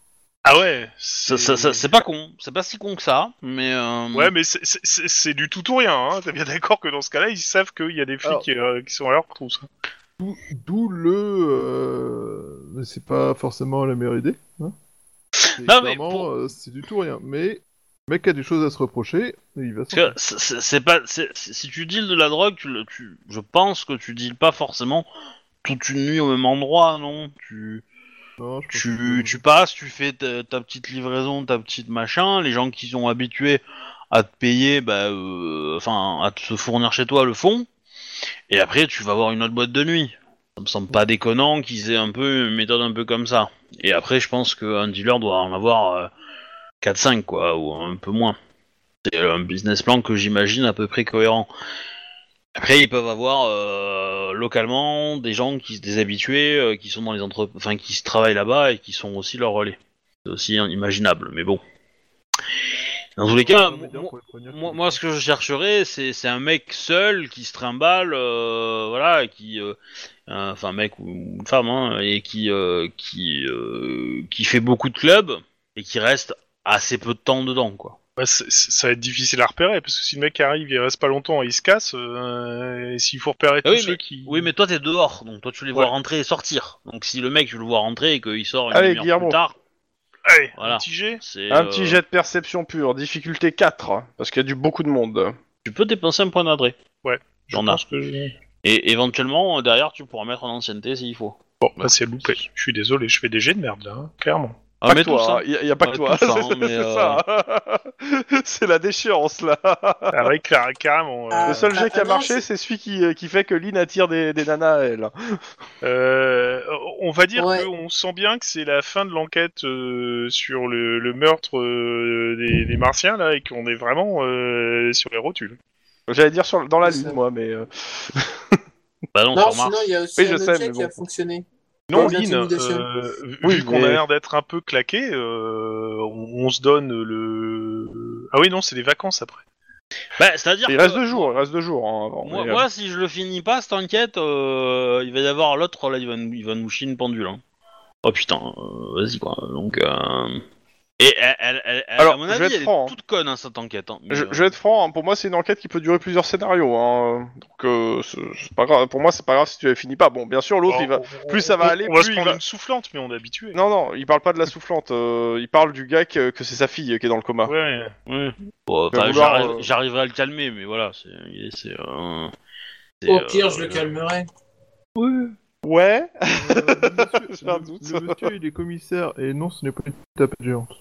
[SPEAKER 3] Ah ouais
[SPEAKER 1] Ça- ça- ça- C'est pas con, c'est pas si con que ça, mais euh,
[SPEAKER 3] Ouais, mais c'est- c'est- c'est c'est du tout ou rien. Hein. T'es bien d'accord que dans ce cas-là, ils savent qu'il y a des flics
[SPEAKER 4] Alors-
[SPEAKER 3] qui, euh, qui sont à leur trousse.
[SPEAKER 4] D'où- D'où le, euh, mais c'est pas forcément la meilleure idée. Hein C'est
[SPEAKER 1] Non, mais
[SPEAKER 4] clairement,
[SPEAKER 1] pour-
[SPEAKER 4] euh, c'est du tout rien. Mais le mec a des choses à se reprocher, et il va. s'en
[SPEAKER 1] Parce que c'est- c'est c'est pas. c'est- c'est- si tu deals de la drogue, tu, le- tu, je pense que tu deals pas forcément toute une nuit au même endroit, non tu,
[SPEAKER 4] Non, je pense
[SPEAKER 1] tu,
[SPEAKER 4] que-
[SPEAKER 1] tu passes, tu fais ta, ta petite livraison, ta petite machin. Les gens qui sont habitués à te payer, bah, euh, enfin, à te se fournir chez toi, le font. Et après, tu vas voir une autre boîte de nuit. Ça me semble pas déconnant qu'ils aient un peu une méthode un peu comme ça. Et après, je pense qu'un dealer doit en avoir euh, 4-5, quoi, ou un peu moins. C'est un business plan que j'imagine à peu près cohérent. Après, ils peuvent avoir euh, localement des gens qui des habitués, euh, qui sont dans les entreprises, enfin qui se travaillent là-bas et qui sont aussi leurs relais. C'est aussi imaginable, mais bon. Dans tous les cas,
[SPEAKER 4] Non, mais
[SPEAKER 1] moi-
[SPEAKER 4] d'ailleurs, pour être honnête,
[SPEAKER 1] moi, moi, ce que je chercherais, c'est c'est un mec seul qui se trimballe, euh, voilà, qui, euh, un- enfin, un mec ou ou une femme, hein, et qui, euh, qui, euh, qui fait beaucoup de clubs et qui reste assez peu de temps dedans, quoi.
[SPEAKER 3] Bah, c'est- c'est- ça va être difficile à repérer, parce que si le mec arrive, il reste pas longtemps et il se casse, euh, et s'il faut repérer
[SPEAKER 1] Ah
[SPEAKER 3] tous
[SPEAKER 1] oui,
[SPEAKER 3] ceux qui...
[SPEAKER 1] Oui, mais toi, t'es dehors, donc toi, tu les vois
[SPEAKER 3] Ouais.
[SPEAKER 1] rentrer et sortir. Donc, si le mec, tu le vois rentrer et qu'il sort une
[SPEAKER 2] Allez,
[SPEAKER 1] demi-heure
[SPEAKER 2] Guillermo.
[SPEAKER 1] plus tard,
[SPEAKER 3] Allez,
[SPEAKER 1] Voilà.
[SPEAKER 3] un petit jet
[SPEAKER 1] c'est
[SPEAKER 2] un
[SPEAKER 1] euh,
[SPEAKER 2] petit jet de perception pure, difficulté 4, parce qu'il y a du beaucoup de monde.
[SPEAKER 1] Tu peux dépenser un point d'adresse.
[SPEAKER 3] Je
[SPEAKER 1] J'en ai.
[SPEAKER 3] pense que... je-
[SPEAKER 1] Et éventuellement, euh, derrière, tu pourras mettre en ancienneté s'il faut.
[SPEAKER 3] Bon, bah c'est loupé. Je suis désolé, je fais des jets de merde, là, hein, clairement.
[SPEAKER 1] Ah,
[SPEAKER 2] pas
[SPEAKER 1] mais
[SPEAKER 2] que toi,
[SPEAKER 1] tout ça.
[SPEAKER 2] hein, il y a- il y a pas
[SPEAKER 1] Ouais,
[SPEAKER 2] que toi.
[SPEAKER 1] tout ça, hein,
[SPEAKER 2] c'est
[SPEAKER 1] mais,
[SPEAKER 2] c'est
[SPEAKER 1] euh,
[SPEAKER 2] ça, hein. C'est la déchéance là.
[SPEAKER 3] Ah ouais, car- carrément. euh,
[SPEAKER 2] Le seul
[SPEAKER 5] Ah,
[SPEAKER 2] jet qui a
[SPEAKER 5] ah, non,
[SPEAKER 2] marché, c'est celui qui, euh, qui fait que Lynn attire des, des nanas à elle.
[SPEAKER 3] Euh, on va dire
[SPEAKER 5] Ouais.
[SPEAKER 3] qu'on sent bien que c'est la fin de l'enquête euh, sur le, le meurtre euh, des, des martiens là et qu'on est vraiment euh, sur les rotules.
[SPEAKER 2] J'allais dire sur, dans la
[SPEAKER 5] C'est
[SPEAKER 2] lune,
[SPEAKER 5] ça.
[SPEAKER 2] moi, mais. euh,
[SPEAKER 1] Bah non,
[SPEAKER 5] Non,
[SPEAKER 1] sur Mars.
[SPEAKER 5] sinon, il y a aussi
[SPEAKER 2] Oui, je
[SPEAKER 5] un
[SPEAKER 2] sais,
[SPEAKER 5] autre jet
[SPEAKER 2] mais
[SPEAKER 5] qui a
[SPEAKER 2] bon.
[SPEAKER 5] fonctionné.
[SPEAKER 3] Non,
[SPEAKER 5] Pas
[SPEAKER 3] Lynn,
[SPEAKER 5] d'intimidation.
[SPEAKER 3] euh, vu
[SPEAKER 2] Oui,
[SPEAKER 3] qu'on
[SPEAKER 2] mais-
[SPEAKER 3] a l'air d'être un peu claqué, euh, on, on se donne le. Ah oui, non, c'est des vacances après.
[SPEAKER 1] Bah, c'est-à-dire
[SPEAKER 2] il
[SPEAKER 1] que-
[SPEAKER 2] reste deux jours, il reste deux jours. hein, avant,
[SPEAKER 1] Moi,
[SPEAKER 2] mais, euh,
[SPEAKER 1] moi, si je le finis pas, cette enquête, euh, il va y avoir l'autre, là, il va, nous- il va nous chier une pendule. hein. Oh putain, euh, vas-y quoi. Donc, euh... Et elle, elle- elle- elle-
[SPEAKER 2] Alors,
[SPEAKER 1] à mon
[SPEAKER 2] je
[SPEAKER 1] avis,
[SPEAKER 2] vais être
[SPEAKER 1] elle
[SPEAKER 2] franc,
[SPEAKER 1] est toute conne, hein, cette enquête. hein. Mais,
[SPEAKER 2] Je,
[SPEAKER 1] euh,
[SPEAKER 2] je vais être franc, hein, pour moi c'est une enquête qui peut durer plusieurs scénarios. Hein. Donc euh, c'est c'est pas grave. Pour moi c'est pas grave si tu la finis pas. Bon, bien sûr l'autre il va.
[SPEAKER 3] Alors, on-
[SPEAKER 2] plus ça va
[SPEAKER 3] on-
[SPEAKER 2] aller,
[SPEAKER 3] on va
[SPEAKER 2] plus
[SPEAKER 3] se
[SPEAKER 2] il
[SPEAKER 3] prendre
[SPEAKER 2] va-
[SPEAKER 3] une soufflante, mais on est habitué.
[SPEAKER 2] Non non, il parle pas de la soufflante. euh, il parle du gars que, que c'est sa fille qui est dans le coma.
[SPEAKER 3] Ouais.
[SPEAKER 1] ouais. Bon,
[SPEAKER 2] Je vais
[SPEAKER 1] enfin,
[SPEAKER 2] vouloir,
[SPEAKER 1] j'arrive-
[SPEAKER 2] euh,
[SPEAKER 1] J'arriverai à le calmer, mais voilà. c'est- il est- c'est, euh, c'est,
[SPEAKER 5] Au
[SPEAKER 1] euh,
[SPEAKER 5] pire, je le
[SPEAKER 1] euh,
[SPEAKER 5] calmerai.
[SPEAKER 2] Ouais.
[SPEAKER 4] Euh, le
[SPEAKER 2] J'ai un
[SPEAKER 4] monsieur-
[SPEAKER 2] doute.
[SPEAKER 4] le- le monsieur, il est commissaire, et non, ce n'est pas une tapette géante.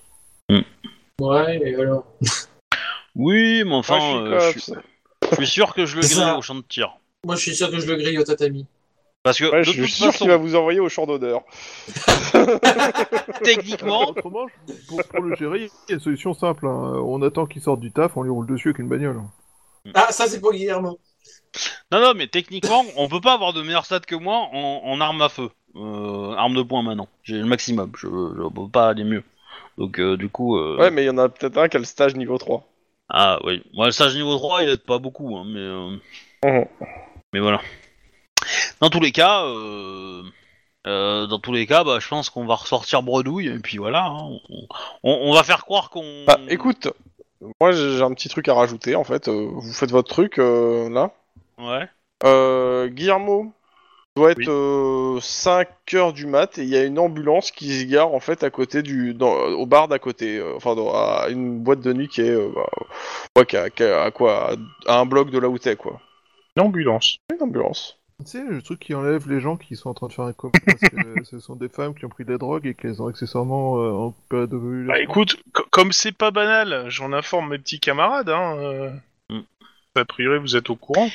[SPEAKER 5] Ouais, et alors
[SPEAKER 1] Oui, mais enfin,
[SPEAKER 2] Ouais,
[SPEAKER 1] euh,
[SPEAKER 2] je
[SPEAKER 1] je,
[SPEAKER 2] suis
[SPEAKER 1] suis,
[SPEAKER 2] cops.
[SPEAKER 1] je suis sûr que je le
[SPEAKER 5] C'est ça.
[SPEAKER 1] grille au champ de tir.
[SPEAKER 5] Moi, je suis sûr que je le grille au tatami.
[SPEAKER 1] Parce que
[SPEAKER 2] Ouais,
[SPEAKER 1] de
[SPEAKER 2] je suis
[SPEAKER 1] toute
[SPEAKER 2] sûr
[SPEAKER 1] façon,
[SPEAKER 2] qu'il va vous envoyer au champ d'honneur.
[SPEAKER 1] techniquement,
[SPEAKER 4] Autrement, pour, pour le gérer, il y a une solution simple. hein. On attend qu'il sorte du taf, on lui roule dessus avec une bagnole.
[SPEAKER 2] Mm.
[SPEAKER 5] Ah, ça, c'est pour Guillermo.
[SPEAKER 1] non, non, mais techniquement, on peut pas avoir de meilleurs stats que moi en, en arme à feu, euh, arme de poing maintenant. J'ai le maximum, je, je peux pas aller mieux. Donc euh, du coup, euh,
[SPEAKER 2] Ouais, mais il y en a peut-être un qui a le stage niveau 3.
[SPEAKER 1] Ah oui, moi le sage niveau 3 il aide pas beaucoup, hein, mais, euh,
[SPEAKER 2] Mhm.
[SPEAKER 1] mais voilà. Dans tous les cas, euh, euh, dans tous les cas, bah, je pense qu'on va ressortir bredouille et puis voilà. hein, on, on- on va faire croire qu'on.
[SPEAKER 2] Bah, écoute, moi j'ai un petit truc à rajouter en fait. Euh, Vous faites votre truc euh, là.
[SPEAKER 1] Ouais.
[SPEAKER 2] Euh, Guillermo, doit
[SPEAKER 3] Oui.
[SPEAKER 2] être 5 heures du mat et il y a une ambulance qui se gare en fait à côté du, dans- au bar d'à côté, euh, enfin dans, à une boîte de nuit qui est, euh, bah, ouais, qui a- qui a- à quoi, à, à un bloc de là où t'es quoi.
[SPEAKER 3] Une ambulance.
[SPEAKER 2] Une ambulance.
[SPEAKER 4] Tu sais, le truc qui enlève les gens qui sont en train de faire un coma parce que ce sont des femmes qui ont pris de la drogue et qu'elles ont accessoirement euh, en période d'ovulation.
[SPEAKER 3] Bah écoute, co- comme c'est pas banal, j'en informe mes petits camarades. Hein, euh.
[SPEAKER 1] Mm.
[SPEAKER 3] A priori, vous êtes au courant.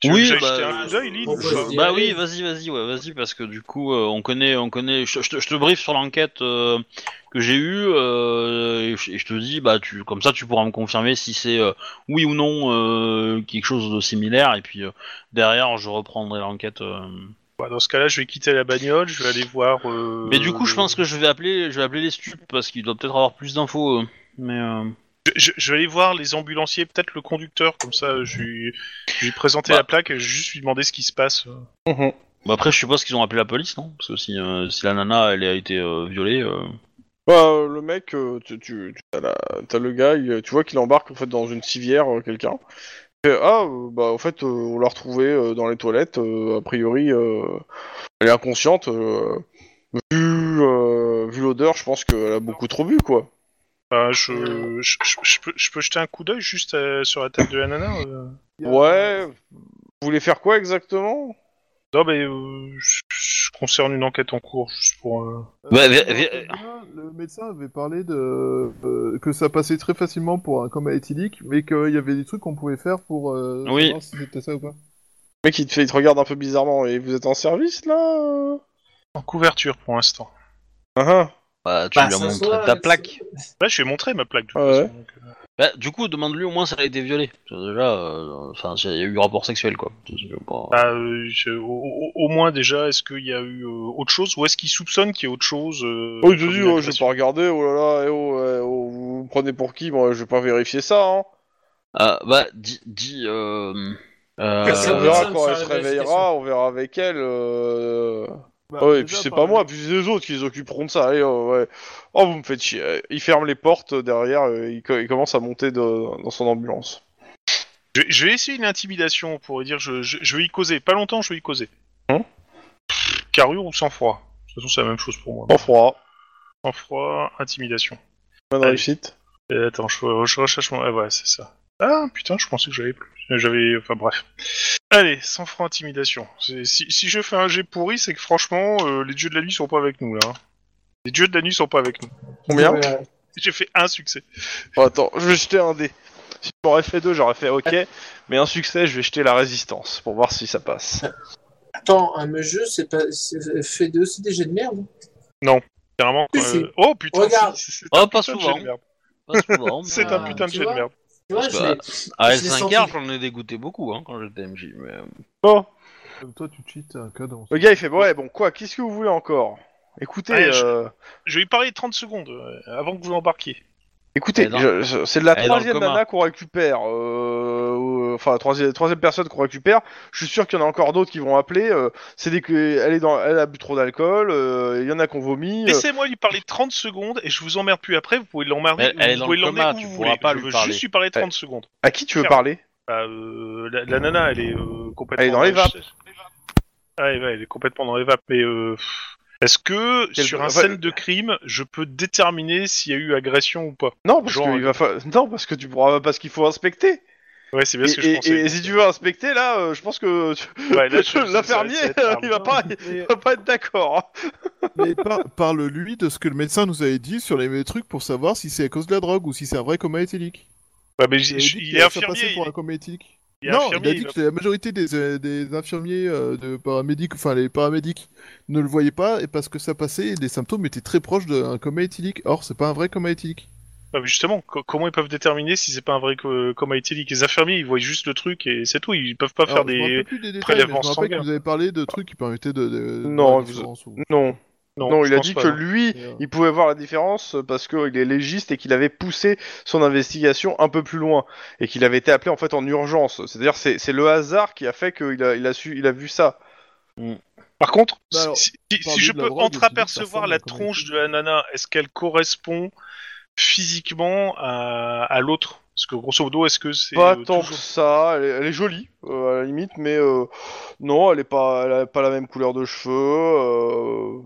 [SPEAKER 3] Tu
[SPEAKER 1] Oui,
[SPEAKER 3] veux que j'aille
[SPEAKER 1] bah,
[SPEAKER 3] jeter un coup d'œil, Lynn
[SPEAKER 5] on peut
[SPEAKER 3] Je-
[SPEAKER 5] se dire-
[SPEAKER 1] Bah oui, vas-y, vas-y, ouais, vas-y, parce que du coup, euh, on connaît, on connaît. Je, je te- je te briefe sur l'enquête euh, que j'ai eue euh, et, je, et je te dis, bah, tu, comme ça, tu pourras me confirmer si c'est euh, oui ou non euh, quelque chose de similaire. Et puis euh, derrière, je reprendrai l'enquête. euh.
[SPEAKER 3] Bah, dans ce cas-là, je vais quitter la bagnole, je vais aller voir. euh,
[SPEAKER 1] Mais du coup, je pense que je vais appeler, je vais appeler les stupes parce qu'ils doivent peut-être avoir plus d'infos. euh. Mais euh,
[SPEAKER 3] Je, je vais aller voir les ambulanciers, peut-être le conducteur, comme ça, je lui, je lui présenter
[SPEAKER 1] Bah.
[SPEAKER 3] la plaque et je vais juste lui demander ce qui se passe.
[SPEAKER 1] bah, après, je suppose qu'ils ont appelé la police, non Parce que si, euh, si la nana, elle a été euh, violée. euh,
[SPEAKER 2] Bah, euh, le mec, euh, tu, tu, tu- t'as, la- t'as le gars, il- tu vois qu'il embarque en fait dans une civière euh, quelqu'un. Il fait, ah euh, bah en fait euh, on l'a retrouvé euh, dans les toilettes. euh, a priori, euh, elle est inconsciente. euh, vu euh, vu l'odeur, je pense qu'elle a beaucoup trop bu quoi.
[SPEAKER 3] Bah, je, je, je- je peux, je peux jeter un coup d'œil juste euh, sur la tête de la nana euh.
[SPEAKER 2] Ouais. Vous voulez faire quoi exactement
[SPEAKER 3] Non, mais euh, je, je concerne une enquête en cours, juste pour. euh,
[SPEAKER 4] Euh,
[SPEAKER 1] Ouais, mais-
[SPEAKER 4] dans
[SPEAKER 1] mais-
[SPEAKER 4] le Tabula, Le médecin avait parlé de euh, que ça passait très facilement pour un coma éthylique, mais qu'il y avait des trucs qu'on pouvait faire pour euh,
[SPEAKER 1] Oui.
[SPEAKER 4] savoir si c'était ça ou pas.
[SPEAKER 2] Le mec il te fait, il te regarde un peu bizarrement. Et vous êtes en service là
[SPEAKER 3] En couverture pour l'instant. Euh,
[SPEAKER 2] Ah,
[SPEAKER 1] Bah, tu
[SPEAKER 5] Bah,
[SPEAKER 1] lui as
[SPEAKER 5] ça se
[SPEAKER 1] montré
[SPEAKER 5] voit,
[SPEAKER 1] ta
[SPEAKER 5] ça-
[SPEAKER 1] plaque.
[SPEAKER 3] Là, je vais montrer ma plaque. De toute
[SPEAKER 2] Ah Ouais.
[SPEAKER 3] façon, donc, euh.
[SPEAKER 1] Bah, du coup, demande-lui au moins si elle a été violée. Parce que Déjà, euh, enfin, il y a eu rapport sexuel, quoi. Je sais pas.
[SPEAKER 3] Bah, euh, je- au, au- au moins, déjà, est-ce qu'il y a eu euh, autre chose Ou est-ce qu'il soupçonne qu'il y a autre chose euh,
[SPEAKER 2] Oh, il te
[SPEAKER 3] comme
[SPEAKER 2] dit,
[SPEAKER 3] une
[SPEAKER 2] oh, je vais
[SPEAKER 3] agression
[SPEAKER 2] pas regarder, oh là là, eh oh, eh oh, vous me prenez pour qui Moi, je vais pas vérifier ça, hein.
[SPEAKER 1] Ah, bah, dis... dis euh, euh,
[SPEAKER 5] Ça
[SPEAKER 2] on
[SPEAKER 5] me
[SPEAKER 2] verra
[SPEAKER 5] semble
[SPEAKER 2] quand
[SPEAKER 5] faire
[SPEAKER 2] elle se
[SPEAKER 5] la vérification.
[SPEAKER 2] réveillera, on verra avec elle. Euh...
[SPEAKER 4] Bah,
[SPEAKER 2] ouais, et
[SPEAKER 4] déjà,
[SPEAKER 2] puis c'est
[SPEAKER 4] par-
[SPEAKER 2] pas moi, puis c'est les autres qui les occuperont de ça. Allez, oh, ouais. oh, vous me faites chier. Il ferme les portes derrière, euh, il, co- il commence à monter de- dans son ambulance.
[SPEAKER 3] je, vais- je vais essayer une intimidation pour dire je, je, je vais y causer. Pas longtemps, je vais y causer.
[SPEAKER 2] Hein
[SPEAKER 3] Pff, Carrure ou sans froid De toute façon, c'est la même chose pour moi.
[SPEAKER 2] En froid,
[SPEAKER 3] Sans froid, intimidation.
[SPEAKER 2] bonne
[SPEAKER 3] Allez.
[SPEAKER 2] réussite.
[SPEAKER 3] Euh, attends, je, je recherche mon. Ah, ouais, c'est ça. Ah putain, je pensais que j'avais plus. Euh, J'avais. Enfin bref. Allez, sans francs intimidation. C'est- Si, si je fais un jet pourri, c'est que franchement, euh, les dieux de la nuit sont pas avec nous là. hein. Les dieux de la nuit sont pas avec nous.
[SPEAKER 2] Combien
[SPEAKER 5] Ouais.
[SPEAKER 3] J'ai fait un succès.
[SPEAKER 2] Oh, Attends, je vais jeter un dé. Si je m'aurais fait deux, j'aurais fait ok, mais un succès, je vais jeter la résistance pour voir si ça passe.
[SPEAKER 5] Attends, un me jeu, c'est pas. c'est- Fait de- aussi des jets de merde.
[SPEAKER 3] Clairement.
[SPEAKER 5] Si, si.
[SPEAKER 3] Oh putain.
[SPEAKER 5] Regarde.
[SPEAKER 3] c'est- c'est- c'est
[SPEAKER 1] Oh,
[SPEAKER 3] un
[SPEAKER 1] pas
[SPEAKER 3] putain de
[SPEAKER 1] souvent.
[SPEAKER 3] jet de merde.
[SPEAKER 1] pas souvent, mais,
[SPEAKER 3] C'est
[SPEAKER 1] euh,
[SPEAKER 3] un putain de
[SPEAKER 5] tu
[SPEAKER 3] jet de
[SPEAKER 5] vois
[SPEAKER 3] merde.
[SPEAKER 5] Tu vois, je
[SPEAKER 1] Bah,
[SPEAKER 5] l'ai-
[SPEAKER 1] À
[SPEAKER 5] je l'ai
[SPEAKER 1] S5R,
[SPEAKER 5] senti.
[SPEAKER 1] j'en ai dégoûté beaucoup, hein, quand j'étais MJ. Mais... euh,
[SPEAKER 2] Oh,
[SPEAKER 4] Comme Toi, tu cheats un cadence.
[SPEAKER 2] le gars, il fait ouais, bon quoi, qu'est-ce que vous voulez encore Écoutez,
[SPEAKER 3] Ouais, je-
[SPEAKER 2] euh,
[SPEAKER 3] Je vais y parler 30 secondes euh, avant que vous embarquiez.
[SPEAKER 2] Écoutez,
[SPEAKER 1] Elle est dans-
[SPEAKER 2] je- je- c'est de la
[SPEAKER 1] elle est dans le
[SPEAKER 2] troisième
[SPEAKER 1] coma.
[SPEAKER 2] nana qu'on récupère, euh, euh, enfin la troisième, troisième personne qu'on récupère. Je suis sûr qu'il y en a encore d'autres qui vont appeler. euh, c'est des que elle est dans, elle a bu trop d'alcool. euh, Il y en a qu'on vomi. euh.
[SPEAKER 3] Laissez-moi lui parler 30 secondes et je vous emmerde plus après. Vous pouvez l'emmerder.
[SPEAKER 1] Elle- elle est
[SPEAKER 3] vous
[SPEAKER 1] dans
[SPEAKER 3] pouvez
[SPEAKER 1] le
[SPEAKER 3] l'emmerder
[SPEAKER 1] coma,
[SPEAKER 3] où
[SPEAKER 1] tu
[SPEAKER 3] vous
[SPEAKER 1] pourras
[SPEAKER 3] voulez.
[SPEAKER 1] pas
[SPEAKER 3] Je
[SPEAKER 1] lui
[SPEAKER 3] veux
[SPEAKER 1] parler.
[SPEAKER 3] juste lui parler 30
[SPEAKER 2] Ouais.
[SPEAKER 3] secondes.
[SPEAKER 2] euh, À qui tu veux
[SPEAKER 3] Faire.
[SPEAKER 2] parler
[SPEAKER 3] Bah, euh, la, la nana, elle est euh, complètement.
[SPEAKER 2] Elle est dans les vapes.
[SPEAKER 3] Ah, ouais, ouais, elle est complètement dans les vapes. Mais euh, est-ce que
[SPEAKER 2] Quel-
[SPEAKER 3] sur un
[SPEAKER 2] enfin,
[SPEAKER 3] scène de crime, je peux déterminer s'il y a eu agression ou pas
[SPEAKER 2] Non, parce
[SPEAKER 3] Genre,
[SPEAKER 2] que il va fa- non parce que tu pourras parce qu'il faut inspecter.
[SPEAKER 3] Ouais, c'est bien
[SPEAKER 2] Et,
[SPEAKER 3] ce que je
[SPEAKER 2] et-
[SPEAKER 3] pensais.
[SPEAKER 2] et si tu veux inspecter là, euh, je pense que tu-
[SPEAKER 3] Ouais, là, je-
[SPEAKER 2] l'infirmier
[SPEAKER 3] ça- ça va être
[SPEAKER 2] il
[SPEAKER 3] hard.
[SPEAKER 2] va pas, il va pas être d'accord.
[SPEAKER 4] Mais par- parle-lui de ce que le médecin nous avait dit sur les trucs pour savoir si c'est à cause de la drogue ou si c'est un vrai coma éthylique.
[SPEAKER 3] Ouais, mais
[SPEAKER 4] Il
[SPEAKER 3] j'ai-
[SPEAKER 4] avait
[SPEAKER 3] j'ai-
[SPEAKER 4] dit
[SPEAKER 3] il
[SPEAKER 4] que
[SPEAKER 3] est
[SPEAKER 4] ça passait
[SPEAKER 3] infirmier.
[SPEAKER 4] pour un coma éthylique.
[SPEAKER 3] il est
[SPEAKER 4] non,
[SPEAKER 3] infirmier,
[SPEAKER 4] il a dit
[SPEAKER 3] il va-
[SPEAKER 4] que la majorité des, euh, des infirmiers euh, de paramédics, enfin les paramédics, ne le voyaient pas et parce que ça passait et les symptômes étaient très proches d'un coma éthylique. Or, c'est pas un vrai coma éthylique.
[SPEAKER 3] Ouais, Ah, mais justement, co- comment ils peuvent déterminer si c'est pas un vrai co- coma éthylique Les infirmiers, ils voient juste le truc et c'est tout. Ils peuvent pas
[SPEAKER 4] Alors,
[SPEAKER 3] faire
[SPEAKER 4] je me rappelle
[SPEAKER 3] des.
[SPEAKER 4] plus des détails, mais je
[SPEAKER 3] prélèvements
[SPEAKER 4] me rappelle que
[SPEAKER 3] sanguins.
[SPEAKER 4] vous avez parlé de trucs qui permettaient de. de- de
[SPEAKER 2] Non,
[SPEAKER 4] voir la
[SPEAKER 2] vous-
[SPEAKER 4] différence ou-
[SPEAKER 2] Non, non,
[SPEAKER 3] je
[SPEAKER 2] il a
[SPEAKER 3] pense
[SPEAKER 2] dit
[SPEAKER 3] pas,
[SPEAKER 2] que
[SPEAKER 3] non.
[SPEAKER 2] lui,
[SPEAKER 4] Et, euh,
[SPEAKER 2] Il pouvait voir la différence parce qu'il est légiste et qu'il avait poussé son investigation un peu plus loin et qu'il avait été appelé en fait en urgence. C'est-à-dire c'est c'est le hasard qui a fait qu'il a, il a, su, il a vu ça.
[SPEAKER 3] Par contre,
[SPEAKER 4] Bah alors,
[SPEAKER 3] si, si-
[SPEAKER 4] parler
[SPEAKER 3] si je
[SPEAKER 4] de la
[SPEAKER 3] peux
[SPEAKER 4] drogue, tu dis que
[SPEAKER 3] entreapercevoir
[SPEAKER 4] personne
[SPEAKER 3] la
[SPEAKER 4] n'a commis
[SPEAKER 3] tronche de la nana, est-ce qu'elle correspond physiquement à, à l'autre Parce que grosso modo, est-ce que c'est
[SPEAKER 2] Pas
[SPEAKER 3] euh,
[SPEAKER 2] tant que
[SPEAKER 3] toujours-
[SPEAKER 2] ça, elle est, elle est jolie, euh, à la limite, mais euh, non, elle est pas, elle a pas la même couleur de cheveux. euh,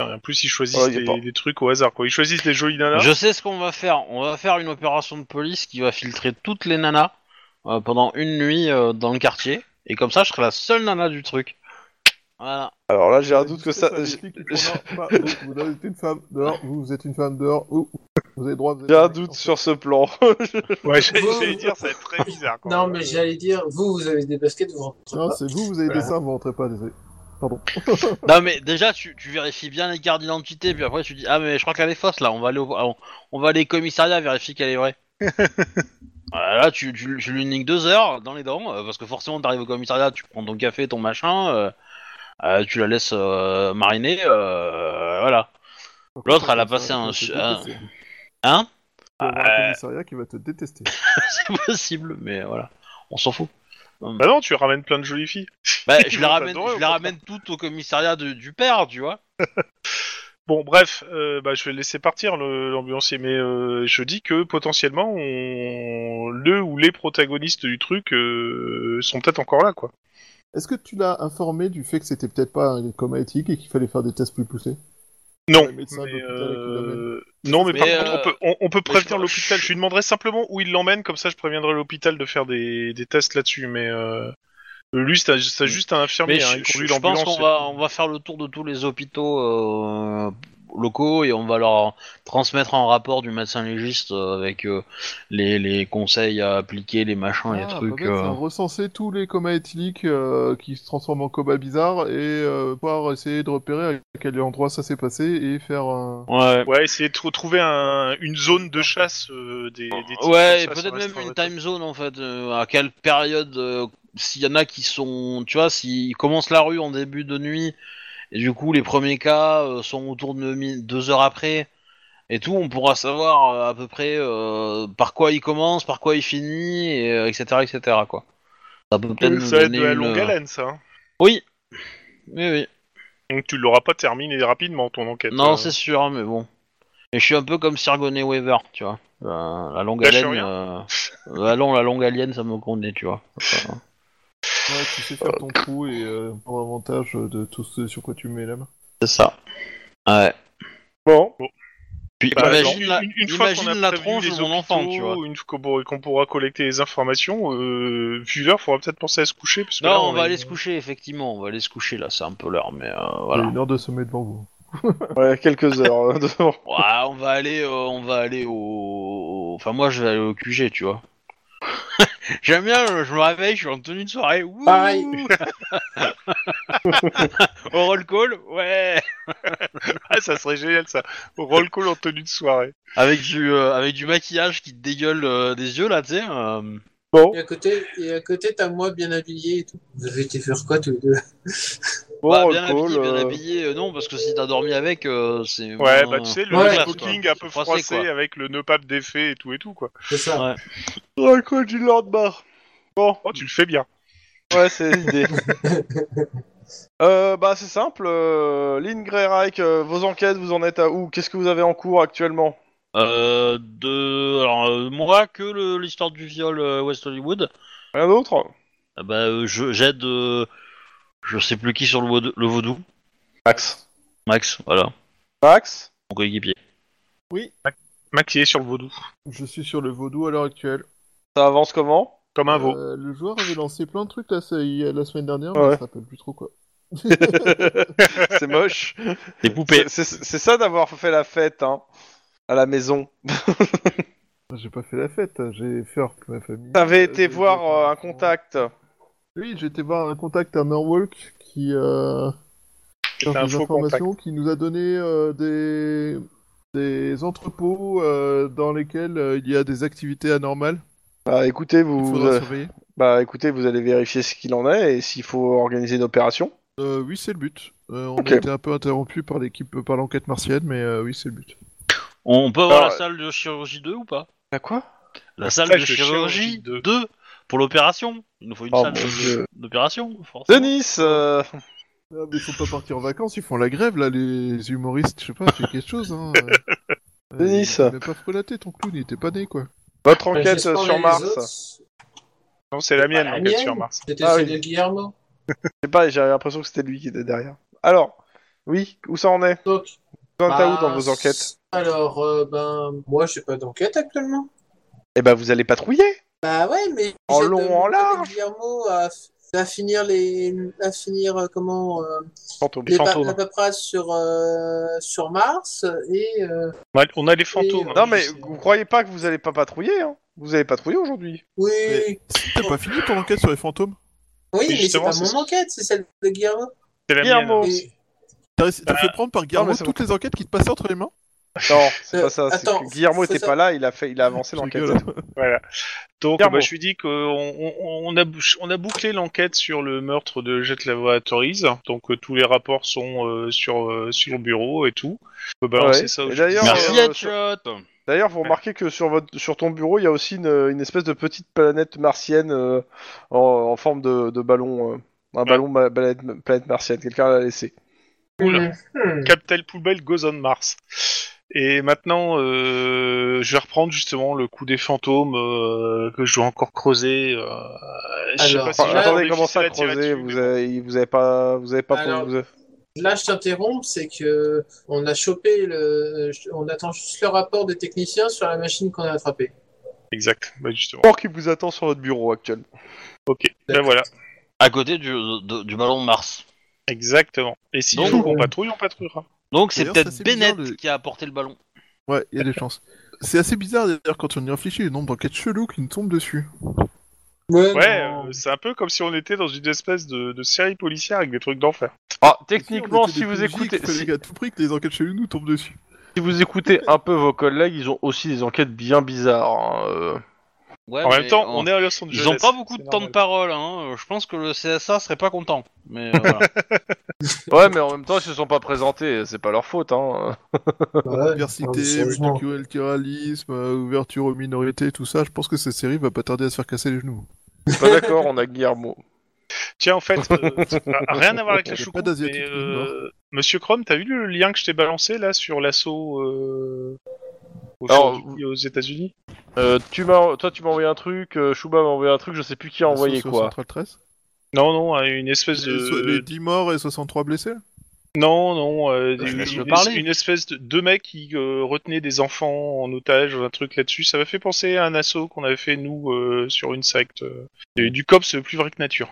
[SPEAKER 3] En plus, ils choisissent
[SPEAKER 2] Ouais, y a pas.
[SPEAKER 3] des, des trucs au hasard. Quoi. Ils choisissent des jolies nanas.
[SPEAKER 1] Je sais ce qu'on va faire. On va faire une opération de police qui va filtrer toutes les nanas euh, pendant une nuit euh, dans le quartier. Et comme ça, je serai la seule nana du truc. Voilà.
[SPEAKER 2] Alors là, j'ai un doute que ça. j'ai-
[SPEAKER 4] Non, pas- vous vous êtes une femme dehors, vous, vous êtes une femme dehors, ou vous avez droit. Vous avez
[SPEAKER 2] J'ai un doute sur ce plan.
[SPEAKER 3] Ouais, j'allais
[SPEAKER 5] Vous-
[SPEAKER 3] j'allais dire, ça va être très bizarre. Quoi.
[SPEAKER 5] Non, mais j'allais dire, vous, vous avez des baskets, vous rentrez
[SPEAKER 4] Non,
[SPEAKER 1] Ah.
[SPEAKER 5] pas.
[SPEAKER 4] c'est vous, vous avez des seins, vous rentrez pas, désolé. Pardon.
[SPEAKER 1] Non mais déjà, tu, tu vérifies bien les cartes d'identité, puis après tu dis ah mais je crois qu'elle est fausse là. On va aller au, ah, on, on va aller au commissariat vérifier qu'elle est vraie. Euh, là, tu, tu, tu lui niques deux heures dans les dents euh, parce que forcément t'arrives au commissariat, tu prends ton café, ton machin, euh, euh, tu la laisses euh, mariner, euh, voilà. L'autre, elle a passé un-
[SPEAKER 4] Tu
[SPEAKER 1] un-
[SPEAKER 4] vas détester.
[SPEAKER 1] Hein
[SPEAKER 4] Tu vas avoir un commissariat qui va te détester.
[SPEAKER 1] C'est possible, mais voilà, on s'en fout.
[SPEAKER 3] Bah non, tu ramènes plein de jolies filles.
[SPEAKER 1] Bah,
[SPEAKER 3] Ils
[SPEAKER 1] je
[SPEAKER 3] vont
[SPEAKER 1] la ramène,
[SPEAKER 3] t'adorer, au
[SPEAKER 1] je la
[SPEAKER 3] contraire.
[SPEAKER 1] ramène toute au commissariat de- du père, tu vois.
[SPEAKER 3] Bon, bref, euh, bah, je vais le laisser partir le- l'ambulancier, mais euh, je dis que potentiellement, on... le ou les protagonistes du truc euh, sont peut-être encore là, quoi.
[SPEAKER 4] Est-ce que tu l'as informé du fait que c'était peut-être pas un coma éthique et qu'il fallait faire des tests plus poussés
[SPEAKER 3] Non,
[SPEAKER 4] Ouais, mais ça,
[SPEAKER 3] mais,
[SPEAKER 4] l'hôpital, il
[SPEAKER 3] euh, non, mais
[SPEAKER 1] Mais,
[SPEAKER 3] par
[SPEAKER 1] euh,
[SPEAKER 3] contre, on peut, on, on peut
[SPEAKER 1] je
[SPEAKER 3] prévenir
[SPEAKER 1] crois-
[SPEAKER 3] l'hôpital. Je lui demanderai simplement où il l'emmène, comme ça, je préviendrai l'hôpital de faire des, des tests là-dessus. Mais euh, lui, c'est un- c'est juste un infirmier,
[SPEAKER 1] Mais
[SPEAKER 3] hein,
[SPEAKER 1] je,
[SPEAKER 3] il conduit
[SPEAKER 1] je- je pense
[SPEAKER 3] l'ambulance.
[SPEAKER 1] qu'on va, on va faire le tour de tous les hôpitaux euh, locaux et on va leur transmettre un rapport du médecin légiste euh, avec euh, les, les conseils à appliquer, les machins, les
[SPEAKER 4] Ah,
[SPEAKER 1] trucs.
[SPEAKER 4] pas bête,
[SPEAKER 1] euh.
[SPEAKER 4] ça. Recenser tous les comas éthyliques euh, qui se transforment en comas bizarres et euh, pouvoir essayer de repérer à quel endroit ça s'est passé et faire un...
[SPEAKER 1] Ouais.
[SPEAKER 3] Ouais, essayer de tr- trouver un- une zone de chasse euh, des, des types comme ça
[SPEAKER 1] Ouais, et
[SPEAKER 3] sur
[SPEAKER 1] peut-être
[SPEAKER 3] la
[SPEAKER 1] même
[SPEAKER 3] Star
[SPEAKER 1] une
[SPEAKER 3] Wars.
[SPEAKER 1] time zone en fait. euh, à quelle période, euh, s'il y en a qui sont, tu vois, s'ils commencent la rue en début de nuit, et du coup les premiers cas euh, sont autour de mi- deux heures après, et tout, on pourra savoir euh, à peu près euh, par quoi il commence, par quoi il finit, et, euh, etc., etc. Quoi. Ça peut peut-être
[SPEAKER 3] Oui,
[SPEAKER 1] nous
[SPEAKER 3] Ça va être
[SPEAKER 1] donner
[SPEAKER 3] de la
[SPEAKER 1] une,
[SPEAKER 3] longue
[SPEAKER 1] euh,
[SPEAKER 3] haleine, ça. hein.
[SPEAKER 1] Oui. Oui, oui.
[SPEAKER 3] Donc tu l'auras pas terminé rapidement, ton enquête.
[SPEAKER 1] Non,
[SPEAKER 3] euh.
[SPEAKER 1] c'est sûr, mais bon. Et je suis un peu comme Sargon et Weaver, tu vois. Euh, la longue
[SPEAKER 3] Lâche
[SPEAKER 1] haleine.
[SPEAKER 3] rien.
[SPEAKER 1] euh, bah non, la longue alien, ça me connaît, tu vois. Euh,
[SPEAKER 4] Ouais, tu sais faire ton trou et euh, prendre avantage de tout ce sur quoi tu mets la main.
[SPEAKER 1] C'est ça. Ouais.
[SPEAKER 2] Bon,
[SPEAKER 1] Puis
[SPEAKER 3] Bah,
[SPEAKER 1] imagine
[SPEAKER 3] genre,
[SPEAKER 1] la,
[SPEAKER 3] une, une fois qu'on
[SPEAKER 1] imagine
[SPEAKER 3] a
[SPEAKER 1] la
[SPEAKER 3] prévenu
[SPEAKER 1] tronche de
[SPEAKER 3] les
[SPEAKER 1] mon enfant,
[SPEAKER 3] hôpitaux,
[SPEAKER 1] tu vois.
[SPEAKER 3] Une fois qu'on pourra- qu'on pourra collecter les informations, euh, vu l'heure, faudra peut-être penser à se coucher. Parce que
[SPEAKER 1] Non,
[SPEAKER 3] là,
[SPEAKER 1] on va
[SPEAKER 3] est-
[SPEAKER 1] aller se coucher, effectivement. On va aller se coucher, là, c'est un peu l'heure, mais euh, voilà.
[SPEAKER 4] Il y a une heure de sommet devant vous.
[SPEAKER 2] ouais, quelques heures euh, devant.
[SPEAKER 1] Ouais, on va aller, euh, on va aller au... Enfin, moi, je vais aller au QG, tu vois. J'aime bien, euh, je me réveille, je suis en tenue de soirée. Wouh
[SPEAKER 5] Pareil.
[SPEAKER 1] au roll call, ouais
[SPEAKER 3] Ah, ça serait génial ça. Au Roll call en tenue de soirée.
[SPEAKER 1] Avec du, euh, avec du maquillage qui te dégueule euh, des yeux, là, tu sais. euh.
[SPEAKER 2] Bon,
[SPEAKER 5] Et à côté, et à côté, t'as moi bien habillé et tout. Vous avez été faire quoi tous les deux
[SPEAKER 2] bon,
[SPEAKER 1] Bah,
[SPEAKER 2] roll
[SPEAKER 1] bien
[SPEAKER 2] call,
[SPEAKER 1] habillé, bien
[SPEAKER 2] euh,
[SPEAKER 1] habillé, euh, non, parce que si t'as dormi avec, euh, c'est...
[SPEAKER 3] Ouais,
[SPEAKER 1] moins-
[SPEAKER 3] bah tu sais, le
[SPEAKER 5] Ouais.
[SPEAKER 3] smoking un peu
[SPEAKER 1] Froissé,
[SPEAKER 3] froissé
[SPEAKER 1] quoi.
[SPEAKER 3] avec le nœud pape défait et tout et tout quoi.
[SPEAKER 5] C'est ça.
[SPEAKER 1] Ouais.
[SPEAKER 2] roll call du lendemain. Bon,
[SPEAKER 3] Oh, tu le fais bien.
[SPEAKER 2] ouais, c'est l'idée. euh, bah, c'est simple. Euh, Lynn Greyreich, euh, vos enquêtes, vous en êtes à où Qu'est-ce que vous avez en cours actuellement
[SPEAKER 1] Euh, de... Alors, euh, moi, que le- l'histoire du viol euh, West Hollywood,
[SPEAKER 2] Rien d'autre
[SPEAKER 1] Ah bah, euh, je- j'aide... euh, je sais plus qui sur le, vaudou- le vaudou.
[SPEAKER 2] Max.
[SPEAKER 1] Max, voilà.
[SPEAKER 2] Max
[SPEAKER 1] Mon coéquipier.
[SPEAKER 3] Maquillé sur le vaudou.
[SPEAKER 4] Je suis sur le vaudou à l'heure actuelle.
[SPEAKER 2] Ça avance comment
[SPEAKER 3] Comme un veau.
[SPEAKER 4] Euh, le joueur avait lancé plein de trucs là, ça- il y a- la semaine dernière,
[SPEAKER 2] Ouais.
[SPEAKER 4] mais je me rappelle plus trop quoi.
[SPEAKER 2] C'est moche.
[SPEAKER 1] Des poupées.
[SPEAKER 2] C'est c'est- c'est ça d'avoir fait la fête, hein, à la maison.
[SPEAKER 4] J'ai pas fait la fête, j'ai fait hors que ma famille.
[SPEAKER 3] Ah.
[SPEAKER 2] T'avais
[SPEAKER 4] Euh,
[SPEAKER 2] été
[SPEAKER 4] j'ai-
[SPEAKER 2] voir
[SPEAKER 4] j'ai-
[SPEAKER 2] euh, un contact.
[SPEAKER 4] Oui, j'ai été voir un contact à Norwalk qui euh,
[SPEAKER 3] C'était
[SPEAKER 4] cherche
[SPEAKER 3] un
[SPEAKER 4] des
[SPEAKER 3] faux contact.
[SPEAKER 4] informations, qui nous a donné euh, des des entrepôts euh, dans lesquels euh, il y a des activités anormales.
[SPEAKER 2] Bah, écoutez, vous,
[SPEAKER 4] Il faudra
[SPEAKER 2] euh,
[SPEAKER 4] surveiller.
[SPEAKER 2] bah, écoutez, vous allez vérifier ce qu'il en est et s'il faut organiser une opération.
[SPEAKER 4] Euh, oui, c'est le but. Euh, on
[SPEAKER 2] Ok.
[SPEAKER 4] a été un peu interrompu par l'équipe, euh, par l'enquête martienne, mais euh, oui, c'est le but.
[SPEAKER 1] On peut avoir
[SPEAKER 2] Alors,
[SPEAKER 1] la salle de chirurgie 2 ou pas
[SPEAKER 2] À quoi
[SPEAKER 1] La salle
[SPEAKER 3] salle
[SPEAKER 1] de
[SPEAKER 3] de
[SPEAKER 1] chirurgie
[SPEAKER 3] chirurgie
[SPEAKER 1] 2, pour l'opération. Il nous faut une
[SPEAKER 2] Oh
[SPEAKER 1] salle
[SPEAKER 2] mon
[SPEAKER 1] de-
[SPEAKER 2] Dieu.
[SPEAKER 1] d'opération, forcément.
[SPEAKER 2] Denis euh,
[SPEAKER 4] Ah, mais ils sont pas partis en vacances, ils font la grève, là, les humoristes, je sais pas, c'est quelque chose, hein. Euh,
[SPEAKER 2] Denis.
[SPEAKER 4] il m'a pas frelaté, ton clown, il était pas né, quoi.
[SPEAKER 2] Votre
[SPEAKER 5] Mais
[SPEAKER 2] enquête
[SPEAKER 5] Bah, j'espère
[SPEAKER 2] euh,
[SPEAKER 5] que
[SPEAKER 2] sur
[SPEAKER 5] les
[SPEAKER 2] Mars.
[SPEAKER 5] autres,
[SPEAKER 2] Non, c'est la mienne,
[SPEAKER 5] la
[SPEAKER 2] l'enquête
[SPEAKER 5] mienne.
[SPEAKER 2] sur Mars.
[SPEAKER 5] C'était
[SPEAKER 2] Ah
[SPEAKER 5] celle
[SPEAKER 2] oui.
[SPEAKER 5] de Guillermo.
[SPEAKER 2] Je sais pas, j'avais l'impression que c'était lui qui était derrière. Alors, oui, où ça en est
[SPEAKER 5] Donc,
[SPEAKER 2] Vous en êtes
[SPEAKER 5] bah,
[SPEAKER 2] où dans vos enquêtes
[SPEAKER 5] Alors, euh, ben, moi, j'ai pas d'enquête actuellement.
[SPEAKER 2] Eh ben, vous allez patrouiller
[SPEAKER 5] Bah ouais, mais
[SPEAKER 2] En
[SPEAKER 5] j'aide
[SPEAKER 2] long,
[SPEAKER 5] mon
[SPEAKER 2] en
[SPEAKER 5] collègue
[SPEAKER 2] large.
[SPEAKER 5] Guillermo à, à finir les, à finir euh, comment euh,
[SPEAKER 2] Fantôme.
[SPEAKER 5] les pa-
[SPEAKER 3] fantômes.
[SPEAKER 5] la paperasse sur euh, sur Mars et euh,
[SPEAKER 3] On a- On a les fantômes.
[SPEAKER 5] Et, euh,
[SPEAKER 3] hein,
[SPEAKER 2] Non, mais
[SPEAKER 3] je sais.
[SPEAKER 2] vous croyez pas que vous allez pas patrouiller, hein Vous allez patrouiller aujourd'hui.
[SPEAKER 5] oui,
[SPEAKER 4] Mais- T'as pas fini ton enquête sur les fantômes
[SPEAKER 5] oui,
[SPEAKER 3] mais
[SPEAKER 5] mais c'est
[SPEAKER 3] justement,
[SPEAKER 5] pas
[SPEAKER 3] c'est
[SPEAKER 5] mon
[SPEAKER 3] ce-
[SPEAKER 5] enquête, c'est celle de Guillermo.
[SPEAKER 3] C'est la
[SPEAKER 2] Guillermo. Oh,
[SPEAKER 3] mienne. hein.
[SPEAKER 5] Et-
[SPEAKER 2] si.
[SPEAKER 4] T'as réussi- t'as fait prendre par Guillermo
[SPEAKER 2] Bah, mais ça
[SPEAKER 4] toutes les enquêtes qui te passaient entre les mains
[SPEAKER 2] Non, c'est
[SPEAKER 5] Euh,
[SPEAKER 2] pas ça. c'est
[SPEAKER 5] attends,
[SPEAKER 2] que Guillermo
[SPEAKER 5] faut
[SPEAKER 2] était
[SPEAKER 5] savoir-
[SPEAKER 2] pas là, il a, fait, il a avancé
[SPEAKER 4] Je
[SPEAKER 2] l'enquête.
[SPEAKER 4] rigole.
[SPEAKER 3] Donc,
[SPEAKER 2] Guillermo.
[SPEAKER 3] bah, je lui dis qu'on on, on a, bouch- on a bouclé l'enquête sur le meurtre de Jet Laboratories. Donc, euh, tous les rapports sont euh, sur, euh, sur le bureau et tout. On peut balancer
[SPEAKER 2] Ouais.
[SPEAKER 3] ça
[SPEAKER 2] Et
[SPEAKER 3] au-
[SPEAKER 2] d'ailleurs,
[SPEAKER 3] Merci.
[SPEAKER 1] Merci,
[SPEAKER 2] euh,
[SPEAKER 1] Headshot
[SPEAKER 2] D'ailleurs, vous remarquez que sur, votre, sur ton bureau, il y a aussi une, une espèce de petite planète martienne euh, en, en forme de, de ballon. euh, un ballon ma- planète, planète martienne. Quelqu'un l'a laissé.
[SPEAKER 3] Oula.
[SPEAKER 5] Hmm.
[SPEAKER 3] Captain Poubelle goes on Mars. Et maintenant, euh, je vais reprendre justement le coup des fantômes euh, que je dois encore creuser. euh, je sais
[SPEAKER 5] Alors,
[SPEAKER 3] pas si
[SPEAKER 2] Enfin,
[SPEAKER 5] Ouais,
[SPEAKER 3] je vais
[SPEAKER 2] attendez,
[SPEAKER 3] trouver
[SPEAKER 2] comment
[SPEAKER 3] difficile
[SPEAKER 2] ça
[SPEAKER 3] à tirer
[SPEAKER 2] creuser
[SPEAKER 3] dessus, mais
[SPEAKER 2] vous
[SPEAKER 3] bon.
[SPEAKER 2] avez, vous avez pas, vous avez pas,
[SPEAKER 5] Alors-
[SPEAKER 2] vous avez-
[SPEAKER 5] Là, je t'interromps, c'est que on a chopé le, on attend juste le rapport des techniciens sur la machine qu'on a attrapée.
[SPEAKER 3] Exact, bah, justement.
[SPEAKER 2] Or, qui vous attend sur votre bureau actuellement.
[SPEAKER 3] Ben voilà,
[SPEAKER 1] À côté du, de- du ballon de Mars.
[SPEAKER 3] exactement. Et si
[SPEAKER 1] Donc,
[SPEAKER 3] faut qu'on
[SPEAKER 5] euh,
[SPEAKER 3] patrouille, on patrouillera.
[SPEAKER 1] Donc c'est
[SPEAKER 4] D'ailleurs, ça,
[SPEAKER 1] peut-être
[SPEAKER 4] c'est bizarre,
[SPEAKER 1] Bennett
[SPEAKER 4] le-
[SPEAKER 1] qui a apporté le ballon.
[SPEAKER 4] Ouais, il y a des chances. C'est assez bizarre d'ailleurs quand on y réfléchit, le nombre d'enquêtes cheloues qui nous tombent dessus.
[SPEAKER 3] Ouais,
[SPEAKER 5] non.
[SPEAKER 3] euh, c'est un peu comme si on était dans une espèce de, de série policière avec des trucs d'enfer.
[SPEAKER 2] Ah, techniquement,
[SPEAKER 4] On était
[SPEAKER 2] si
[SPEAKER 4] des
[SPEAKER 2] vous
[SPEAKER 4] PJ qui
[SPEAKER 2] écoutez,
[SPEAKER 4] faisaient
[SPEAKER 2] si,
[SPEAKER 4] à tout prix que les enquêtes cheloues nous tombent dessus.
[SPEAKER 2] si vous écoutez un peu vos collègues, ils ont aussi des enquêtes bien bizarres. hein, euh.
[SPEAKER 1] Ouais,
[SPEAKER 3] en même
[SPEAKER 1] mais
[SPEAKER 3] temps,
[SPEAKER 1] en-
[SPEAKER 3] on est à Los Angeles.
[SPEAKER 1] Ils ont pas beaucoup de
[SPEAKER 3] c'est
[SPEAKER 1] temps de
[SPEAKER 3] normal.
[SPEAKER 1] parole, hein. Euh, je pense que le CSA serait pas content. Mais euh, voilà.
[SPEAKER 2] Ouais, mais en même temps, ils se sont pas présentés. C'est pas leur faute. Hein.
[SPEAKER 5] Ouais, non, mais
[SPEAKER 4] Diversité,
[SPEAKER 5] sérieusement.
[SPEAKER 4] multiculturalisme, euh, ouverture aux minorités, tout ça, je pense que cette série va pas tarder à se faire casser les genoux.
[SPEAKER 2] Pas d'accord, on a Guillermo.
[SPEAKER 3] Tiens, en fait, euh, ah, rien à voir avec
[SPEAKER 4] Y
[SPEAKER 3] la
[SPEAKER 4] a pas
[SPEAKER 3] choucroute,
[SPEAKER 4] d'asiatique
[SPEAKER 3] mais,
[SPEAKER 4] du
[SPEAKER 3] euh, Monsieur Chrome, t'as vu le lien que je t'ai balancé là sur l'assaut euh,
[SPEAKER 2] Alors,
[SPEAKER 3] aujourd'hui aux États-Unis
[SPEAKER 2] Euh, tu m'as, toi, tu m'as envoyé un truc. euh, Chouba m'a envoyé un truc. Je sais plus qui a envoyé
[SPEAKER 4] Sur- sur
[SPEAKER 2] quoi.
[SPEAKER 4] Central 13.
[SPEAKER 3] Non, non, à une espèce
[SPEAKER 4] Les, so-
[SPEAKER 3] de
[SPEAKER 4] les 10 morts et 63 blessés
[SPEAKER 3] non, non, euh,
[SPEAKER 1] Ouais,
[SPEAKER 3] une,
[SPEAKER 1] laisse-le
[SPEAKER 3] une-
[SPEAKER 1] parler.
[SPEAKER 3] une espèce de deux mecs qui euh, retenaient des enfants en otage, un truc là-dessus. Ça m'a fait penser à un assaut qu'on avait fait nous euh, sur une secte euh, du- du cops plus vrai que nature.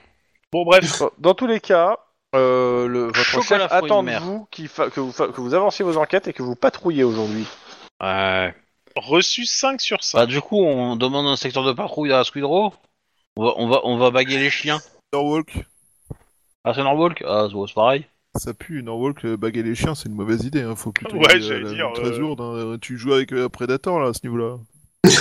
[SPEAKER 3] Bon, bref.
[SPEAKER 2] Bon, Dans tous les cas, euh, le, votre chef
[SPEAKER 1] Chocolat fruit
[SPEAKER 2] attend
[SPEAKER 1] de
[SPEAKER 2] de
[SPEAKER 1] mer.
[SPEAKER 2] vous, qu'il fa- que vous fa- que vous avanciez vos enquêtes et que vous patrouillez aujourd'hui.
[SPEAKER 1] Ouais.
[SPEAKER 3] Reçu 5 sur 5.
[SPEAKER 1] Bah, du coup, on demande un secteur de patrouille à Squidrow. On va, on va, on va baguer les chiens.
[SPEAKER 4] Norwalk,
[SPEAKER 1] Ah, c'est Norwalk Ah, c'est c'est pareil.
[SPEAKER 4] ça pue, Norwalk, euh, baguer les chiens, c'est une mauvaise idée, hein. faut plutôt
[SPEAKER 3] Ouais,
[SPEAKER 4] y aller à
[SPEAKER 3] j'allais
[SPEAKER 4] la
[SPEAKER 3] dire,
[SPEAKER 4] main très
[SPEAKER 3] euh,
[SPEAKER 4] lourde, hein. tu joues avec euh, un Predator là, à ce niveau-là.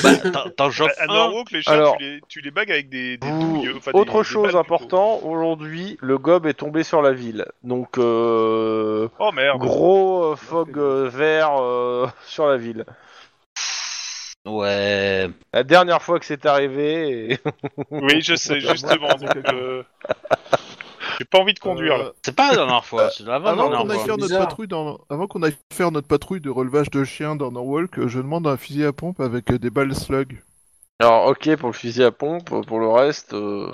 [SPEAKER 1] Bah, t'en- t'en chopes
[SPEAKER 3] À, à
[SPEAKER 1] un.
[SPEAKER 3] Norwalk, les chiens,
[SPEAKER 2] Alors,
[SPEAKER 3] tu, les, tu les bagues avec des, des
[SPEAKER 2] Vous-
[SPEAKER 3] douilles. euh, enfin, des-
[SPEAKER 2] Autre
[SPEAKER 3] des balles
[SPEAKER 2] chose
[SPEAKER 3] plutôt.
[SPEAKER 2] importante, aujourd'hui, le gob est tombé sur la ville. Donc, euh,
[SPEAKER 3] Oh merde.
[SPEAKER 2] gros euh, fog euh, vert euh, sur la ville.
[SPEAKER 1] Ouais.
[SPEAKER 2] La dernière fois que c'est arrivé, et-
[SPEAKER 3] Oui, je sais, justement. donc, euh, J'ai pas envie de conduire. là.
[SPEAKER 4] Euh,
[SPEAKER 1] C'est pas la dernière fois, c'est
[SPEAKER 3] ah
[SPEAKER 4] Avant
[SPEAKER 1] l'avant-dernière
[SPEAKER 4] qu'on aille
[SPEAKER 1] fois.
[SPEAKER 4] faire notre
[SPEAKER 5] Bizarre.
[SPEAKER 4] patrouille dans, avant qu'on aille faire notre patrouille de relevage de chiens dans Norwalk, euh, je demande un fusil à pompe avec euh, des balles slug.
[SPEAKER 2] alors ok pour le fusil à pompe, pour le reste, euh,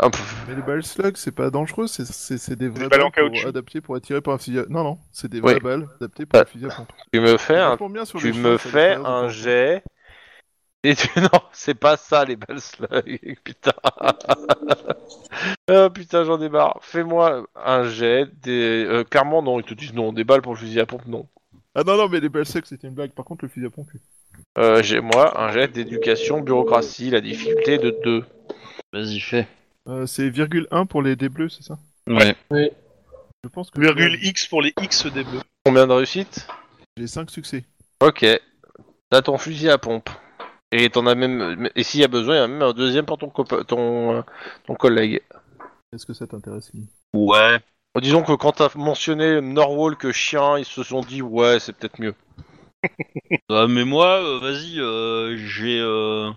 [SPEAKER 2] un peu-
[SPEAKER 4] Mais les balles slug, c'est pas dangereux, c'est- c'est c'est des vraies
[SPEAKER 3] balles en
[SPEAKER 4] pour-
[SPEAKER 3] caoutchouc.
[SPEAKER 4] adaptées pour attirer par un fusil à... Non, non, c'est des vraies
[SPEAKER 2] Oui.
[SPEAKER 4] balles adaptées pour
[SPEAKER 2] Ah.
[SPEAKER 4] un fusil à pompe.
[SPEAKER 2] tu me fais
[SPEAKER 4] Ils
[SPEAKER 2] un,
[SPEAKER 4] répondent bien sur
[SPEAKER 2] hein, tu
[SPEAKER 4] les
[SPEAKER 2] me
[SPEAKER 4] chiens, ça les
[SPEAKER 2] fais
[SPEAKER 4] frères,
[SPEAKER 2] un
[SPEAKER 4] donc-
[SPEAKER 2] jet. Et tu... non, c'est pas ça les balles slug, putain. Ah, putain, j'en ai marre. Fais-moi un jet. Des... euh, clairement, non, ils te disent non. Des balles pour le fusil à pompe, non.
[SPEAKER 4] Ah non, non, mais les balles slug, c'était une blague, par contre, le fusil à pompe... oui.
[SPEAKER 2] Euh, j'ai moi un jet d'éducation, bureaucratie, la difficulté de 2.
[SPEAKER 1] Vas-y, fais.
[SPEAKER 4] Euh, c'est virgule 1 pour les dés bleus, c'est ça
[SPEAKER 1] Ouais.
[SPEAKER 4] Je pense que
[SPEAKER 3] Virgule X pour les X des bleus.
[SPEAKER 2] Combien de réussites
[SPEAKER 4] j'ai 5 succès.
[SPEAKER 2] Ok. T'as ton fusil à pompe. Et t'en as même. Et s'il y a besoin, il y en a même un deuxième pour ton, copain- ton, euh, ton collègue.
[SPEAKER 4] Est-ce que ça t'intéresse Lily
[SPEAKER 1] Ouais.
[SPEAKER 2] Bon, disons que quand t'as mentionné Norwalk chien, ils se sont dit ouais, c'est peut-être mieux.
[SPEAKER 1] Euh, mais moi, euh, vas-y, euh, j'ai. euh,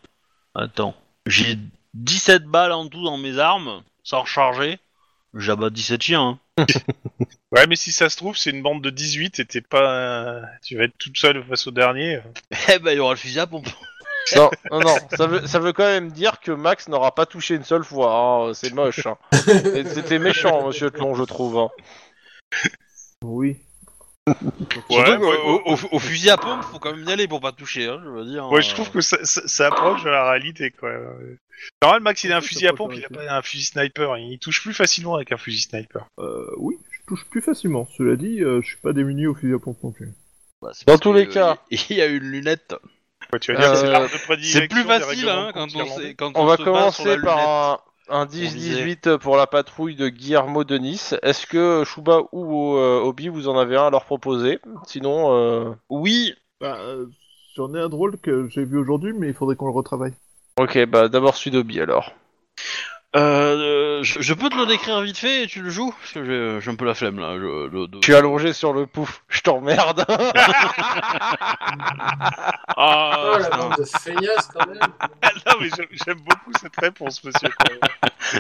[SPEAKER 1] Attends. J'ai 17 balles en tout dans mes armes, sans recharger. J'abats 17 chiens. hein.
[SPEAKER 3] Ouais, mais si ça se trouve, c'est une bande de 18 et t'es pas. un- Tu vas être toute seule face au dernier.
[SPEAKER 1] Eh ben, il y aura le fusil à pompe.
[SPEAKER 2] Non, non, non, ça veut, ça veut quand même dire que Max n'aura pas touché une seule fois, hein, c'est moche. hein. Et C'était méchant, monsieur Tlon, je trouve. hein.
[SPEAKER 6] Oui.
[SPEAKER 1] Surtout
[SPEAKER 3] Ouais,
[SPEAKER 1] que,
[SPEAKER 3] ouais,
[SPEAKER 1] au, au- au fusil à pompe, faut quand même y aller pour pas toucher, hein, je veux dire.
[SPEAKER 3] Ouais, je
[SPEAKER 1] euh,
[SPEAKER 3] trouve que ça, ça- ça approche de la réalité, quoi. Normal, Max, il a un
[SPEAKER 6] Ça
[SPEAKER 3] fusil à
[SPEAKER 6] approche de
[SPEAKER 3] pompe, il
[SPEAKER 6] la
[SPEAKER 3] a pas un fusil sniper. Il touche plus facilement avec un fusil sniper.
[SPEAKER 6] Euh, oui, je touche plus facilement. Cela dit, euh, je suis pas démuni au fusil à pompe non plus.
[SPEAKER 1] bah, c'est
[SPEAKER 2] Dans
[SPEAKER 1] parce
[SPEAKER 2] tous
[SPEAKER 1] que,
[SPEAKER 2] les cas.
[SPEAKER 1] euh, Il y a une lunette.
[SPEAKER 3] Ouais, tu vas dire,
[SPEAKER 2] Euh,
[SPEAKER 3] c'est l'arme de prédilection
[SPEAKER 1] C'est plus
[SPEAKER 3] des
[SPEAKER 1] facile
[SPEAKER 3] règlements
[SPEAKER 1] hein, quand on,
[SPEAKER 3] irlandais.
[SPEAKER 1] sait- quand
[SPEAKER 2] On
[SPEAKER 1] on
[SPEAKER 2] va
[SPEAKER 1] se base sur la
[SPEAKER 2] commencer par
[SPEAKER 1] lunette.
[SPEAKER 2] un, un
[SPEAKER 1] disait.
[SPEAKER 2] 10-18 pour la patrouille de Guillermo de Nice. Est-ce que Shuba ou euh, Obi, vous en avez un à leur proposer Sinon, euh,
[SPEAKER 1] Oui,
[SPEAKER 6] Bah, euh, j'en ai un drôle que j'ai vu aujourd'hui, mais il faudrait qu'on le retravaille.
[SPEAKER 2] ok, bah d'abord celui d'Obi alors.
[SPEAKER 1] euh, je, je peux te le décrire vite fait et tu le joues Parce que j'ai- j'ai un peu la flemme là. je- de- de-
[SPEAKER 2] Je suis allongé sur le pouf, je t'emmerde. hein,
[SPEAKER 3] Ah,
[SPEAKER 5] Oh, la bande de feignasses, quand même.
[SPEAKER 3] non, mais j'aime- j'aime beaucoup cette réponse, monsieur.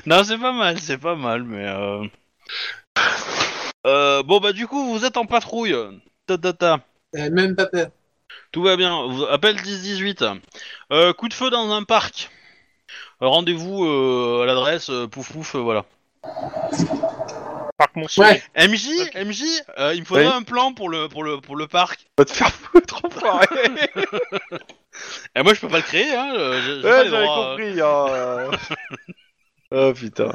[SPEAKER 1] Non, c'est pas mal, c'est pas mal, mais. euh, euh, bon, bah, du coup, vous êtes en patrouille. Ta ta ta.
[SPEAKER 5] Elle a Eh, même pas peur.
[SPEAKER 1] Tout va bien. Vous appelle 10-18. Euh, coup de feu dans un parc. Euh, Rendez-vous euh, à l'adresse euh, pouf pouf, euh, voilà.
[SPEAKER 3] Par contre,
[SPEAKER 5] Ouais.
[SPEAKER 1] MJ, MJ, euh, il me faudrait
[SPEAKER 2] Oui.
[SPEAKER 1] un plan pour le, pour le, pour le parc.
[SPEAKER 2] Va te faire foutre, enfoiré.
[SPEAKER 1] Et moi, je peux pas le créer, hein. euh, j'ai- j'ai pas
[SPEAKER 2] Ouais,
[SPEAKER 1] les
[SPEAKER 2] j'avais
[SPEAKER 1] droits, euh.
[SPEAKER 2] compris. hein, euh. oh putain.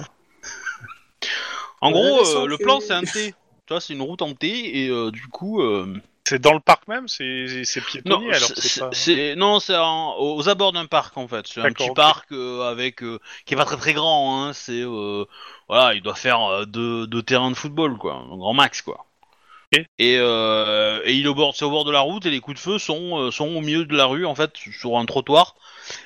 [SPEAKER 1] En
[SPEAKER 5] Ouais,
[SPEAKER 1] gros,
[SPEAKER 5] laisse
[SPEAKER 1] euh,
[SPEAKER 5] en
[SPEAKER 1] le
[SPEAKER 5] fait.
[SPEAKER 1] plan, c'est un T. Tu vois, c'est une route en T, et euh, du coup. euh,
[SPEAKER 3] c'est dans le parc même, c'est c'est- c'est
[SPEAKER 1] Non,
[SPEAKER 3] piétonnier alors.
[SPEAKER 1] c'est-
[SPEAKER 3] c'est
[SPEAKER 1] c'est-
[SPEAKER 3] pas-
[SPEAKER 1] c'est- non, c'est en- aux aux abords d'un parc en fait. C'est un
[SPEAKER 3] D'accord,
[SPEAKER 1] petit
[SPEAKER 3] ok.
[SPEAKER 1] parc euh, avec euh, qui est pas très très grand. Hein, c'est euh, voilà, il doit faire euh, deux, deux terrains de football quoi, un grand max quoi.
[SPEAKER 3] Ok.
[SPEAKER 1] Et, euh, et il est au bord, c'est au bord de la route et les coups de feu sont euh, sont au milieu de la rue en fait sur un trottoir.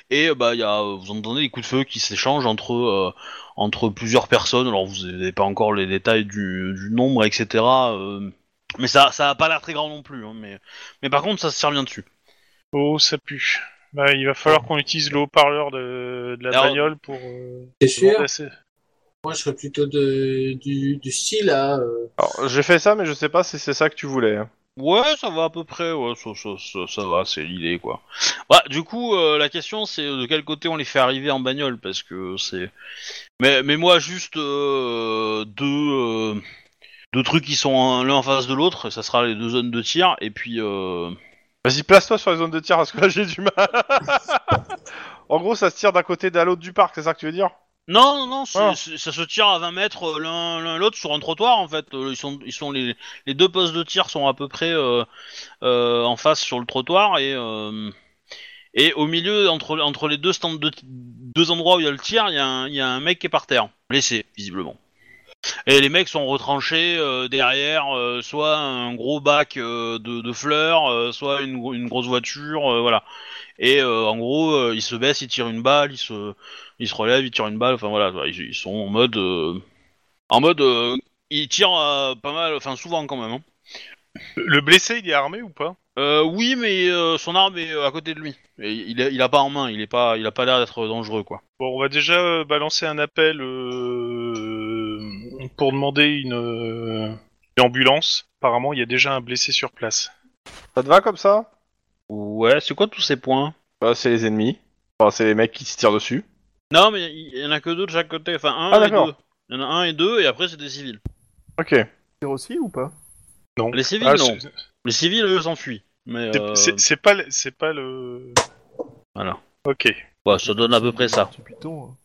[SPEAKER 1] Et euh, bah il y a, euh, vous entendez les coups de feu qui s'échangent entre euh, entre plusieurs personnes. Alors vous n'avez pas encore les détails du, du nombre etc. euh, mais ça ça a pas l'air très grand non plus. hein, mais mais par contre ça se sert bien dessus.
[SPEAKER 3] Oh, ça pue. Bah, il va falloir qu'on utilise le haut-parleur de, de la
[SPEAKER 1] Alors-
[SPEAKER 3] bagnole pour. euh,
[SPEAKER 5] T'es sûr
[SPEAKER 3] remplacer.
[SPEAKER 5] Moi, je serais plutôt de, du, du style à. euh,
[SPEAKER 2] Alors, j'ai fait ça, mais je sais pas si c'est ça que tu voulais. hein.
[SPEAKER 1] Ouais, ça va à peu près, ouais, ça, ça, ça, ça va, c'est l'idée, quoi. Bah, du coup, euh, la question, c'est de quel côté on les fait arriver en bagnole, parce que c'est... Mais, mais moi, juste euh, deux, euh, deux trucs qui sont un- l'un en face de l'autre, ça sera les deux zones de tir, et puis... Euh...
[SPEAKER 2] Vas-y, place-toi sur les zones de tir parce que là j'ai du mal. en gros, ça se tire d'un côté à l'autre du parc, c'est ça que tu veux dire
[SPEAKER 1] Non, non, non, c'est-
[SPEAKER 2] Ah.
[SPEAKER 1] c'est- ça se tire à 20 mètres euh, l'un l'un et l'autre sur un trottoir, en fait. Euh, Ils sont, ils sont les, les deux postes de tir sont à peu près euh, euh, en face sur le trottoir et euh, et au milieu entre entre les deux stands de deux endroits où il y a le tir, il y a un, il y a un mec qui est par terre, blessé visiblement. Et les mecs sont retranchés euh, derrière, euh, soit un gros bac euh, de, de fleurs, euh, soit une, gro- une grosse voiture, euh, voilà. Et euh, en gros, euh, ils se baissent, ils tirent une balle, ils se, ils se relèvent, ils tirent une balle, enfin voilà, quoi, ils, ils sont en mode. euh, en mode. euh, ils tirent euh, pas mal, enfin souvent quand même. hein.
[SPEAKER 3] Le blessé, il est armé ou pas
[SPEAKER 1] Euh, oui, mais euh, son arme est euh, à côté de lui. Et il, a, il a pas en main, il, est pas, il a pas l'air d'être dangereux quoi.
[SPEAKER 3] Bon, on va déjà euh, balancer un appel euh, pour demander une, euh, une ambulance. Apparemment, il y a déjà un blessé sur place.
[SPEAKER 2] Ça te va comme ça
[SPEAKER 1] Ouais, c'est quoi tous ces points
[SPEAKER 2] Bah, c'est les ennemis. Enfin, c'est les mecs qui se tirent dessus.
[SPEAKER 1] Non, mais il il y, en a que deux de chaque côté, enfin un
[SPEAKER 2] Ah,
[SPEAKER 1] et
[SPEAKER 2] d'accord.
[SPEAKER 1] deux. Il y en a un et deux, et après c'est des civils.
[SPEAKER 2] Ok.
[SPEAKER 6] Tire aussi ou pas
[SPEAKER 1] Les civils,
[SPEAKER 2] Ah,
[SPEAKER 1] non.
[SPEAKER 2] c'est-
[SPEAKER 1] Les civils, eux, s'enfuient. Mais
[SPEAKER 3] C'est-
[SPEAKER 1] euh,
[SPEAKER 3] c'est- C'est pas, le- c'est pas le.
[SPEAKER 1] Voilà.
[SPEAKER 3] Ok.
[SPEAKER 1] ouais, bah, ça donne à peu près ça.
[SPEAKER 6] Petit piton, hein.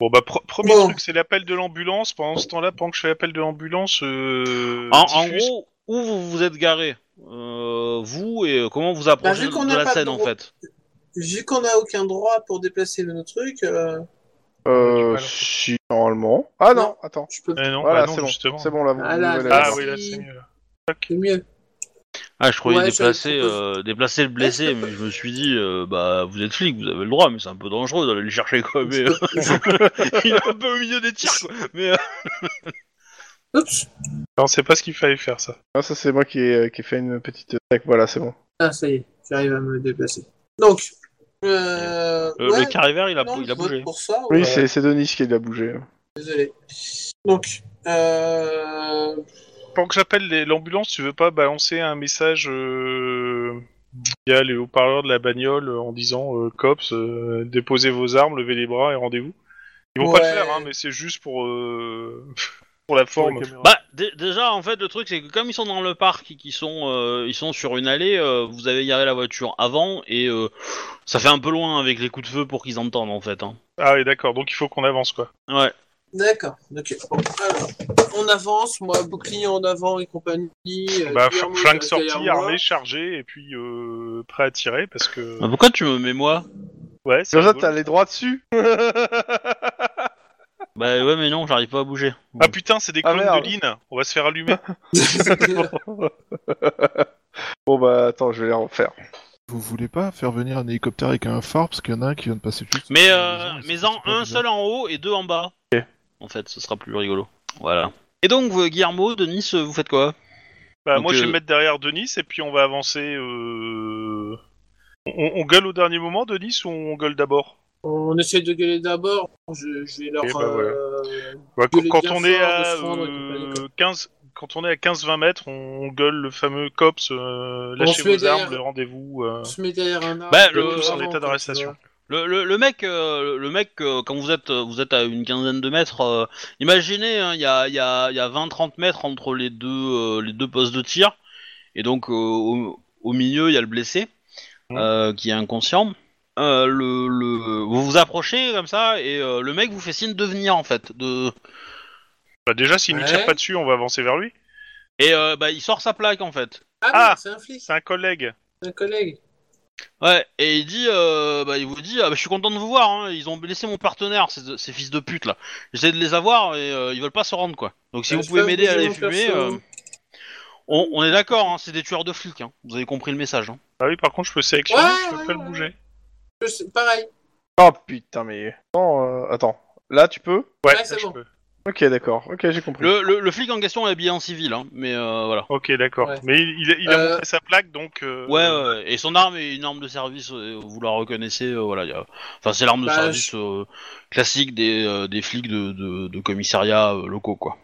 [SPEAKER 3] Bon, bah, pro- premier
[SPEAKER 5] Bon.
[SPEAKER 3] truc, c'est l'appel de l'ambulance. Pendant ce temps-là, pendant que je fais l'appel de l'ambulance, euh,
[SPEAKER 1] En, en
[SPEAKER 3] diffuse-
[SPEAKER 1] gros, où vous vous êtes garé euh, Vous et euh, comment vous approchez
[SPEAKER 5] Bah, vu qu'on
[SPEAKER 1] de
[SPEAKER 5] a
[SPEAKER 1] la
[SPEAKER 5] pas de
[SPEAKER 1] scène en
[SPEAKER 5] droit-
[SPEAKER 1] fait
[SPEAKER 5] Vu qu'on n'a aucun droit pour déplacer le truc, euh,
[SPEAKER 2] Euh,
[SPEAKER 3] Ouais, tu
[SPEAKER 2] si, normalement. Ah non,
[SPEAKER 5] Non.
[SPEAKER 2] attends.
[SPEAKER 5] je peux.
[SPEAKER 3] Eh non,
[SPEAKER 2] Voilà,
[SPEAKER 3] bah non,
[SPEAKER 2] c'est bon.
[SPEAKER 3] justement.
[SPEAKER 2] C'est bon, là, vous
[SPEAKER 5] Ah, là,
[SPEAKER 2] vous allez
[SPEAKER 5] là,
[SPEAKER 3] Ah
[SPEAKER 2] avoir.
[SPEAKER 3] oui, là,
[SPEAKER 5] Si.
[SPEAKER 3] c'est mieux.
[SPEAKER 5] C'est mieux.
[SPEAKER 1] Ah, je croyais
[SPEAKER 5] Ouais,
[SPEAKER 1] déplacer,
[SPEAKER 5] j'avais proposé-
[SPEAKER 1] euh, déplacer le blessé, mais je me suis dit, euh, bah, vous êtes flic, vous avez le droit, mais c'est un peu dangereux d'aller le chercher, quoi. Mais, euh, il est un peu au milieu des tirs, quoi. Mais, euh,
[SPEAKER 5] Oups.
[SPEAKER 3] Non, c'est pas ce qu'il fallait faire, ça.
[SPEAKER 2] Ah, ça, c'est moi qui ai, qui ai fait une petite attaque. Voilà, c'est bon.
[SPEAKER 5] Ah, ça y est, j'arrive à me déplacer. Donc, euh,
[SPEAKER 1] euh,
[SPEAKER 5] ouais,
[SPEAKER 1] le carré vert, il a,
[SPEAKER 5] non,
[SPEAKER 1] il a
[SPEAKER 5] je vote
[SPEAKER 1] bougé.
[SPEAKER 5] pour ça.
[SPEAKER 2] Oui,
[SPEAKER 5] ouais.
[SPEAKER 2] c'est c'est Denis qui l'a bougé.
[SPEAKER 5] Désolé. Donc, euh,
[SPEAKER 3] Pendant que j'appelle les- l'ambulance, tu veux pas balancer un message euh, via les haut-parleurs de la bagnole euh, en disant euh, Cops, euh, déposez vos armes, levez les bras et rendez-vous Ils vont pas
[SPEAKER 5] Ouais.
[SPEAKER 3] le faire, hein, mais c'est juste pour, euh, pour la forme.
[SPEAKER 1] Bah, dé- déjà, en fait, le truc, c'est que comme ils sont dans le parc et qu'ils sont, euh, ils sont sur une allée, euh, vous avez garé la voiture avant et euh, ça fait un peu loin avec les coups de feu pour qu'ils entendent, en fait. Hein.
[SPEAKER 3] Ah oui, d'accord, donc il faut qu'on avance quoi.
[SPEAKER 1] Ouais.
[SPEAKER 5] d'accord. Ok. Alors, on avance, moi, bouclier en avant et compagnie. euh,
[SPEAKER 3] bah, fl- flingue
[SPEAKER 5] Guillermo, tu restes derrière
[SPEAKER 3] sorti,
[SPEAKER 5] moi.
[SPEAKER 3] armé, chargé, et puis euh, prêt à tirer parce que.
[SPEAKER 1] Bah, pourquoi tu me mets moi
[SPEAKER 3] Ouais, c'est
[SPEAKER 2] Comme ça,
[SPEAKER 3] rigolo.
[SPEAKER 2] t'as les droits dessus.
[SPEAKER 1] Bah ouais, mais non, j'arrive pas à bouger.
[SPEAKER 3] Ah putain, c'est des
[SPEAKER 2] Ah,
[SPEAKER 3] clones
[SPEAKER 2] merde.
[SPEAKER 3] de Lynn, on va se faire allumer.
[SPEAKER 2] Bon, bah, attends, je vais les refaire.
[SPEAKER 4] Vous voulez pas faire venir un hélicoptère avec un phare parce qu'il y en a un qui vient de passer juste.
[SPEAKER 1] Mais,
[SPEAKER 4] sur
[SPEAKER 1] euh,
[SPEAKER 4] la maison et
[SPEAKER 1] mais
[SPEAKER 4] c'est
[SPEAKER 1] en
[SPEAKER 4] pas
[SPEAKER 1] un
[SPEAKER 4] bizarre.
[SPEAKER 1] seul en haut et deux en bas. En fait, ce sera plus rigolo. Voilà. Et donc, vous, Guillermo, Denis, euh, vous faites quoi
[SPEAKER 3] Bah,
[SPEAKER 1] Donc,
[SPEAKER 3] moi, je vais
[SPEAKER 1] euh,
[SPEAKER 3] me mettre derrière Denis et puis on va avancer. euh, On, on gueule au dernier moment, Denis, ou on gueule d'abord
[SPEAKER 5] On essaie de gueuler d'abord. Je, je vais leur.
[SPEAKER 3] Eh ben,
[SPEAKER 5] euh,
[SPEAKER 3] Bah,
[SPEAKER 5] Gueuler
[SPEAKER 3] Quand
[SPEAKER 5] bien
[SPEAKER 3] on est
[SPEAKER 5] fort,
[SPEAKER 3] à
[SPEAKER 5] de se fendre et
[SPEAKER 3] euh,
[SPEAKER 5] compagnie,
[SPEAKER 3] 15, quand on est à 15-20 mètres, on gueule le fameux cops, euh,
[SPEAKER 5] On
[SPEAKER 3] lâchez
[SPEAKER 5] se Ah, met
[SPEAKER 3] vos armes,
[SPEAKER 5] derrière.
[SPEAKER 3] le rendez-vous. euh,
[SPEAKER 5] On se met derrière un arbre.
[SPEAKER 1] Bah,
[SPEAKER 3] Le
[SPEAKER 1] Euh,
[SPEAKER 3] tous en
[SPEAKER 5] avant,
[SPEAKER 3] état
[SPEAKER 5] quoi,
[SPEAKER 3] d'arrestation.
[SPEAKER 1] Le, le, le mec, euh, le mec euh, quand vous êtes, euh, vous êtes à une quinzaine de mètres, euh, imaginez, hein, il y a, il y a, il y a 20-30 mètres entre les deux, euh, les deux postes de tir, et donc euh, au, au milieu, il y a le blessé, euh, qui est inconscient. Euh, le, le, vous vous approchez comme ça, et euh, le mec vous fait signe de venir, en fait. De...
[SPEAKER 3] Bah, déjà, s'il nous
[SPEAKER 5] Ouais.
[SPEAKER 3] tire pas dessus, on va avancer vers lui.
[SPEAKER 1] Et euh, bah, il sort sa plaque, en fait.
[SPEAKER 5] Ah,
[SPEAKER 3] Ah.
[SPEAKER 5] merde, c'est un flic,
[SPEAKER 3] C'est un collègue.
[SPEAKER 5] c'est un collègue.
[SPEAKER 1] Ouais, et il dit, euh, bah, il vous dit, ah, bah, je suis content de vous voir, hein, ils ont blessé mon partenaire, ces, ces fils de pute là. J'essaie de les avoir et euh, ils veulent pas se rendre quoi. Donc si
[SPEAKER 5] Euh,
[SPEAKER 1] vous
[SPEAKER 5] je
[SPEAKER 1] pouvez
[SPEAKER 5] peux
[SPEAKER 1] m'aider à
[SPEAKER 5] bouger
[SPEAKER 1] les
[SPEAKER 5] mon
[SPEAKER 1] fumer,
[SPEAKER 5] perso.
[SPEAKER 1] euh, on, on est d'accord, hein, c'est des tueurs de flics, hein. vous avez compris le message. Hein.
[SPEAKER 3] Ah oui, par contre, je peux sélectionner,
[SPEAKER 5] Ouais,
[SPEAKER 3] je peux
[SPEAKER 5] ouais,
[SPEAKER 3] pas
[SPEAKER 5] ouais.
[SPEAKER 3] le bouger.
[SPEAKER 5] Je sais- Pareil.
[SPEAKER 2] Oh putain, mais. Non, euh, attends. Là, tu peux
[SPEAKER 3] Ouais,
[SPEAKER 5] Ouais, c'est
[SPEAKER 3] là, je
[SPEAKER 5] bon.
[SPEAKER 3] peux.
[SPEAKER 2] Ok, d'accord. Ok, j'ai compris.
[SPEAKER 1] Le, le, le flic en question est habillé en civil, hein, mais euh, voilà.
[SPEAKER 3] Ok, d'accord.
[SPEAKER 5] Ouais.
[SPEAKER 3] Mais il, il- il a
[SPEAKER 5] Euh,
[SPEAKER 3] montré sa plaque, donc. euh,
[SPEAKER 1] Ouais, ouais, et son arme est une arme de service, euh, vous la reconnaissez, euh, voilà. y a- Enfin, c'est l'arme de
[SPEAKER 5] Bah,
[SPEAKER 1] service euh, classique des, euh, des flics de, de, de commissariat euh, locaux quoi.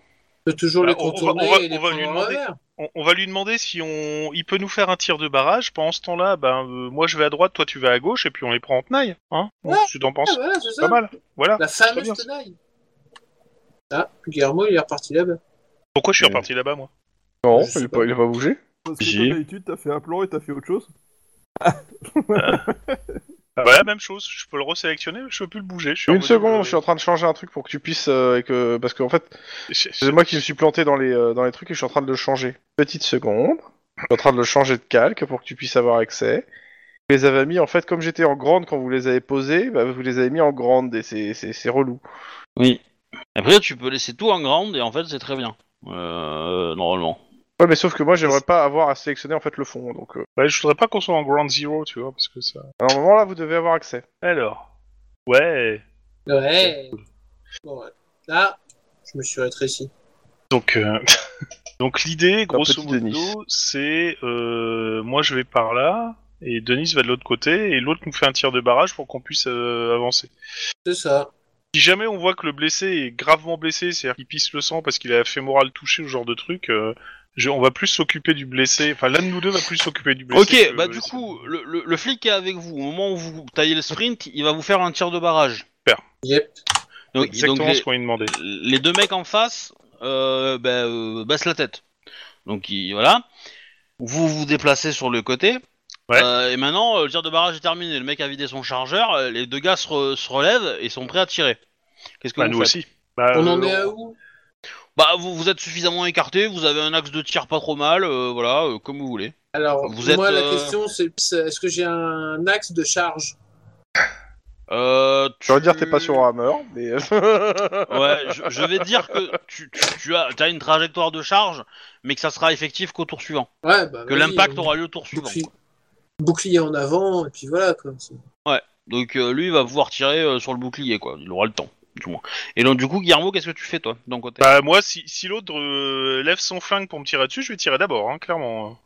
[SPEAKER 5] Je peux toujours
[SPEAKER 3] Bah,
[SPEAKER 5] les
[SPEAKER 3] on va-
[SPEAKER 5] contourner
[SPEAKER 3] on va-
[SPEAKER 5] et les
[SPEAKER 3] on va lui
[SPEAKER 5] prendre en
[SPEAKER 3] demander.
[SPEAKER 5] revers.
[SPEAKER 3] On, on va lui demander si on, il peut nous faire un tir de barrage. Pendant ce temps-là, ben, euh, moi je vais à droite, toi tu vas à gauche, et puis on les prend en tenaille. Hein
[SPEAKER 5] Ouais.
[SPEAKER 3] Qu'est-ce que t'en
[SPEAKER 5] Ah,
[SPEAKER 3] penses
[SPEAKER 5] voilà, c'est ça. Bah,
[SPEAKER 3] Pas mal. Voilà.
[SPEAKER 5] La
[SPEAKER 3] Très
[SPEAKER 5] fameuse
[SPEAKER 3] bien.
[SPEAKER 5] tenaille. Ah, Guillermo, il est reparti là-bas.
[SPEAKER 3] Pourquoi je suis
[SPEAKER 2] Euh.
[SPEAKER 3] reparti là-bas, moi
[SPEAKER 2] Non,
[SPEAKER 6] je sais
[SPEAKER 2] il a
[SPEAKER 6] pas.
[SPEAKER 2] pas, il a pas bougé.
[SPEAKER 6] Parce que
[SPEAKER 1] J'ai-
[SPEAKER 6] comme d'habitude, t'as fait un plan et t'as fait autre chose.
[SPEAKER 3] Ah, Bah, la même chose. Je peux le resélectionner, mais je peux plus le bouger. Je suis en
[SPEAKER 2] Une
[SPEAKER 3] mode,
[SPEAKER 2] seconde,
[SPEAKER 3] euh,
[SPEAKER 2] je suis en train de changer un truc pour que tu puisses. euh, et que... Parce qu'en fait, c'est moi qui me suis planté dans les, euh, dans les trucs et je suis en train de le changer. Petite seconde. Je suis en train de le changer de calque pour que tu puisses avoir accès. Vous les avez mis, en fait, comme j'étais en grande quand vous les avez posés, bah, vous les avez mis en grande et c'est- c'est c'est relou.
[SPEAKER 1] Oui. Après, tu peux laisser tout en grande et en fait, c'est très bien. Euh, normalement.
[SPEAKER 2] Ouais, mais sauf que moi, j'aimerais pas avoir à sélectionner en fait le fond. Donc, euh,
[SPEAKER 3] Bah, je voudrais pas qu'on soit en ground zero, tu vois, parce que ça.
[SPEAKER 2] à un moment là, vous devez avoir accès.
[SPEAKER 3] Alors. Ouais.
[SPEAKER 5] Ouais. Bon, ouais. Là, je me suis rétréci.
[SPEAKER 3] Donc, euh, donc l'idée, grosso
[SPEAKER 2] petit Denis.
[SPEAKER 3] modo, c'est euh, moi je vais par là et Denis va de l'autre côté et l'autre nous fait un tir de barrage pour qu'on puisse euh, avancer.
[SPEAKER 5] C'est ça.
[SPEAKER 3] Si jamais on voit que le blessé est gravement blessé, c'est-à-dire qu'il pisse le sang parce qu'il a la fémorale touchée, ce genre de truc, euh, je- on va plus s'occuper du blessé. Enfin, l'un de nous deux va plus s'occuper du blessé.
[SPEAKER 1] Ok,
[SPEAKER 3] que-
[SPEAKER 1] bah du coup, le, le, le flic qui est avec vous, au moment où vous taillez le sprint, il va vous faire un tir de barrage.
[SPEAKER 5] Yep.
[SPEAKER 1] Donc,
[SPEAKER 3] exactement
[SPEAKER 1] donc
[SPEAKER 3] ce qu'on lui demandait.
[SPEAKER 1] les, les deux mecs en face euh, bah, euh, baissent la tête. Donc il- voilà. Vous vous déplacez sur le côté.
[SPEAKER 3] Ouais.
[SPEAKER 1] Euh, et maintenant, euh, le tir de barrage est terminé. Le mec a vidé son chargeur. euh, Les deux gars se, re- se relèvent et sont prêts à tirer. Qu'est-ce que
[SPEAKER 3] Bah,
[SPEAKER 1] vous
[SPEAKER 3] nous
[SPEAKER 1] faites
[SPEAKER 3] aussi. Bah,
[SPEAKER 5] on en
[SPEAKER 3] euh,
[SPEAKER 5] est à où
[SPEAKER 1] Bah vous, vous êtes suffisamment écartés. Vous avez un axe de tir pas trop mal. euh, voilà, euh, comme vous voulez.
[SPEAKER 5] Alors,
[SPEAKER 1] Vous êtes,
[SPEAKER 5] moi, la
[SPEAKER 1] euh,
[SPEAKER 5] question, c'est c'est- est-ce que j'ai un axe de charge
[SPEAKER 1] Euh,
[SPEAKER 2] Je veux dire, t'es pas hein. sur Hammer, mais.
[SPEAKER 1] Ouais, je, je vais dire que tu, tu, tu as t'as une trajectoire de charge, mais que ça sera effectif qu'au tour suivant.
[SPEAKER 5] Ouais, bah.
[SPEAKER 1] Que
[SPEAKER 5] vas-y,
[SPEAKER 1] l'impact
[SPEAKER 5] on-
[SPEAKER 1] aura lieu au tour suivant.
[SPEAKER 5] bouclier,
[SPEAKER 1] quoi.
[SPEAKER 5] bouclier en avant, et puis voilà, quoi. C'est-
[SPEAKER 1] Donc euh, lui, il va pouvoir tirer euh, sur le bouclier, quoi. Il aura le temps, du moins. Et donc, du coup, Guillermo, qu'est-ce que tu fais, toi, d'un côté
[SPEAKER 3] Bah, moi, si, si l'autre euh, lève son flingue pour me tirer dessus, je vais tirer d'abord, hein, clairement.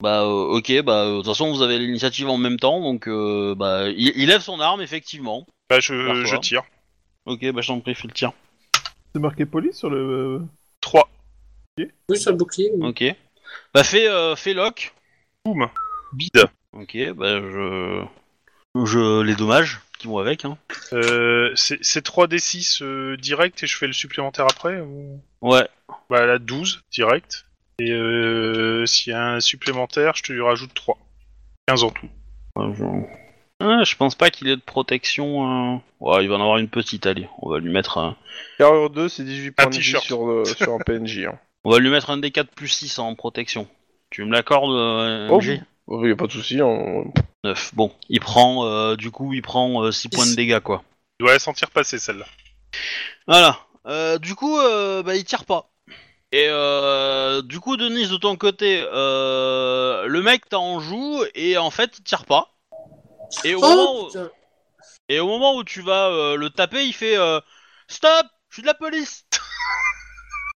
[SPEAKER 1] Bah, euh, ok, bah, euh, de toute façon, vous avez l'initiative en même temps, donc, euh, bah, il, il lève son arme, effectivement.
[SPEAKER 3] Bah,
[SPEAKER 1] Par
[SPEAKER 3] je,
[SPEAKER 1] quoi
[SPEAKER 3] je tire.
[SPEAKER 1] Ok, bah, je t'en prie, fais le tir.
[SPEAKER 6] C'est marqué police sur le. euh,
[SPEAKER 2] 3.
[SPEAKER 5] Oui, sur le bouclier. oui.
[SPEAKER 1] Ok. Bah fais, euh, fais lock.
[SPEAKER 2] Boum.
[SPEAKER 1] Bide. Ok, bah je... Je... Les dommages qui vont avec, hein.
[SPEAKER 3] Euh, c'est c'est 3d6 euh, direct et je fais le supplémentaire après ou...
[SPEAKER 1] Ouais.
[SPEAKER 3] Bah là 12 direct. Et euh, s'il y a un supplémentaire, je te lui rajoute 3. 15 en tout.
[SPEAKER 1] Ouais, je... Ah, je pense pas qu'il ait de protection. euh. Ouais, il va en avoir une petite, allez. On va lui mettre un...
[SPEAKER 2] Carrure 2, c'est 18 points de vie
[SPEAKER 3] t-shirt.
[SPEAKER 2] sur, euh, sur un PNJ. Hein.
[SPEAKER 1] On va lui mettre un D4 plus 6 en protection. Tu me l'accordes, euh,
[SPEAKER 2] Oh,
[SPEAKER 1] MJ?
[SPEAKER 2] Oh, y a pas de souci. on-
[SPEAKER 1] 9. Bon, il prend, euh, du coup, il prend 6 points de dégâts, quoi.
[SPEAKER 3] Il doit la sentir passer celle-là.
[SPEAKER 1] Voilà. Euh, du coup, euh, bah, il tire pas. Et euh, du coup, Denise, de ton côté, euh, le mec t'en joue et en fait, il tire pas. Et au, moment,
[SPEAKER 5] Oh,
[SPEAKER 1] où,
[SPEAKER 5] putain.
[SPEAKER 1] et au moment où tu vas euh, le taper, il fait euh, Stop Je suis de la police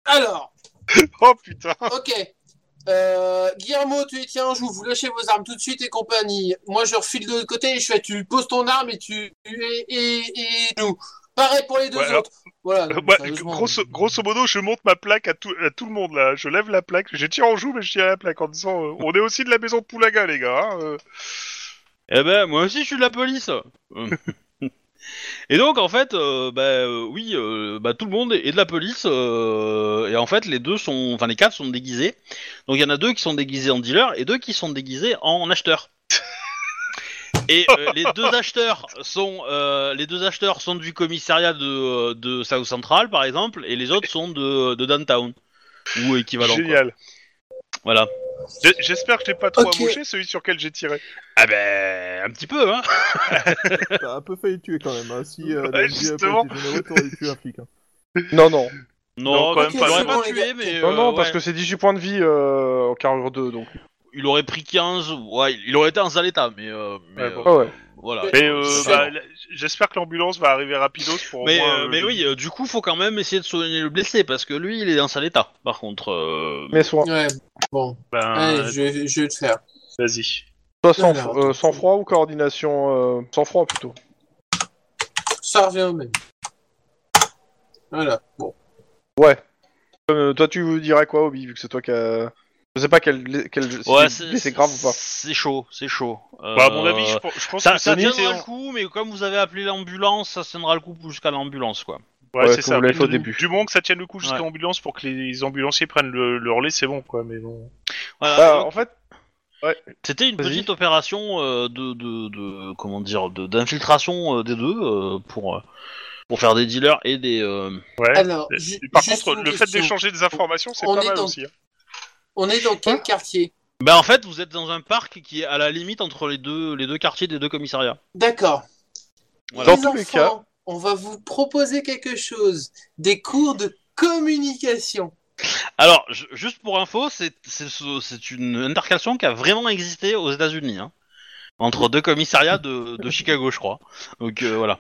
[SPEAKER 5] Alors,
[SPEAKER 3] Oh putain
[SPEAKER 5] ok. Euh, Guillermo, tu y tiens, je vous vous lâchez vos armes tout de suite et compagnie. Moi, je refile de l'autre côté et je fais, tu poses ton arme et tu et, et, et nous. Pareil pour les deux
[SPEAKER 3] Ouais, alors-
[SPEAKER 5] autres. Voilà.
[SPEAKER 3] Euh,
[SPEAKER 5] non,
[SPEAKER 3] bah,
[SPEAKER 5] sérieusement.
[SPEAKER 3] grosso, grosso modo, je monte ma plaque à tout, à tout le monde là. Je lève la plaque, j'ai tiré en joue, mais je tire à la plaque en disant euh, On est aussi de la maison de Poulaga, les gars. hein, euh.
[SPEAKER 1] Eh ben, moi aussi, je suis de la police Et donc, en fait, euh, bah, euh, oui, euh, bah, tout le monde est de la police. euh, et en fait, les deux sont, enfin, les quatre sont déguisés. Donc, il y en a deux qui sont déguisés en dealer et deux qui sont déguisés en acheteurs. Et euh, les deux acheteurs sont, euh, les deux acheteurs sont du commissariat de, euh, de South Central, par exemple, et les autres sont de, de Downtown ou équivalent. quoi.
[SPEAKER 3] Génial.
[SPEAKER 1] Voilà.
[SPEAKER 3] J'ai- J'espère que je l'ai pas trop
[SPEAKER 5] Ok.
[SPEAKER 3] amoché, celui sur lequel j'ai tiré.
[SPEAKER 1] Ah ben, un petit peu, hein.
[SPEAKER 6] T'as un peu failli le tuer quand même. hein. Si euh,
[SPEAKER 3] Ouais,
[SPEAKER 6] la MJ avait pas
[SPEAKER 3] justement.
[SPEAKER 6] été généreuse, t'aurais tué un flic. hein.
[SPEAKER 2] Non, non.
[SPEAKER 1] Non,
[SPEAKER 3] quand
[SPEAKER 1] quand
[SPEAKER 3] même pas.
[SPEAKER 1] l'aurait pas
[SPEAKER 5] Ok, c'est
[SPEAKER 1] tué,
[SPEAKER 5] bon, les
[SPEAKER 1] mais
[SPEAKER 2] non,
[SPEAKER 1] euh,
[SPEAKER 2] non, parce
[SPEAKER 1] ouais.
[SPEAKER 2] que c'est 18 points de vie euh, en carrure 2. Donc.
[SPEAKER 1] il aurait pris 15, ouais, il aurait été en sale état, mais, euh, mais,
[SPEAKER 3] Ouais, bon.
[SPEAKER 1] euh,
[SPEAKER 2] Ah ouais.
[SPEAKER 1] voilà.
[SPEAKER 3] Mais euh,
[SPEAKER 1] Ça,
[SPEAKER 3] bah,
[SPEAKER 1] bon.
[SPEAKER 3] la- j'espère que l'ambulance va arriver rapidos pour. au
[SPEAKER 1] mais,
[SPEAKER 3] moins,
[SPEAKER 1] euh,
[SPEAKER 3] euh,
[SPEAKER 1] mais oui, euh, du coup, faut quand même essayer de soigner le blessé parce que lui, il est en sale état. Par contre, euh,
[SPEAKER 2] Mais soin.
[SPEAKER 5] Ouais, bon.
[SPEAKER 3] ben,
[SPEAKER 5] Allez, je, vais- je vais le faire.
[SPEAKER 3] Vas-y.
[SPEAKER 2] Toi, sans,
[SPEAKER 5] Alors,
[SPEAKER 2] euh, sans froid ou coordination euh, Sans froid plutôt.
[SPEAKER 5] Ça revient au même. Voilà. Bon.
[SPEAKER 2] Ouais. Euh, toi, tu dirais quoi, Obi, vu que c'est toi qui a. Je sais pas quel. quel si
[SPEAKER 1] ouais,
[SPEAKER 2] c'est c'est grave ou pas
[SPEAKER 1] C'est chaud, c'est chaud.
[SPEAKER 3] Bah, à
[SPEAKER 1] Euh,
[SPEAKER 3] mon avis, je, pense- je pense
[SPEAKER 1] ça,
[SPEAKER 3] que
[SPEAKER 1] ça
[SPEAKER 3] Sony,
[SPEAKER 1] tiendra
[SPEAKER 3] c'est en-
[SPEAKER 1] le coup, mais comme vous avez appelé l'ambulance, ça tiendra le coup jusqu'à l'ambulance, quoi.
[SPEAKER 2] Ouais,
[SPEAKER 3] Ouais,
[SPEAKER 2] comme
[SPEAKER 3] c'est ça.
[SPEAKER 2] vous l'avez fait au
[SPEAKER 3] Du-
[SPEAKER 2] début.
[SPEAKER 3] Du moment que ça tienne le coup jusqu'à
[SPEAKER 1] Ouais.
[SPEAKER 3] l'ambulance pour que les ambulanciers prennent le, le relais, c'est bon quoi. Mais bon.
[SPEAKER 1] Voilà,
[SPEAKER 2] Bah,
[SPEAKER 1] donc,
[SPEAKER 2] en fait,
[SPEAKER 1] C'était une
[SPEAKER 2] vas-y.
[SPEAKER 1] petite opération euh, de, de, de- comment dire de- d'infiltration euh, des deux euh, pour euh, pour faire des dealers et des euh,
[SPEAKER 3] Ouais.
[SPEAKER 5] Alors, ju-
[SPEAKER 3] Par
[SPEAKER 5] juste
[SPEAKER 3] contre,
[SPEAKER 5] une
[SPEAKER 3] le fait
[SPEAKER 5] question.
[SPEAKER 3] d'échanger des informations, c'est
[SPEAKER 5] On
[SPEAKER 3] pas
[SPEAKER 5] est
[SPEAKER 3] mal
[SPEAKER 5] dans-
[SPEAKER 3] aussi. hein.
[SPEAKER 5] On est dans quel quartier
[SPEAKER 1] Bah en fait, vous êtes dans un parc qui est à la limite entre les deux, les deux quartiers des deux commissariats.
[SPEAKER 5] D'accord.
[SPEAKER 1] Voilà.
[SPEAKER 5] Les
[SPEAKER 2] Dans tous les cas-
[SPEAKER 5] enfants, on va vous proposer quelque chose. Des cours de communication.
[SPEAKER 1] Alors, ju- juste pour info, c'est c'est ce- c'est une intercation qui a vraiment existé aux États-Unis, hein, entre deux commissariats de, de Chicago, je crois. Donc euh, voilà.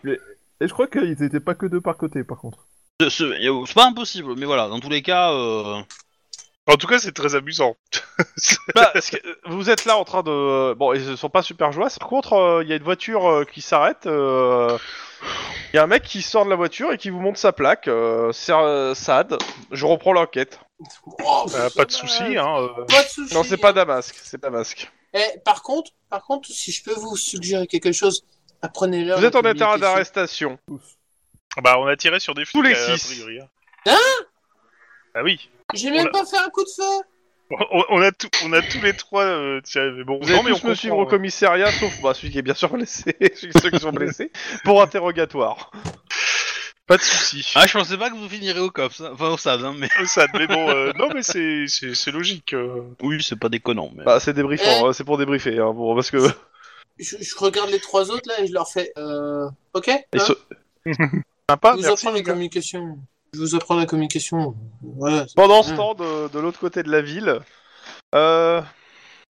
[SPEAKER 6] Et je crois qu'ils étaient pas que deux par côté par contre.
[SPEAKER 1] Ce- ce- C'est pas impossible, mais voilà. Dans tous les cas, euh,
[SPEAKER 3] En tout cas, c'est très amusant.
[SPEAKER 2] bah, parce que, euh, vous êtes là en train de. euh, Bon, ils sont pas super joyeux. Par contre, euh, il y a une voiture euh, qui s'arrête. euh, Il y a un mec qui sort de la voiture et qui vous montre sa plaque. euh, c'est euh, Sad. Je reprends l'enquête.
[SPEAKER 5] Oh,
[SPEAKER 3] Euh, pas de souci. Hein, euh.
[SPEAKER 5] pas de souci.
[SPEAKER 2] Non, c'est pas Damasque. C'est Damasque.
[SPEAKER 5] Eh, par contre, par contre, si je peux vous suggérer quelque chose,
[SPEAKER 3] Ah,
[SPEAKER 5] apprenez-leur.
[SPEAKER 2] Vous
[SPEAKER 5] la
[SPEAKER 2] êtes en état
[SPEAKER 5] communication.
[SPEAKER 2] d'arrestation.
[SPEAKER 3] Bah, on a tiré sur des flics.
[SPEAKER 2] Tous les
[SPEAKER 3] euh, a
[SPEAKER 2] six.
[SPEAKER 3] priori, hein.
[SPEAKER 5] Hein
[SPEAKER 3] Ah oui.
[SPEAKER 5] J'ai
[SPEAKER 3] On
[SPEAKER 5] même
[SPEAKER 3] a-
[SPEAKER 5] pas fait un coup de feu.
[SPEAKER 3] On, on a, tout- on a tous les trois. euh, tiré, mais bon,
[SPEAKER 2] Vous
[SPEAKER 3] non,
[SPEAKER 2] allez
[SPEAKER 3] mais on
[SPEAKER 2] tous me suivre au
[SPEAKER 3] comprend, hein. ouais.
[SPEAKER 2] commissariat, sauf bah, celui qui est bien sûr blessé, ceux qui sont blessés, pour interrogatoire.
[SPEAKER 3] Pas de souci.
[SPEAKER 1] ah, je pensais pas que vous finirez au cops, hein. enfin au SAD, hein, mais
[SPEAKER 3] Ça, mais bon, euh, non, mais c'est- c'est c'est logique. euh.
[SPEAKER 1] oui, c'est pas déconnant. Mais...
[SPEAKER 2] Bah, c'est débriefant,
[SPEAKER 5] Eh.
[SPEAKER 2] hein, c'est pour débriefer, hein, bon, parce que...
[SPEAKER 5] Je, je regarde les trois autres là et je leur fais. euh, Ok.
[SPEAKER 2] Ils
[SPEAKER 5] hein
[SPEAKER 2] sont- Sympa,
[SPEAKER 5] je vous
[SPEAKER 2] merci.
[SPEAKER 5] apprends la communication. Je vous apprends la communication. Voilà.
[SPEAKER 2] Pendant ce
[SPEAKER 1] Hmm.
[SPEAKER 5] Ouais.
[SPEAKER 2] temps, de, de l'autre côté de la ville, euh,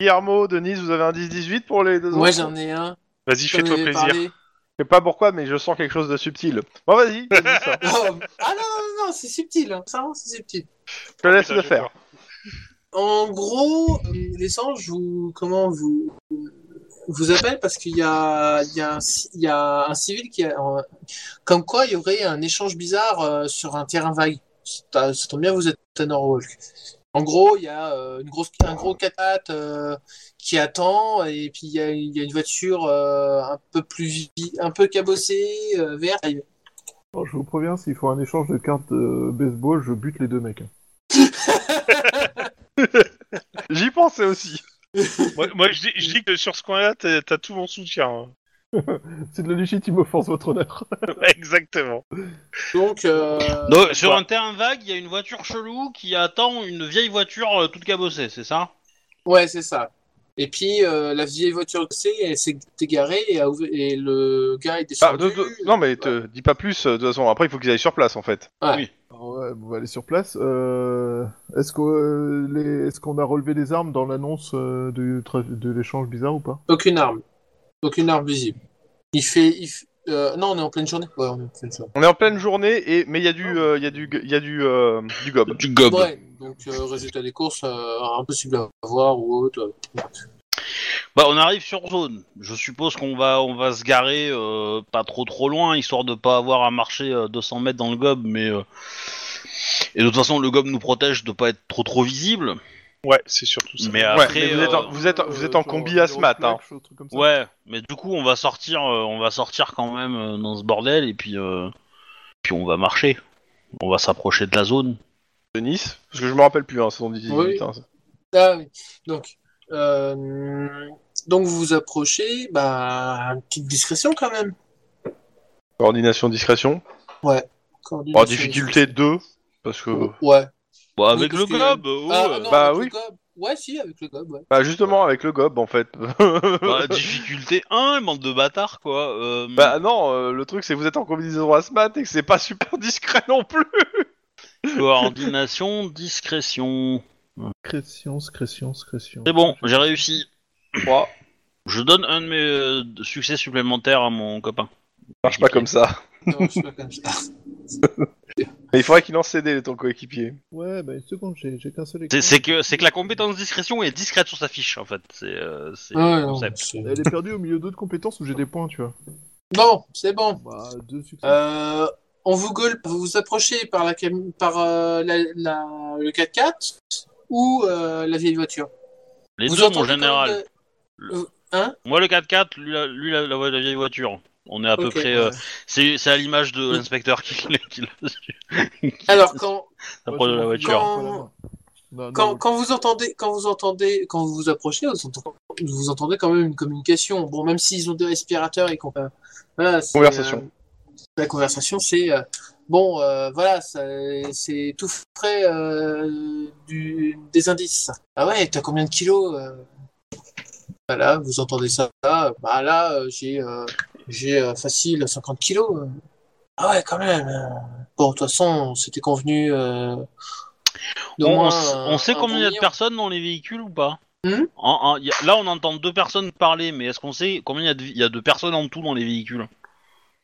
[SPEAKER 2] Guillermo, Denise, vous avez un 10-18 pour les deux
[SPEAKER 5] Moi
[SPEAKER 2] autres
[SPEAKER 5] j'en ai un.
[SPEAKER 3] Vas-y,
[SPEAKER 5] j'en
[SPEAKER 3] fais-toi
[SPEAKER 5] avais
[SPEAKER 3] plaisir.
[SPEAKER 5] parlé.
[SPEAKER 2] Je sais pas pourquoi, mais je sens quelque chose de subtil. Bon, vas-y, vas-y, ça.
[SPEAKER 5] Oh, Ah non, non, non, c'est subtil. Hein. Ça, c'est subtil.
[SPEAKER 2] je te laisse
[SPEAKER 3] Putain,
[SPEAKER 2] le
[SPEAKER 3] j'ai
[SPEAKER 2] faire.
[SPEAKER 5] En gros, euh, les anges, vous, comment vous, vous appelle parce qu'il y a, il y, a un, ci- il y a un civil qui a. en- Comme quoi, il y aurait un échange bizarre euh, sur un terrain vague. Ça ça tombe bien, vous êtes à Norwalk. En gros, il y a euh, une grosse, un gros 4 qui attend, et puis il y a, il y a une voiture euh, un peu plus vi- un peu cabossée, euh, verte.
[SPEAKER 6] Bon, je vous préviens, s'il faut un échange de cartes de baseball, je bute les deux mecs. hein.
[SPEAKER 2] J'y pensais aussi.
[SPEAKER 3] moi, moi, je, dis, je dis que sur ce coin-là, t'as t'as tout mon soutien. hein.
[SPEAKER 6] C'est de la légitime offense, votre honneur.
[SPEAKER 3] Exactement.
[SPEAKER 5] Donc, euh,
[SPEAKER 1] Donc, sur
[SPEAKER 2] quoi
[SPEAKER 1] un terrain vague, il y a une voiture chelou qui attend une vieille voiture euh, toute cabossée, c'est ça
[SPEAKER 5] Ouais, c'est ça. Et puis, euh, la vieille voiture C, elle s'est égarée et, a ouvert- et le gars est
[SPEAKER 2] Ah,
[SPEAKER 5] descendu.
[SPEAKER 2] de- de- Non, mais te dis pas plus, euh, de toute façon, après il faut qu'ils aillent sur place en fait.
[SPEAKER 6] Alors, Ah ouais, on va aller sur place. Euh, Est-ce qu'on euh, les- est-ce qu'on a relevé les armes dans l'annonce euh, du tra- de l'échange bizarre ou pas
[SPEAKER 5] Aucune arme. Aucune arme visible. Il fait. il f- euh, non, on est en pleine journée. Ouais, on est en pleine journée.
[SPEAKER 2] On est en pleine journée, et... mais il y a
[SPEAKER 1] Oh.
[SPEAKER 2] du, euh, il y a du, il y a du, euh, du gob.
[SPEAKER 1] Du gob.
[SPEAKER 5] Ouais, donc euh, résultat des courses, euh, impossible à voir ou autre.
[SPEAKER 1] Bah, on arrive sur zone. Je suppose qu'on va, on va se garer euh, pas trop trop loin, histoire de pas avoir à marcher euh, 200 mètres dans le gob, mais... euh, Et de toute façon, le gob nous protège de pas être trop trop visible.
[SPEAKER 3] Ouais, c'est surtout ça.
[SPEAKER 1] Mais
[SPEAKER 2] Ouais,
[SPEAKER 1] après...
[SPEAKER 2] mais vous êtes en-
[SPEAKER 1] euh,
[SPEAKER 2] vous êtes en- vous êtes en
[SPEAKER 6] genre,
[SPEAKER 2] combi à ce
[SPEAKER 6] numéro
[SPEAKER 2] mat, hein.
[SPEAKER 6] flex, un truc comme ça
[SPEAKER 1] Ouais, mais du coup, on va sortir, euh, on va sortir quand même euh, dans ce bordel, et puis... euh, Puis on va marcher. On va s'approcher de la zone.
[SPEAKER 2] De Nice hein, Parce que je me rappelle plus, hein, c'est en 18,
[SPEAKER 5] Oui.
[SPEAKER 2] hein, ça.
[SPEAKER 5] Ah oui. Donc, euh, donc vous vous approchez, bah, une petite discrétion quand même.
[SPEAKER 2] Coordination, discrétion.
[SPEAKER 5] Coordination.
[SPEAKER 2] Oh, difficulté 2, parce que.
[SPEAKER 5] Ouais.
[SPEAKER 1] Bah,
[SPEAKER 5] Oui,
[SPEAKER 1] avec
[SPEAKER 5] parce
[SPEAKER 1] le
[SPEAKER 5] que-
[SPEAKER 1] gob oh,
[SPEAKER 5] Ah,
[SPEAKER 1] euh,
[SPEAKER 5] non,
[SPEAKER 2] bah
[SPEAKER 5] avec
[SPEAKER 2] oui.
[SPEAKER 5] le gob. Ouais, si, avec le gob, ouais.
[SPEAKER 2] Bah, justement, avec le gob en fait.
[SPEAKER 1] Bah, difficulté 1, bande de bâtards, quoi. Euh,
[SPEAKER 2] Bah non, euh, le truc c'est que vous êtes en combinaison asthmate et que c'est pas super discret non plus.
[SPEAKER 1] Coordination, discrétion.
[SPEAKER 6] Discrétion, discrétion, discrétion.
[SPEAKER 1] C'est bon, j'ai réussi.
[SPEAKER 2] 3,
[SPEAKER 1] Je donne un de mes euh, succès supplémentaires à mon copain.
[SPEAKER 2] marche pas comme ça.
[SPEAKER 5] Non, c'est pas comme ça.
[SPEAKER 2] Mais il faudrait qu'il en cédait ton coéquipier.
[SPEAKER 6] Ouais, bah une seconde, j'ai j'ai qu'un seul
[SPEAKER 1] C'est-
[SPEAKER 6] écran.
[SPEAKER 1] C'est que c'est que la compétence discrétion est discrète sur sa fiche en fait. C'est euh, c'est
[SPEAKER 5] Ouais,
[SPEAKER 1] le
[SPEAKER 5] non,
[SPEAKER 1] concept.
[SPEAKER 5] c'est-
[SPEAKER 6] Elle est perdue au milieu d'autres compétences où j'ai des points, tu vois.
[SPEAKER 5] Bon, c'est bon.
[SPEAKER 6] Bah, deux succès.
[SPEAKER 5] Euh, on vous gueule, vous vous approchez par, la, cam- par euh, la, la- le 4x4 ou euh, la vieille voiture.
[SPEAKER 1] Les
[SPEAKER 5] vous
[SPEAKER 1] deux en
[SPEAKER 5] entendez
[SPEAKER 1] général.
[SPEAKER 5] quand même le- Euh, Hein
[SPEAKER 1] Moi le 4x4, lui, la, lui, la- la- la vieille voiture. On est à peu
[SPEAKER 5] Ok.
[SPEAKER 1] près. euh, c'est c'est à l'image de l'inspecteur qui, qui l'a- qui
[SPEAKER 5] Alors quand,
[SPEAKER 1] s'approche de la
[SPEAKER 6] Moi, je
[SPEAKER 1] voiture.
[SPEAKER 6] m'en fous, voilà. Non, non,
[SPEAKER 5] quand, quand vous entendez quand vous entendez quand vous vous approchez, vous entendez, vous entendez quand même une communication. Bon, même s'ils ont des respirateurs et qu'on euh, voilà, c'est,
[SPEAKER 2] Conversation.
[SPEAKER 5] euh, la conversation, c'est euh, bon, euh, voilà, ça- c'est tout frais euh, du, des indices. Ah ouais, t'as combien de kilos euh Voilà, vous entendez ça. Bah là, euh, j'ai euh, j'ai euh, facile 50 kilos. euh. Ah ouais, quand même. euh. Bon, de toute façon, c'était convenu. euh, d'au
[SPEAKER 1] On, on
[SPEAKER 5] moins
[SPEAKER 1] s-
[SPEAKER 5] un-
[SPEAKER 1] on sait
[SPEAKER 5] un
[SPEAKER 1] combien
[SPEAKER 5] bon
[SPEAKER 1] il y a de
[SPEAKER 5] million.
[SPEAKER 1] personnes dans les véhicules ou pas
[SPEAKER 5] Hmm
[SPEAKER 1] En- en- y a- Là on entend deux personnes parler, mais est-ce qu'on sait combien il y a de vi- il y, a de personnes en tout dans les véhicules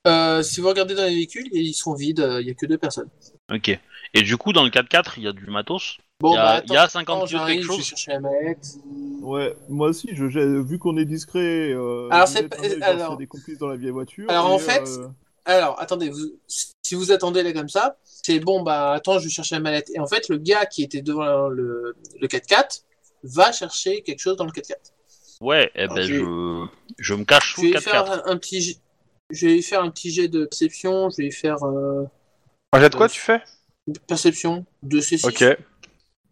[SPEAKER 5] Euh, si vous regardez dans les véhicules, ils sont vides. euh, Il y a que deux personnes.
[SPEAKER 1] Ok. Et du coup dans le 4x4 il y a du matos.
[SPEAKER 5] Bon,
[SPEAKER 1] Il y a-
[SPEAKER 5] bah, attends,
[SPEAKER 1] il y a 50
[SPEAKER 5] attends,
[SPEAKER 1] kilos de
[SPEAKER 5] j'arrive,
[SPEAKER 1] quelque chose.
[SPEAKER 5] Je vais chercher la mallette.
[SPEAKER 6] Ouais, moi aussi, je, j'ai- vu qu'on est discret, euh,
[SPEAKER 5] Alors,
[SPEAKER 6] je
[SPEAKER 5] c'est
[SPEAKER 6] jette
[SPEAKER 5] pas-
[SPEAKER 6] un œil voir
[SPEAKER 5] alors-
[SPEAKER 6] s'il y a des complices dans la vieille voiture.
[SPEAKER 5] Alors, en
[SPEAKER 6] et,
[SPEAKER 5] fait,
[SPEAKER 6] euh,
[SPEAKER 5] Alors, attendez, vous, si vous attendez là comme ça, c'est bon, bah attends, je vais chercher la mallette. Et en fait, le gars qui était devant le, le 4x4 va chercher quelque chose dans le 4x4.
[SPEAKER 1] Ouais, eh ben
[SPEAKER 5] Ok.
[SPEAKER 1] je... je me cache
[SPEAKER 5] Je
[SPEAKER 1] sous
[SPEAKER 5] vais
[SPEAKER 1] le
[SPEAKER 5] lui
[SPEAKER 1] 4x4.
[SPEAKER 5] faire un, un petit jet- je vais lui faire un petit jet de perception, je vais lui faire euh,
[SPEAKER 2] Un jet de Ah, quoi tu fais
[SPEAKER 5] perception de c
[SPEAKER 2] Ok.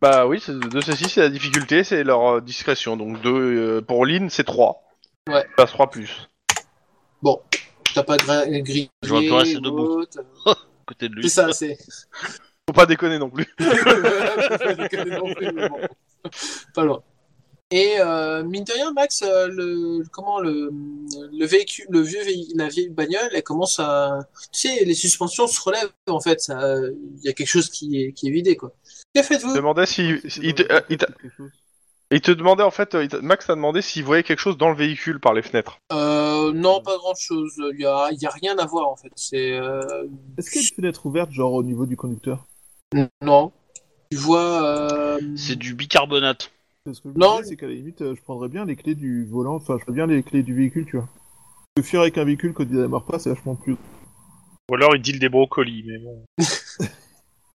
[SPEAKER 2] Bah oui, c'est- de ceci c'est la difficulté, c'est leur euh, discrétion. Donc deux, euh, pour Lynn c'est 3.
[SPEAKER 5] Ouais.
[SPEAKER 2] Pas 3 plus.
[SPEAKER 5] Bon, t'as pas gri- grillé.
[SPEAKER 1] J'aurais pu rester
[SPEAKER 5] ou
[SPEAKER 1] debout.
[SPEAKER 5] autre.
[SPEAKER 1] à côté de lui.
[SPEAKER 5] C'est ça, c'est.
[SPEAKER 2] Faut pas déconner non plus.
[SPEAKER 5] pas loin. Et euh, mine de rien, Max, euh, le comment le, le véhicule, le vieux véhi- la vieille bagnole, elle commence à, tu sais, les suspensions se relèvent en fait. ça, euh, Il y a quelque chose qui est, qui est vidé quoi. Que
[SPEAKER 2] Je
[SPEAKER 5] faites-vous
[SPEAKER 2] demandais si.
[SPEAKER 6] si c'est
[SPEAKER 2] Il
[SPEAKER 6] dans
[SPEAKER 2] te,
[SPEAKER 6] la
[SPEAKER 2] euh,
[SPEAKER 6] voiture,
[SPEAKER 2] il t'a-
[SPEAKER 6] quelque chose.
[SPEAKER 2] il te demandait en fait, euh, il t'a- Max t'a demandé s'il voyait quelque chose dans le véhicule par les fenêtres.
[SPEAKER 5] Euh, Non, pas grand-chose. Il y a, il y a rien à voir en fait. C'est euh,
[SPEAKER 6] Est-ce qu'il y a une fenêtre ouverte, genre au niveau du conducteur
[SPEAKER 5] non. Tu vois. euh,
[SPEAKER 1] C'est du bicarbonate.
[SPEAKER 6] Parce que le
[SPEAKER 5] Non.
[SPEAKER 6] problème, c'est qu'à la limite, euh, je prendrais bien les clés du volant, enfin, je prendrais bien les clés du véhicule, tu vois. Se fuir avec un véhicule que démarre pas, c'est vachement plus.
[SPEAKER 2] Ou alors il deal des brocolis, mais bon.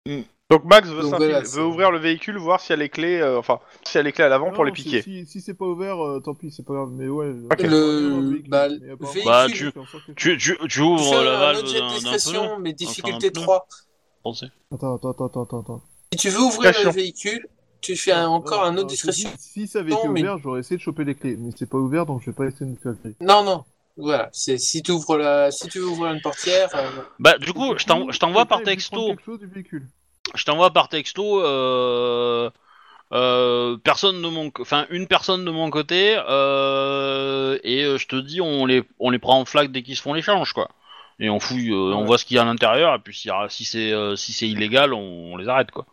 [SPEAKER 1] Mm.
[SPEAKER 2] Donc Max veut,
[SPEAKER 5] Donc
[SPEAKER 2] s'infil-
[SPEAKER 5] voilà,
[SPEAKER 2] veut
[SPEAKER 5] c'est-
[SPEAKER 2] ouvrir le véhicule, voir si elle a les clés, euh, enfin, si elle a les clés à l'avant pour les
[SPEAKER 6] Non, c'est-
[SPEAKER 2] piquer.
[SPEAKER 6] Si, si c'est pas ouvert, euh, tant pis, c'est pas grave, mais ouais.
[SPEAKER 2] Ok.
[SPEAKER 5] Le-
[SPEAKER 6] véhicule,
[SPEAKER 5] bah,
[SPEAKER 6] mais
[SPEAKER 5] le
[SPEAKER 6] apparemment-
[SPEAKER 5] véhicule-
[SPEAKER 1] Bah, tu-
[SPEAKER 6] Fais en sorte que-
[SPEAKER 1] Tu, tu, tu
[SPEAKER 5] Tu
[SPEAKER 1] ouvres
[SPEAKER 5] fais
[SPEAKER 1] la
[SPEAKER 5] un
[SPEAKER 1] valve
[SPEAKER 5] objet de
[SPEAKER 1] d'un d'un pneu.
[SPEAKER 5] discrétion, mais
[SPEAKER 1] Enfin, un
[SPEAKER 5] difficulté
[SPEAKER 1] pneu.
[SPEAKER 5] 3.
[SPEAKER 1] pensez.
[SPEAKER 6] Attends, attends, attends, attends, attends.
[SPEAKER 5] Si tu veux ouvrir
[SPEAKER 2] Discrétion.
[SPEAKER 5] le véhicule, tu fais un- encore
[SPEAKER 6] Non,
[SPEAKER 5] un
[SPEAKER 6] non,
[SPEAKER 5] autre
[SPEAKER 6] je te
[SPEAKER 5] discrétion.
[SPEAKER 6] dis, euh, Si ça avait été
[SPEAKER 5] Non, mais-
[SPEAKER 6] ouvert, j'aurais essayé de choper les clés, mais c'est pas ouvert, donc je vais pas essayer de me faire griller.
[SPEAKER 5] Non, non. Voilà, c'est si tu ouvres la, si tu veux ouvrir une portière, euh,
[SPEAKER 1] Bah, du coup, je t'en- je t'envoie par
[SPEAKER 6] Quelqu'un a dû prendre
[SPEAKER 1] texto.
[SPEAKER 6] quelque chose du véhicule.
[SPEAKER 1] Je t'envoie par texto. Euh, euh, personne de mon, co- enfin une personne de mon côté. Euh, et euh, je te dis, on les, on les prend en flag dès qu'ils se font l'échange, quoi. Et on fouille, euh, on
[SPEAKER 6] Ouais.
[SPEAKER 1] voit ce qu'il y a à l'intérieur. Et puis si, si c'est, euh, si c'est illégal, on, on les arrête, quoi.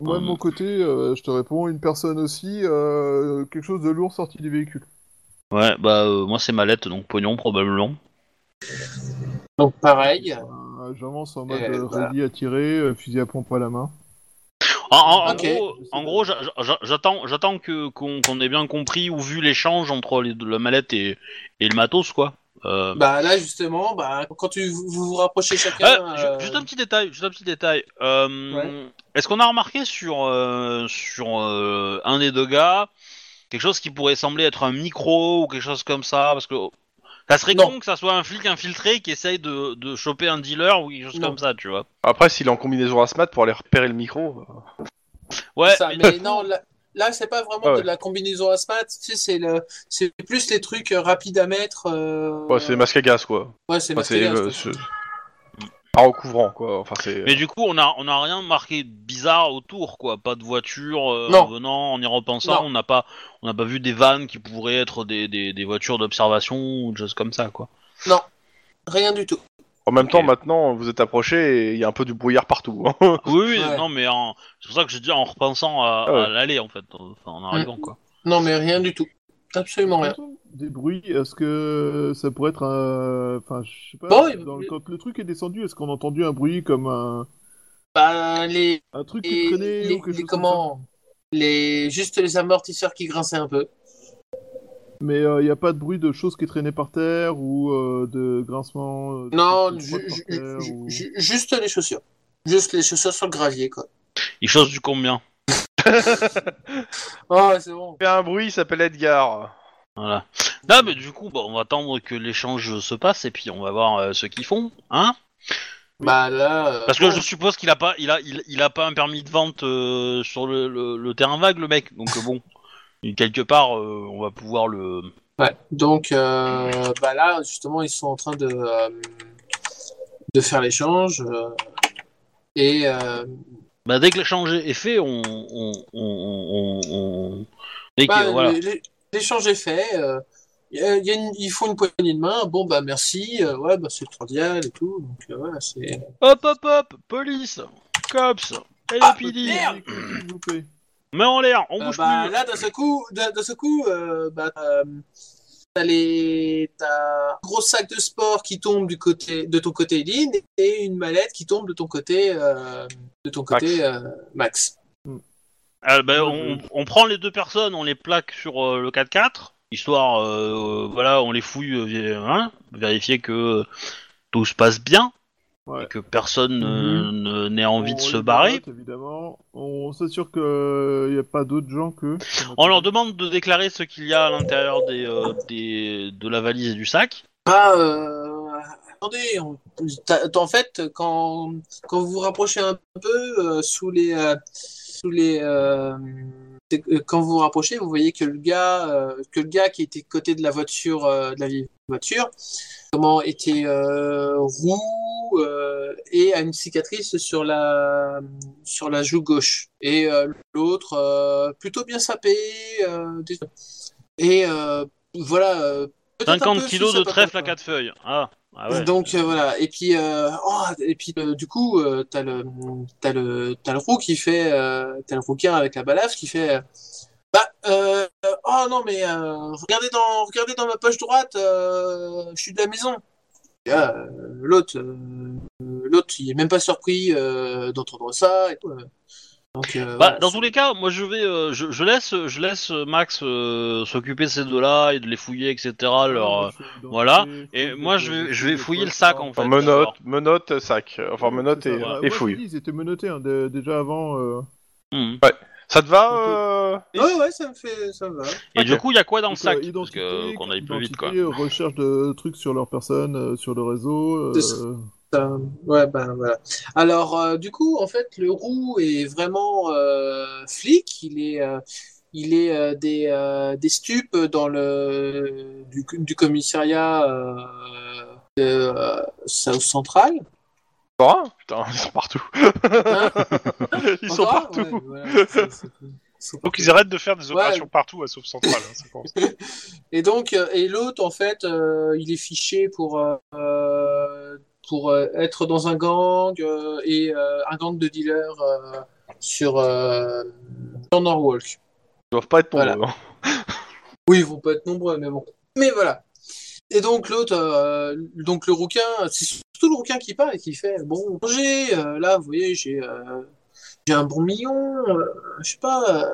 [SPEAKER 4] Moi, de
[SPEAKER 1] Hum.
[SPEAKER 4] mon côté, euh, je te réponds une personne aussi, euh, quelque chose de lourd sorti du véhicule.
[SPEAKER 1] Ouais, bah euh, moi c'est mallette, donc pognon probablement.
[SPEAKER 5] donc pareil.
[SPEAKER 6] Euh, J'avance en mode
[SPEAKER 5] Et
[SPEAKER 1] Eh,
[SPEAKER 6] euh,
[SPEAKER 1] bah.
[SPEAKER 5] voilà.
[SPEAKER 6] ready à tirer, euh, fusil à pompe à la main.
[SPEAKER 1] En, en- en
[SPEAKER 5] Ok.
[SPEAKER 1] gros, en gros, j'a- j'a- j'attends, j'attends que qu'on qu'on ait bien compris ou vu l'échange entre les, la mallette et, et le matos, quoi. Euh,
[SPEAKER 5] Bah là justement, bah quand tu vous vous, vous rapprochez chacun,
[SPEAKER 1] Ah, ju-
[SPEAKER 5] euh,
[SPEAKER 1] Juste un petit détail, juste un petit détail. Euh,
[SPEAKER 5] Ouais.
[SPEAKER 1] Est-ce qu'on a remarqué sur euh, sur euh, un des deux gars quelque chose qui pourrait sembler être un micro ou quelque chose comme ça Parce que ça serait
[SPEAKER 5] Non.
[SPEAKER 1] con que ça soit un flic infiltré qui essaye de, de choper un dealer ou quelque chose
[SPEAKER 5] Non.
[SPEAKER 1] comme ça, tu vois
[SPEAKER 2] Après, s'il est en combinaison Asmat pour aller repérer le micro. euh,
[SPEAKER 1] Ouais.
[SPEAKER 5] ça,
[SPEAKER 1] mais-
[SPEAKER 5] mais non, là, là, c'est pas vraiment
[SPEAKER 2] Ah ouais.
[SPEAKER 5] de la combinaison asthmate, tu sais, c'est le, c'est plus les trucs euh, rapides à mettre. euh,
[SPEAKER 2] Ouais, bah, c'est masque à gaz, quoi.
[SPEAKER 5] ouais, c'est
[SPEAKER 2] Enfin, c'est.
[SPEAKER 5] masqué,
[SPEAKER 2] euh,
[SPEAKER 5] là,
[SPEAKER 2] ce- Pas recouvrant, quoi. Enfin, c'est.
[SPEAKER 1] Mais du coup, on a on a rien marqué de bizarre autour, quoi. Pas de voiture. euh,
[SPEAKER 5] Non.
[SPEAKER 1] En venant, en y repensant,
[SPEAKER 5] Non.
[SPEAKER 1] on n'a pas on n'a pas vu des vannes qui pourraient être des, des, des voitures d'observation ou des choses comme ça, quoi.
[SPEAKER 5] Rien du tout.
[SPEAKER 2] En même
[SPEAKER 1] Ok.
[SPEAKER 2] temps, maintenant, vous êtes approché et il y a un peu du brouillard partout. hein.
[SPEAKER 1] Oui, oui,
[SPEAKER 5] Ouais.
[SPEAKER 1] non, mais en... c'est pour ça que je dis en repensant à,
[SPEAKER 2] Ah ouais.
[SPEAKER 1] à l'aller, en fait, enfin, en
[SPEAKER 5] Mm.
[SPEAKER 1] arrivant, quoi.
[SPEAKER 5] Non, mais rien du tout. Absolument rien.
[SPEAKER 6] Entends Des bruits, est-ce que ça pourrait être un. Enfin, je sais pas.
[SPEAKER 5] Bon, il-
[SPEAKER 6] dans le- Quand le truc est descendu, est-ce qu'on a entendu un bruit comme un,
[SPEAKER 5] Bah les,
[SPEAKER 6] un truc qui
[SPEAKER 5] les,
[SPEAKER 6] traînait
[SPEAKER 5] les-
[SPEAKER 6] ou quelque
[SPEAKER 5] les-
[SPEAKER 6] chose comme
[SPEAKER 5] comment, les juste les amortisseurs qui grinçaient un peu.
[SPEAKER 6] ça Mais il n'y a pas de bruit de choses qui traînaient par terre ou euh, de grincement. euh, de
[SPEAKER 5] Non,
[SPEAKER 6] choses qui
[SPEAKER 5] ju- ju-
[SPEAKER 6] traînaient par terre
[SPEAKER 5] ju-
[SPEAKER 6] ou-
[SPEAKER 5] ju- juste les chaussures. Juste les chaussures sur le gravier, quoi.
[SPEAKER 1] Il chose du combien
[SPEAKER 5] Oh, c'est bon.
[SPEAKER 2] Il fait un bruit, il s'appelle Edgar.
[SPEAKER 1] Voilà. Là, mais du coup, bon, on va attendre que l'échange se passe et puis on va voir euh, ce qu'ils font, hein
[SPEAKER 5] Bah là. euh,
[SPEAKER 1] Parce que
[SPEAKER 5] bon.
[SPEAKER 1] je suppose qu'il a pas, il a, il, il a pas un permis de vente euh, sur le, le- le terrain vague, le mec. Donc euh, bon, Et quelque part, euh, on va pouvoir le.
[SPEAKER 5] Ouais. Donc euh, bah là, justement, ils sont en train de, euh, de faire l'échange. euh, et euh,
[SPEAKER 1] Bah, dès que l'échange est fait, on, on, on, on, on- dès que-
[SPEAKER 5] bah,
[SPEAKER 1] voilà.
[SPEAKER 5] l'é- l'é- l'échange est fait. euh, y a- y a une- ils font une poignée de main. Bon, bah merci. euh, ouais, bah c'est cordial et tout. Donc euh, voilà, c'est.
[SPEAKER 1] Hop, hop, hop, police, cops, LAPD,
[SPEAKER 6] S'il vous plaît.
[SPEAKER 1] main en l'air, on
[SPEAKER 5] Euh,
[SPEAKER 1] bouge
[SPEAKER 5] Ah, bah,
[SPEAKER 1] plus.
[SPEAKER 5] là, d'un seul coup, d'un d'un seul coup, euh, bah, euh, t'as les, t'as un gros sac de sport qui tombe du côté, de ton côté Lynn et une mallette qui tombe de ton côté, euh, de ton côté euh, Max.
[SPEAKER 1] Ah, ben, on, on prend les deux personnes, on les plaque sur euh, le 4x4, histoire, euh, voilà, on les fouille, euh, vi- hein, vérifier que euh, tout se passe bien,
[SPEAKER 6] Ouais. Mhm.
[SPEAKER 1] et que personne euh, ne- n'ait envie
[SPEAKER 6] On
[SPEAKER 1] de se
[SPEAKER 6] les
[SPEAKER 1] barrer.
[SPEAKER 6] note, évidemment. On s'assure qu'il n'y a pas d'autres gens que.
[SPEAKER 1] On leur demande de déclarer ce qu'il y a à l'intérieur des, euh, des- de la valise et du sac.
[SPEAKER 5] Bah, euh, attendez, on- t'as- t'as- en fait, quand, quand vous vous rapprochez un peu euh, sous les, euh, sous les, euh, c'est- euh, quand vous vous rapprochez, vous voyez que le gars, euh, que le gars qui était de côté de la voiture, euh, de la vieille voiture, comment était euh, roux euh, et a une cicatrice sur la, sur la joue gauche. Et euh, l'autre, euh, plutôt bien sapé. euh, des- et euh, voilà. euh, peut-être un
[SPEAKER 1] 50
[SPEAKER 5] peu
[SPEAKER 1] kilos
[SPEAKER 5] fils
[SPEAKER 1] de
[SPEAKER 5] papa,
[SPEAKER 1] trèfle à
[SPEAKER 5] quoi.
[SPEAKER 1] quatre feuilles. Ah, ah ouais.
[SPEAKER 5] Donc euh, voilà, et puis euh, oh, et puis euh, du coup euh, t'as le t'as le t'as le roux qui fait euh, t'as le rouquin avec la balafre qui fait euh, bah euh, euh, oh non mais euh, regardez dans regardez dans ma poche droite euh, je suis de la maison. Et là, euh, l'autre euh, l'autre il est même pas surpris euh, d'entendre ça et tout, euh. Donc, euh,
[SPEAKER 1] Bah,
[SPEAKER 5] voilà,
[SPEAKER 1] dans tous les cas, moi je vais, euh, je, je laisse, je laisse Max euh, s'occuper de ces deux-là et de les fouiller, etc. Leur, euh, voilà. et moi je vais, je vais fouiller le sac en fait.
[SPEAKER 2] menottes, menottes, sac. Enfin,
[SPEAKER 4] Ouais,
[SPEAKER 2] menottes
[SPEAKER 4] c'est
[SPEAKER 2] et,
[SPEAKER 4] ça. Bah,
[SPEAKER 2] et
[SPEAKER 4] moi, je
[SPEAKER 2] fouilles.
[SPEAKER 4] te dis, Ils étaient menottés hein, dé- déjà avant. euh,
[SPEAKER 1] Hmm.
[SPEAKER 2] Ça te va
[SPEAKER 4] On
[SPEAKER 2] euh,
[SPEAKER 4] peut-
[SPEAKER 5] Ouais, ouais, ça me fait, ça me va.
[SPEAKER 1] Et
[SPEAKER 2] Ok.
[SPEAKER 1] du coup, il y a quoi dans le
[SPEAKER 4] donc,
[SPEAKER 1] sac
[SPEAKER 4] euh,
[SPEAKER 1] Parce
[SPEAKER 4] identité,
[SPEAKER 1] que- qu'on aille plus vite quoi.
[SPEAKER 4] identité, euh, Recherche de trucs sur leur personne, euh, sur le réseau.
[SPEAKER 5] C'est
[SPEAKER 4] euh,
[SPEAKER 5] ça. Euh, ouais, ben voilà. Alors, euh, du coup, en fait, le roux est vraiment euh, flic. Il est, euh, il est euh, des, euh, des stupes dans le du, du commissariat euh, de euh, South Central.
[SPEAKER 2] Sora Putain, ils sont partout.
[SPEAKER 5] Hein
[SPEAKER 2] ils sont
[SPEAKER 5] Encore
[SPEAKER 2] partout.
[SPEAKER 5] Ouais, voilà, c'est- c'est- c'est-
[SPEAKER 3] Donc ils arrêtent de faire des
[SPEAKER 5] Ouais.
[SPEAKER 3] opérations partout à sauf centrale. hein, ça commence.
[SPEAKER 5] Et donc, euh, et l'autre, en fait, euh, il est fiché pour, euh, euh, pour euh, être dans un gang euh, et euh, un gang de dealers euh, sur, euh, sur Norwalk.
[SPEAKER 2] Ils doivent pas être
[SPEAKER 5] Voilà.
[SPEAKER 2] nombreux, hein.
[SPEAKER 5] Oui, ils vont pas être nombreux, mais bon. Mais voilà. Et donc, l'autre, euh, donc le rouquin, c'est surtout le rouquin qui parle et qui fait Bon, j'ai, euh, là, vous voyez, j'ai euh, j'ai un bon million, euh, je sais pas. euh,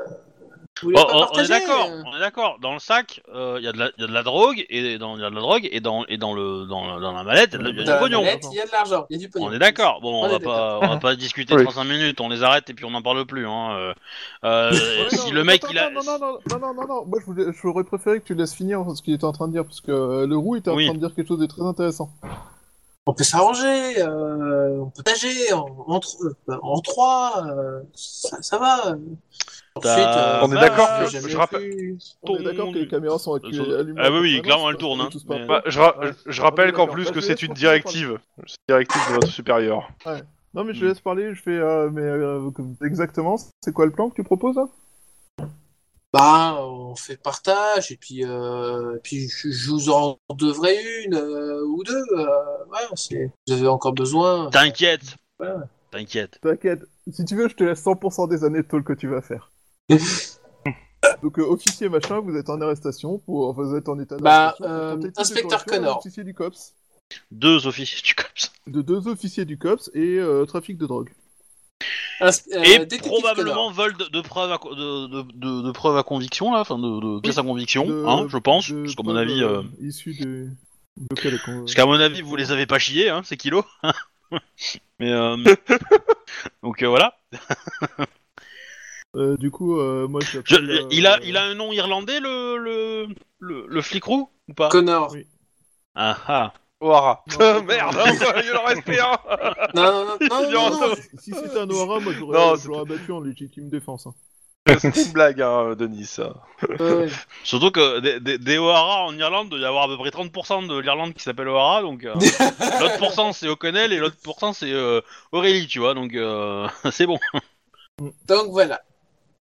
[SPEAKER 5] vous voulez
[SPEAKER 1] Oh,
[SPEAKER 5] pas
[SPEAKER 1] oh, on est
[SPEAKER 5] partager euh,
[SPEAKER 1] d'accord, on est d'accord. Dans le sac, euh, il y, a de la- il y a de la drogue et dans il y a de la drogue et dans et dans le dans, la- dans la mallette, il y a de- il y a
[SPEAKER 5] Dans
[SPEAKER 1] du
[SPEAKER 5] la
[SPEAKER 1] pognon.
[SPEAKER 5] mallette, Il y a de l'argent, il y a du pognon.
[SPEAKER 1] On est d'accord. Bon, on,
[SPEAKER 5] On
[SPEAKER 1] va
[SPEAKER 5] est
[SPEAKER 1] pas, on va pas discuter
[SPEAKER 2] Oui.
[SPEAKER 1] 35 minutes. On les arrête et puis on n'en parle plus. Hein. euh. Euh,
[SPEAKER 4] Ouais,
[SPEAKER 1] si
[SPEAKER 4] non,
[SPEAKER 1] le mec,
[SPEAKER 4] attends,
[SPEAKER 1] il a,
[SPEAKER 4] Non, non, non, non, non, non, non, moi je voulais- j'aurais préféré que tu laisses finir ce qu'il était en train de dire, parce que euh, le roux était en
[SPEAKER 1] Oui.
[SPEAKER 4] train de dire quelque chose de très intéressant.
[SPEAKER 5] On peut s'arranger, euh, on peut nager en, entre- euh, bah, en trois, euh, ça, ça va. euh, bah,
[SPEAKER 1] T'as-
[SPEAKER 2] On est d'accord
[SPEAKER 5] j'ai
[SPEAKER 2] que-
[SPEAKER 5] jamais
[SPEAKER 2] je rappelle-
[SPEAKER 5] vu.
[SPEAKER 4] On est d'accord que les caméras sont accu-
[SPEAKER 1] Euh,
[SPEAKER 4] allumées.
[SPEAKER 1] Ah oui, oui,
[SPEAKER 4] Vraiment,
[SPEAKER 1] clairement,
[SPEAKER 4] c'est
[SPEAKER 1] elles
[SPEAKER 4] pas-
[SPEAKER 1] tournent,
[SPEAKER 4] on est
[SPEAKER 1] hein,
[SPEAKER 4] tous pas
[SPEAKER 1] mais-
[SPEAKER 4] prêts.
[SPEAKER 2] Bah, je, ra-
[SPEAKER 4] Ouais.
[SPEAKER 2] je rappelle
[SPEAKER 4] On est
[SPEAKER 2] qu'en
[SPEAKER 4] d'accord.
[SPEAKER 2] plus
[SPEAKER 4] Bah,
[SPEAKER 2] que
[SPEAKER 4] je
[SPEAKER 2] c'est
[SPEAKER 4] laisse
[SPEAKER 2] une
[SPEAKER 4] continuer de
[SPEAKER 2] directive. C'est une directive de votre supérieur.
[SPEAKER 4] Non, mais je te laisse parler, je fais. euh, mais euh, comme- exactement, c'est quoi le plan que tu proposes là
[SPEAKER 5] Bah, on fait partage, et puis, euh, et puis je, je vous en devrais une euh, ou deux. euh, ouais, c'est- vous avez encore besoin.
[SPEAKER 1] t'inquiète,
[SPEAKER 5] Ouais.
[SPEAKER 1] t'inquiète.
[SPEAKER 4] T'inquiète, si tu veux, je te laisse 100% des années de tôle que tu vas faire. Donc, euh, officier machin, vous êtes en arrestation, pour, enfin, vous êtes en état
[SPEAKER 5] Bah,
[SPEAKER 4] d'arrestation. pour
[SPEAKER 5] euh,
[SPEAKER 4] tentative de
[SPEAKER 5] inspecteur
[SPEAKER 4] corruption d'un
[SPEAKER 5] Connor.
[SPEAKER 4] Officier du COPS,
[SPEAKER 1] Deux officiers du cops.
[SPEAKER 4] de deux officiers du COPS et euh, trafic de drogue.
[SPEAKER 5] Ins- euh,
[SPEAKER 1] Et
[SPEAKER 5] détective Connor.
[SPEAKER 1] probablement vol de, de preuves à, co- de, de, de- de preuves à conviction là, enfin de, de pièces à conviction,
[SPEAKER 4] De-
[SPEAKER 1] hein, je pense.
[SPEAKER 4] de-
[SPEAKER 1] Parce qu'à mon
[SPEAKER 4] de-
[SPEAKER 1] avis, euh,
[SPEAKER 4] Issu de. de quel- qu'on-
[SPEAKER 1] parce qu'à mon avis, vous les avez pas chiés, hein, ces kilos. Mais euh, donc euh, voilà.
[SPEAKER 4] Euh, du coup, euh, moi je
[SPEAKER 1] Je-
[SPEAKER 4] l'appelle, euh,
[SPEAKER 1] il a il a un nom irlandais le le le, le flic roux ou pas
[SPEAKER 5] Connor.
[SPEAKER 1] Ah ah.
[SPEAKER 2] Ouara.
[SPEAKER 4] Non,
[SPEAKER 2] Merde,
[SPEAKER 4] non,
[SPEAKER 2] il y a le respect, hein.
[SPEAKER 5] Non, non, non, non, non, non,
[SPEAKER 2] Violent.
[SPEAKER 4] Si- Si c'était un Noara, moi je
[SPEAKER 2] Non,
[SPEAKER 4] l'aurais- je
[SPEAKER 2] c'était-
[SPEAKER 4] l'aurais battu en légitime défense. hein.
[SPEAKER 2] C'est une blague, hein, Denis. ça.
[SPEAKER 5] ouais, ouais.
[SPEAKER 1] Surtout que des, des, des O'Hara en Irlande, il doit y avoir à peu près 30% de l'Irlande qui s'appelle O'Hara, donc euh, l'autre pourcent c'est O'Connell et l'autre pourcent c'est euh, Aurélie, tu vois, donc euh, c'est bon.
[SPEAKER 5] Donc voilà.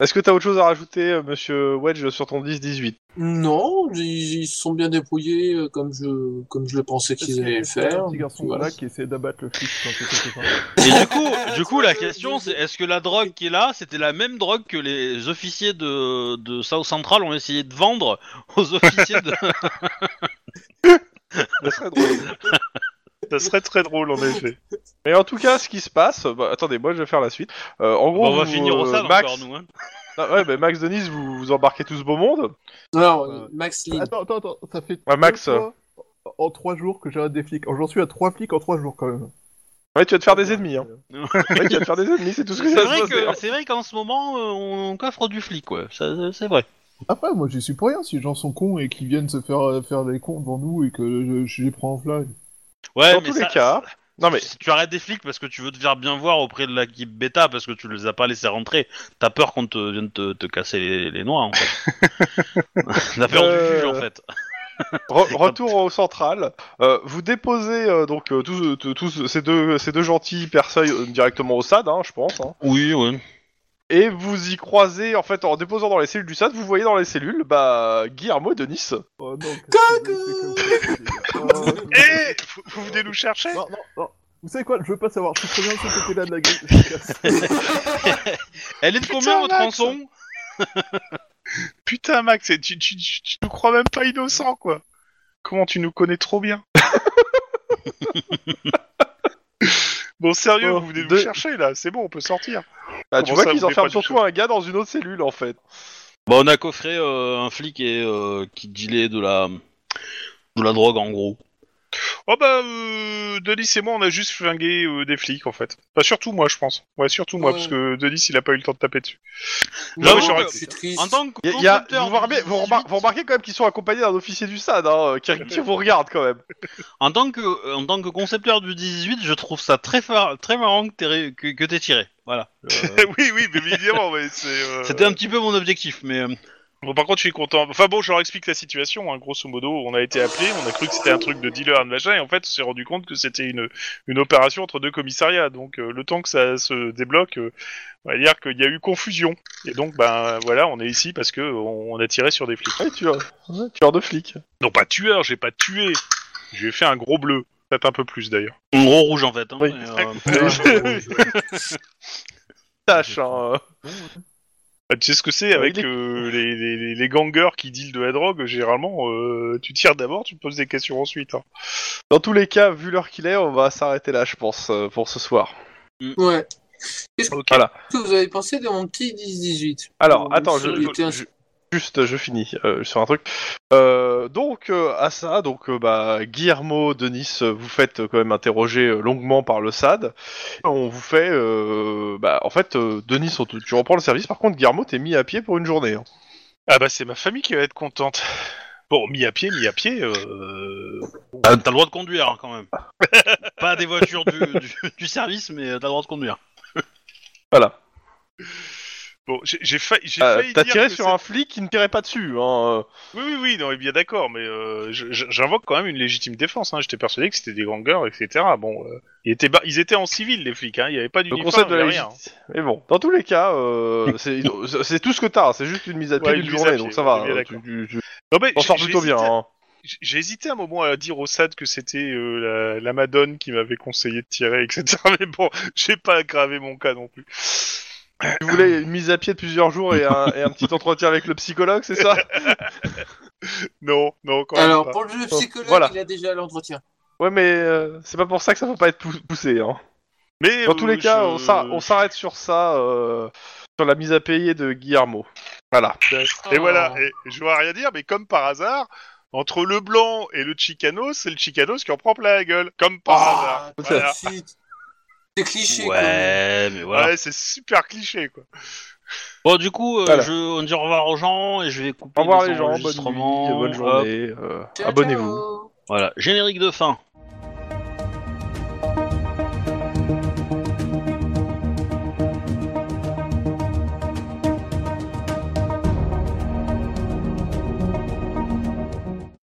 [SPEAKER 2] Est-ce que t'as autre chose à rajouter, euh, monsieur Wedge, sur ton 10-18
[SPEAKER 5] Non, ils, ils se sont bien débrouillés euh, comme je, comme je le pensais qu'ils allaient le faire.
[SPEAKER 4] Un petit garçon
[SPEAKER 5] Voilà.
[SPEAKER 4] voilà. qui essaie d'abattre le flic quand il fait quelque chose.
[SPEAKER 1] Et du coup, du coup la
[SPEAKER 5] Je-
[SPEAKER 1] question
[SPEAKER 5] je-
[SPEAKER 1] c'est est-ce que la drogue qui est là, c'était la même drogue que les officiers de, de South Central ont essayé de vendre aux officiers de...
[SPEAKER 2] Ça serait drôle.
[SPEAKER 3] ça serait très drôle en effet.
[SPEAKER 2] Mais en tout cas, ce qui se passe... bah, attendez, moi, je vais faire la suite. Euh, en gros,
[SPEAKER 1] Bon, on va
[SPEAKER 2] vous,
[SPEAKER 1] finir au
[SPEAKER 2] euh,
[SPEAKER 1] SAD
[SPEAKER 2] Max...
[SPEAKER 1] encore, nous. Hein.
[SPEAKER 2] Ah, ouais, bah, Max, Denis, vous, vous embarquez tous beau monde.
[SPEAKER 5] Alors,
[SPEAKER 4] Ouais.
[SPEAKER 5] Max Lynn.
[SPEAKER 4] Attends, attends, attends, ça fait.
[SPEAKER 2] Ouais, Max.
[SPEAKER 4] deux fois En trois jours que j'arrête des flics. Oh, J'en suis à trois flics en trois jours quand même.
[SPEAKER 2] Ouais, tu vas te faire des ennemis. Hein.
[SPEAKER 1] Non.
[SPEAKER 2] Ouais, tu vas te faire des ennemis, c'est tout ce que
[SPEAKER 1] C'est
[SPEAKER 2] ça se
[SPEAKER 1] vrai
[SPEAKER 2] passe,
[SPEAKER 1] que-
[SPEAKER 2] hein.
[SPEAKER 1] c'est vrai qu'en ce moment, euh, on coffre du flic, ouais, Ça, ça, c'est vrai.
[SPEAKER 4] Après, Ah, moi j'y suis pour rien. Si les gens sont cons et qu'ils viennent se faire euh, faire des cons devant nous et que je, je les prends en flag.
[SPEAKER 1] Ouais,
[SPEAKER 2] Dans
[SPEAKER 1] mais
[SPEAKER 2] tous les
[SPEAKER 1] ça-
[SPEAKER 2] cas... Non mais,
[SPEAKER 1] Tu arrêtes des flics parce que tu veux te faire bien voir auprès de l'équipe bêta parce que tu les as pas laissés rentrer. T'as peur qu'on te vienne te, te casser les, les noix en fait. T'as peur
[SPEAKER 2] Euh,
[SPEAKER 1] du juge en fait.
[SPEAKER 2] Re- retour au central. Euh, vous déposez euh, donc euh, tous, tous- tous ces deux ces deux gentils personnes euh, directement au SAD, hein, je pense. hein.
[SPEAKER 1] Oui, oui.
[SPEAKER 2] Et vous y croisez en fait en déposant dans les cellules du SAD, vous voyez dans les cellules bah Guillermo et Denis.
[SPEAKER 4] Oh non. qu'est-ce que vous avez fait comme ça, les gars
[SPEAKER 3] Eh
[SPEAKER 4] Oh,
[SPEAKER 3] vous, vous venez nous chercher
[SPEAKER 4] Non, non, non. Vous savez quoi Je veux pas savoir. Je suis très bien de ce côté-là de la grille. Je me casse.
[SPEAKER 1] Elle est de
[SPEAKER 3] Putain,
[SPEAKER 1] combien votre
[SPEAKER 3] Max
[SPEAKER 1] rançon
[SPEAKER 3] Putain Max, tu, tu, tu, tu nous crois même pas innocents quoi. Comment tu nous connais trop bien Bon sérieux,
[SPEAKER 2] Oh,
[SPEAKER 3] vous venez nous
[SPEAKER 2] deux-
[SPEAKER 3] chercher là, c'est bon, on peut sortir.
[SPEAKER 2] Bah, tu
[SPEAKER 3] Comment
[SPEAKER 2] vois
[SPEAKER 3] ça,
[SPEAKER 2] qu'ils
[SPEAKER 3] vous voulez
[SPEAKER 2] enferment
[SPEAKER 3] pas du
[SPEAKER 2] surtout un gars dans une autre cellule en fait.
[SPEAKER 1] Bah, on a coffré euh, un flic et euh, qui dealait de la de la drogue en gros.
[SPEAKER 3] Oh bah, euh, Denis et moi, on a juste flingué euh, des flics, en fait. Bah, surtout moi, je pense. Ouais, surtout moi,
[SPEAKER 5] Ouais.
[SPEAKER 3] parce que Denis, il a pas eu le temps de taper dessus.
[SPEAKER 1] J'avoue
[SPEAKER 5] Ouais,
[SPEAKER 1] que-
[SPEAKER 5] je suis triste.
[SPEAKER 1] En tant que
[SPEAKER 2] Y a- y a-
[SPEAKER 1] concepteur
[SPEAKER 2] vous, remarquez,
[SPEAKER 1] du
[SPEAKER 2] vous remar-
[SPEAKER 1] 18,
[SPEAKER 2] vous remarquez quand même qu'ils sont accompagnés d'un officier du SAD hein, euh, qui, qui vous regarde quand même.
[SPEAKER 1] en tant que en tant que concepteur du 18, je trouve ça très far- très marrant que t'aies ré- que, que t'aies tiré. Voilà. Euh,
[SPEAKER 3] oui, oui, mais évidemment, mais c'est... euh,
[SPEAKER 1] C'était un petit peu mon objectif, mais euh,
[SPEAKER 3] Bon, par contre, je suis content. Enfin bon, je leur explique la situation. hein. Grosso modo, on a été appelé, on a cru que c'était un truc de dealer, de machin, et en fait, on s'est rendu compte que c'était une, une opération entre deux commissariats. Donc, euh, le temps que ça se débloque, euh, on va dire qu'il y a eu confusion. Et donc, ben voilà, on est ici parce que on, on a tiré sur des flics.
[SPEAKER 2] Ouais, tu vois, ouais, tueur de flic.
[SPEAKER 3] Non, pas tueur, j'ai pas tué. J'ai fait un gros bleu. Peut-être un peu plus d'ailleurs.
[SPEAKER 1] en gros rouge en fait. hein.
[SPEAKER 2] Oui.
[SPEAKER 1] Et, euh,
[SPEAKER 2] Tâche, hein.
[SPEAKER 3] Ah, tu sais ce que c'est avec
[SPEAKER 2] il est-
[SPEAKER 3] euh, les, les, les- les gangers qui dealent de la drogue, généralement, euh, tu tires d'abord, tu te poses des questions ensuite. hein.
[SPEAKER 2] Dans tous les cas, vu l'heure qu'il est, on va s'arrêter là, je pense, euh, pour ce soir.
[SPEAKER 5] Ouais. Qu'est-ce que-
[SPEAKER 3] Ok.
[SPEAKER 2] Voilà.
[SPEAKER 5] que vous avez pensé de mon petit Euh, 10-18
[SPEAKER 2] Alors,
[SPEAKER 5] Mon
[SPEAKER 2] attends, je,
[SPEAKER 5] solitaire-
[SPEAKER 2] je- juste, je finis euh, sur un truc. Euh, donc, euh, à ça, donc, euh, bah, Guillermo, Denis, euh, vous faites euh, quand même interroger euh, longuement par le SAD. On vous fait, euh, bah, en fait, euh, Denis, on te- tu reprends le service. Par contre, Guillermo, t'es mis à pied pour une journée. hein.
[SPEAKER 3] Ah bah c'est ma famille qui va être contente. Bon, mis à pied, mis à pied. euh,
[SPEAKER 1] T'as t'as le droit de conduire hein, quand même. Pas des voitures du, du, du service, mais euh, t'as le droit de conduire.
[SPEAKER 2] Voilà.
[SPEAKER 3] Bon, j'ai j'ai failli, j'ai
[SPEAKER 2] Euh,
[SPEAKER 3] failli
[SPEAKER 2] T'as
[SPEAKER 3] dire
[SPEAKER 2] tiré
[SPEAKER 3] que
[SPEAKER 2] sur
[SPEAKER 3] c'est-
[SPEAKER 2] un flic qui ne tirait pas dessus. Hein. euh.
[SPEAKER 3] Oui, oui, oui, non, mais bien d'accord, mais euh, je- je- j'invoque quand même une légitime défense. Hein. J'étais persuadé que c'était des gangers, etc. Bon, euh, ils, étaient ba- ils étaient en civil, les flics. Hein. Il n'y avait pas
[SPEAKER 2] Le
[SPEAKER 3] d'uniforme,
[SPEAKER 2] concept de
[SPEAKER 3] il y
[SPEAKER 2] la
[SPEAKER 3] avait rien.
[SPEAKER 2] légit- Mais bon, dans tous les cas, euh, c'est c'est tout ce que t'as. hein, C'est juste une mise à pied
[SPEAKER 3] Ouais,
[SPEAKER 2] d'une
[SPEAKER 3] une mise à
[SPEAKER 2] journée,
[SPEAKER 3] pied,
[SPEAKER 2] donc ça
[SPEAKER 3] ouais,
[SPEAKER 2] va.
[SPEAKER 3] bien
[SPEAKER 2] euh,
[SPEAKER 3] d'accord.
[SPEAKER 2] tu- tu- tu
[SPEAKER 3] Non, mais
[SPEAKER 2] t'en sors
[SPEAKER 3] j'ai-
[SPEAKER 2] plutôt bien.
[SPEAKER 3] j'hésitais-
[SPEAKER 2] hein.
[SPEAKER 3] J'ai j'ai hésité un moment à dire au SAD que c'était euh, la, la Madone qui m'avait conseillé de tirer, etc. Mais bon, j'ai pas aggravé mon cas non plus.
[SPEAKER 2] Tu voulais une mise à pied de plusieurs jours et un, et un petit entretien avec le psychologue, c'est ça
[SPEAKER 3] Non, non, quand même
[SPEAKER 5] Alors,
[SPEAKER 3] pas.
[SPEAKER 5] pour le
[SPEAKER 2] Oh,
[SPEAKER 5] psychologue,
[SPEAKER 2] Voilà.
[SPEAKER 5] il a déjà l'entretien.
[SPEAKER 2] Ouais, mais euh, c'est pas pour ça que ça peut pas être pou- poussé. Hein.
[SPEAKER 3] Mais,
[SPEAKER 2] Dans
[SPEAKER 3] euh,
[SPEAKER 2] tous les cas,
[SPEAKER 3] je-
[SPEAKER 2] on s'ar- on s'arrête sur ça, euh, sur la mise à payer de Guillermo. Voilà.
[SPEAKER 3] Et
[SPEAKER 5] Oh.
[SPEAKER 3] voilà, et je vois rien dire, mais comme par hasard, entre le blanc et le Chicano, c'est le Chicano qui en prend plein la gueule, comme par
[SPEAKER 2] Oh.
[SPEAKER 3] hasard.
[SPEAKER 5] Ah,
[SPEAKER 3] Voilà.
[SPEAKER 5] tout de suite. C'est cliché, quoi.
[SPEAKER 1] Ouais, mais voilà.
[SPEAKER 3] Ouais, c'est super cliché, quoi.
[SPEAKER 1] Bon, du coup, euh,
[SPEAKER 2] Voilà.
[SPEAKER 1] je, on dit au revoir aux gens et je vais couper
[SPEAKER 2] Au revoir
[SPEAKER 1] les
[SPEAKER 2] les gens, bonne nuit,
[SPEAKER 1] enregistrements.
[SPEAKER 2] bonne
[SPEAKER 1] Hop.
[SPEAKER 2] journée, euh,
[SPEAKER 5] Ciao,
[SPEAKER 2] abonnez-vous.
[SPEAKER 5] ciao.
[SPEAKER 1] Voilà, générique de fin.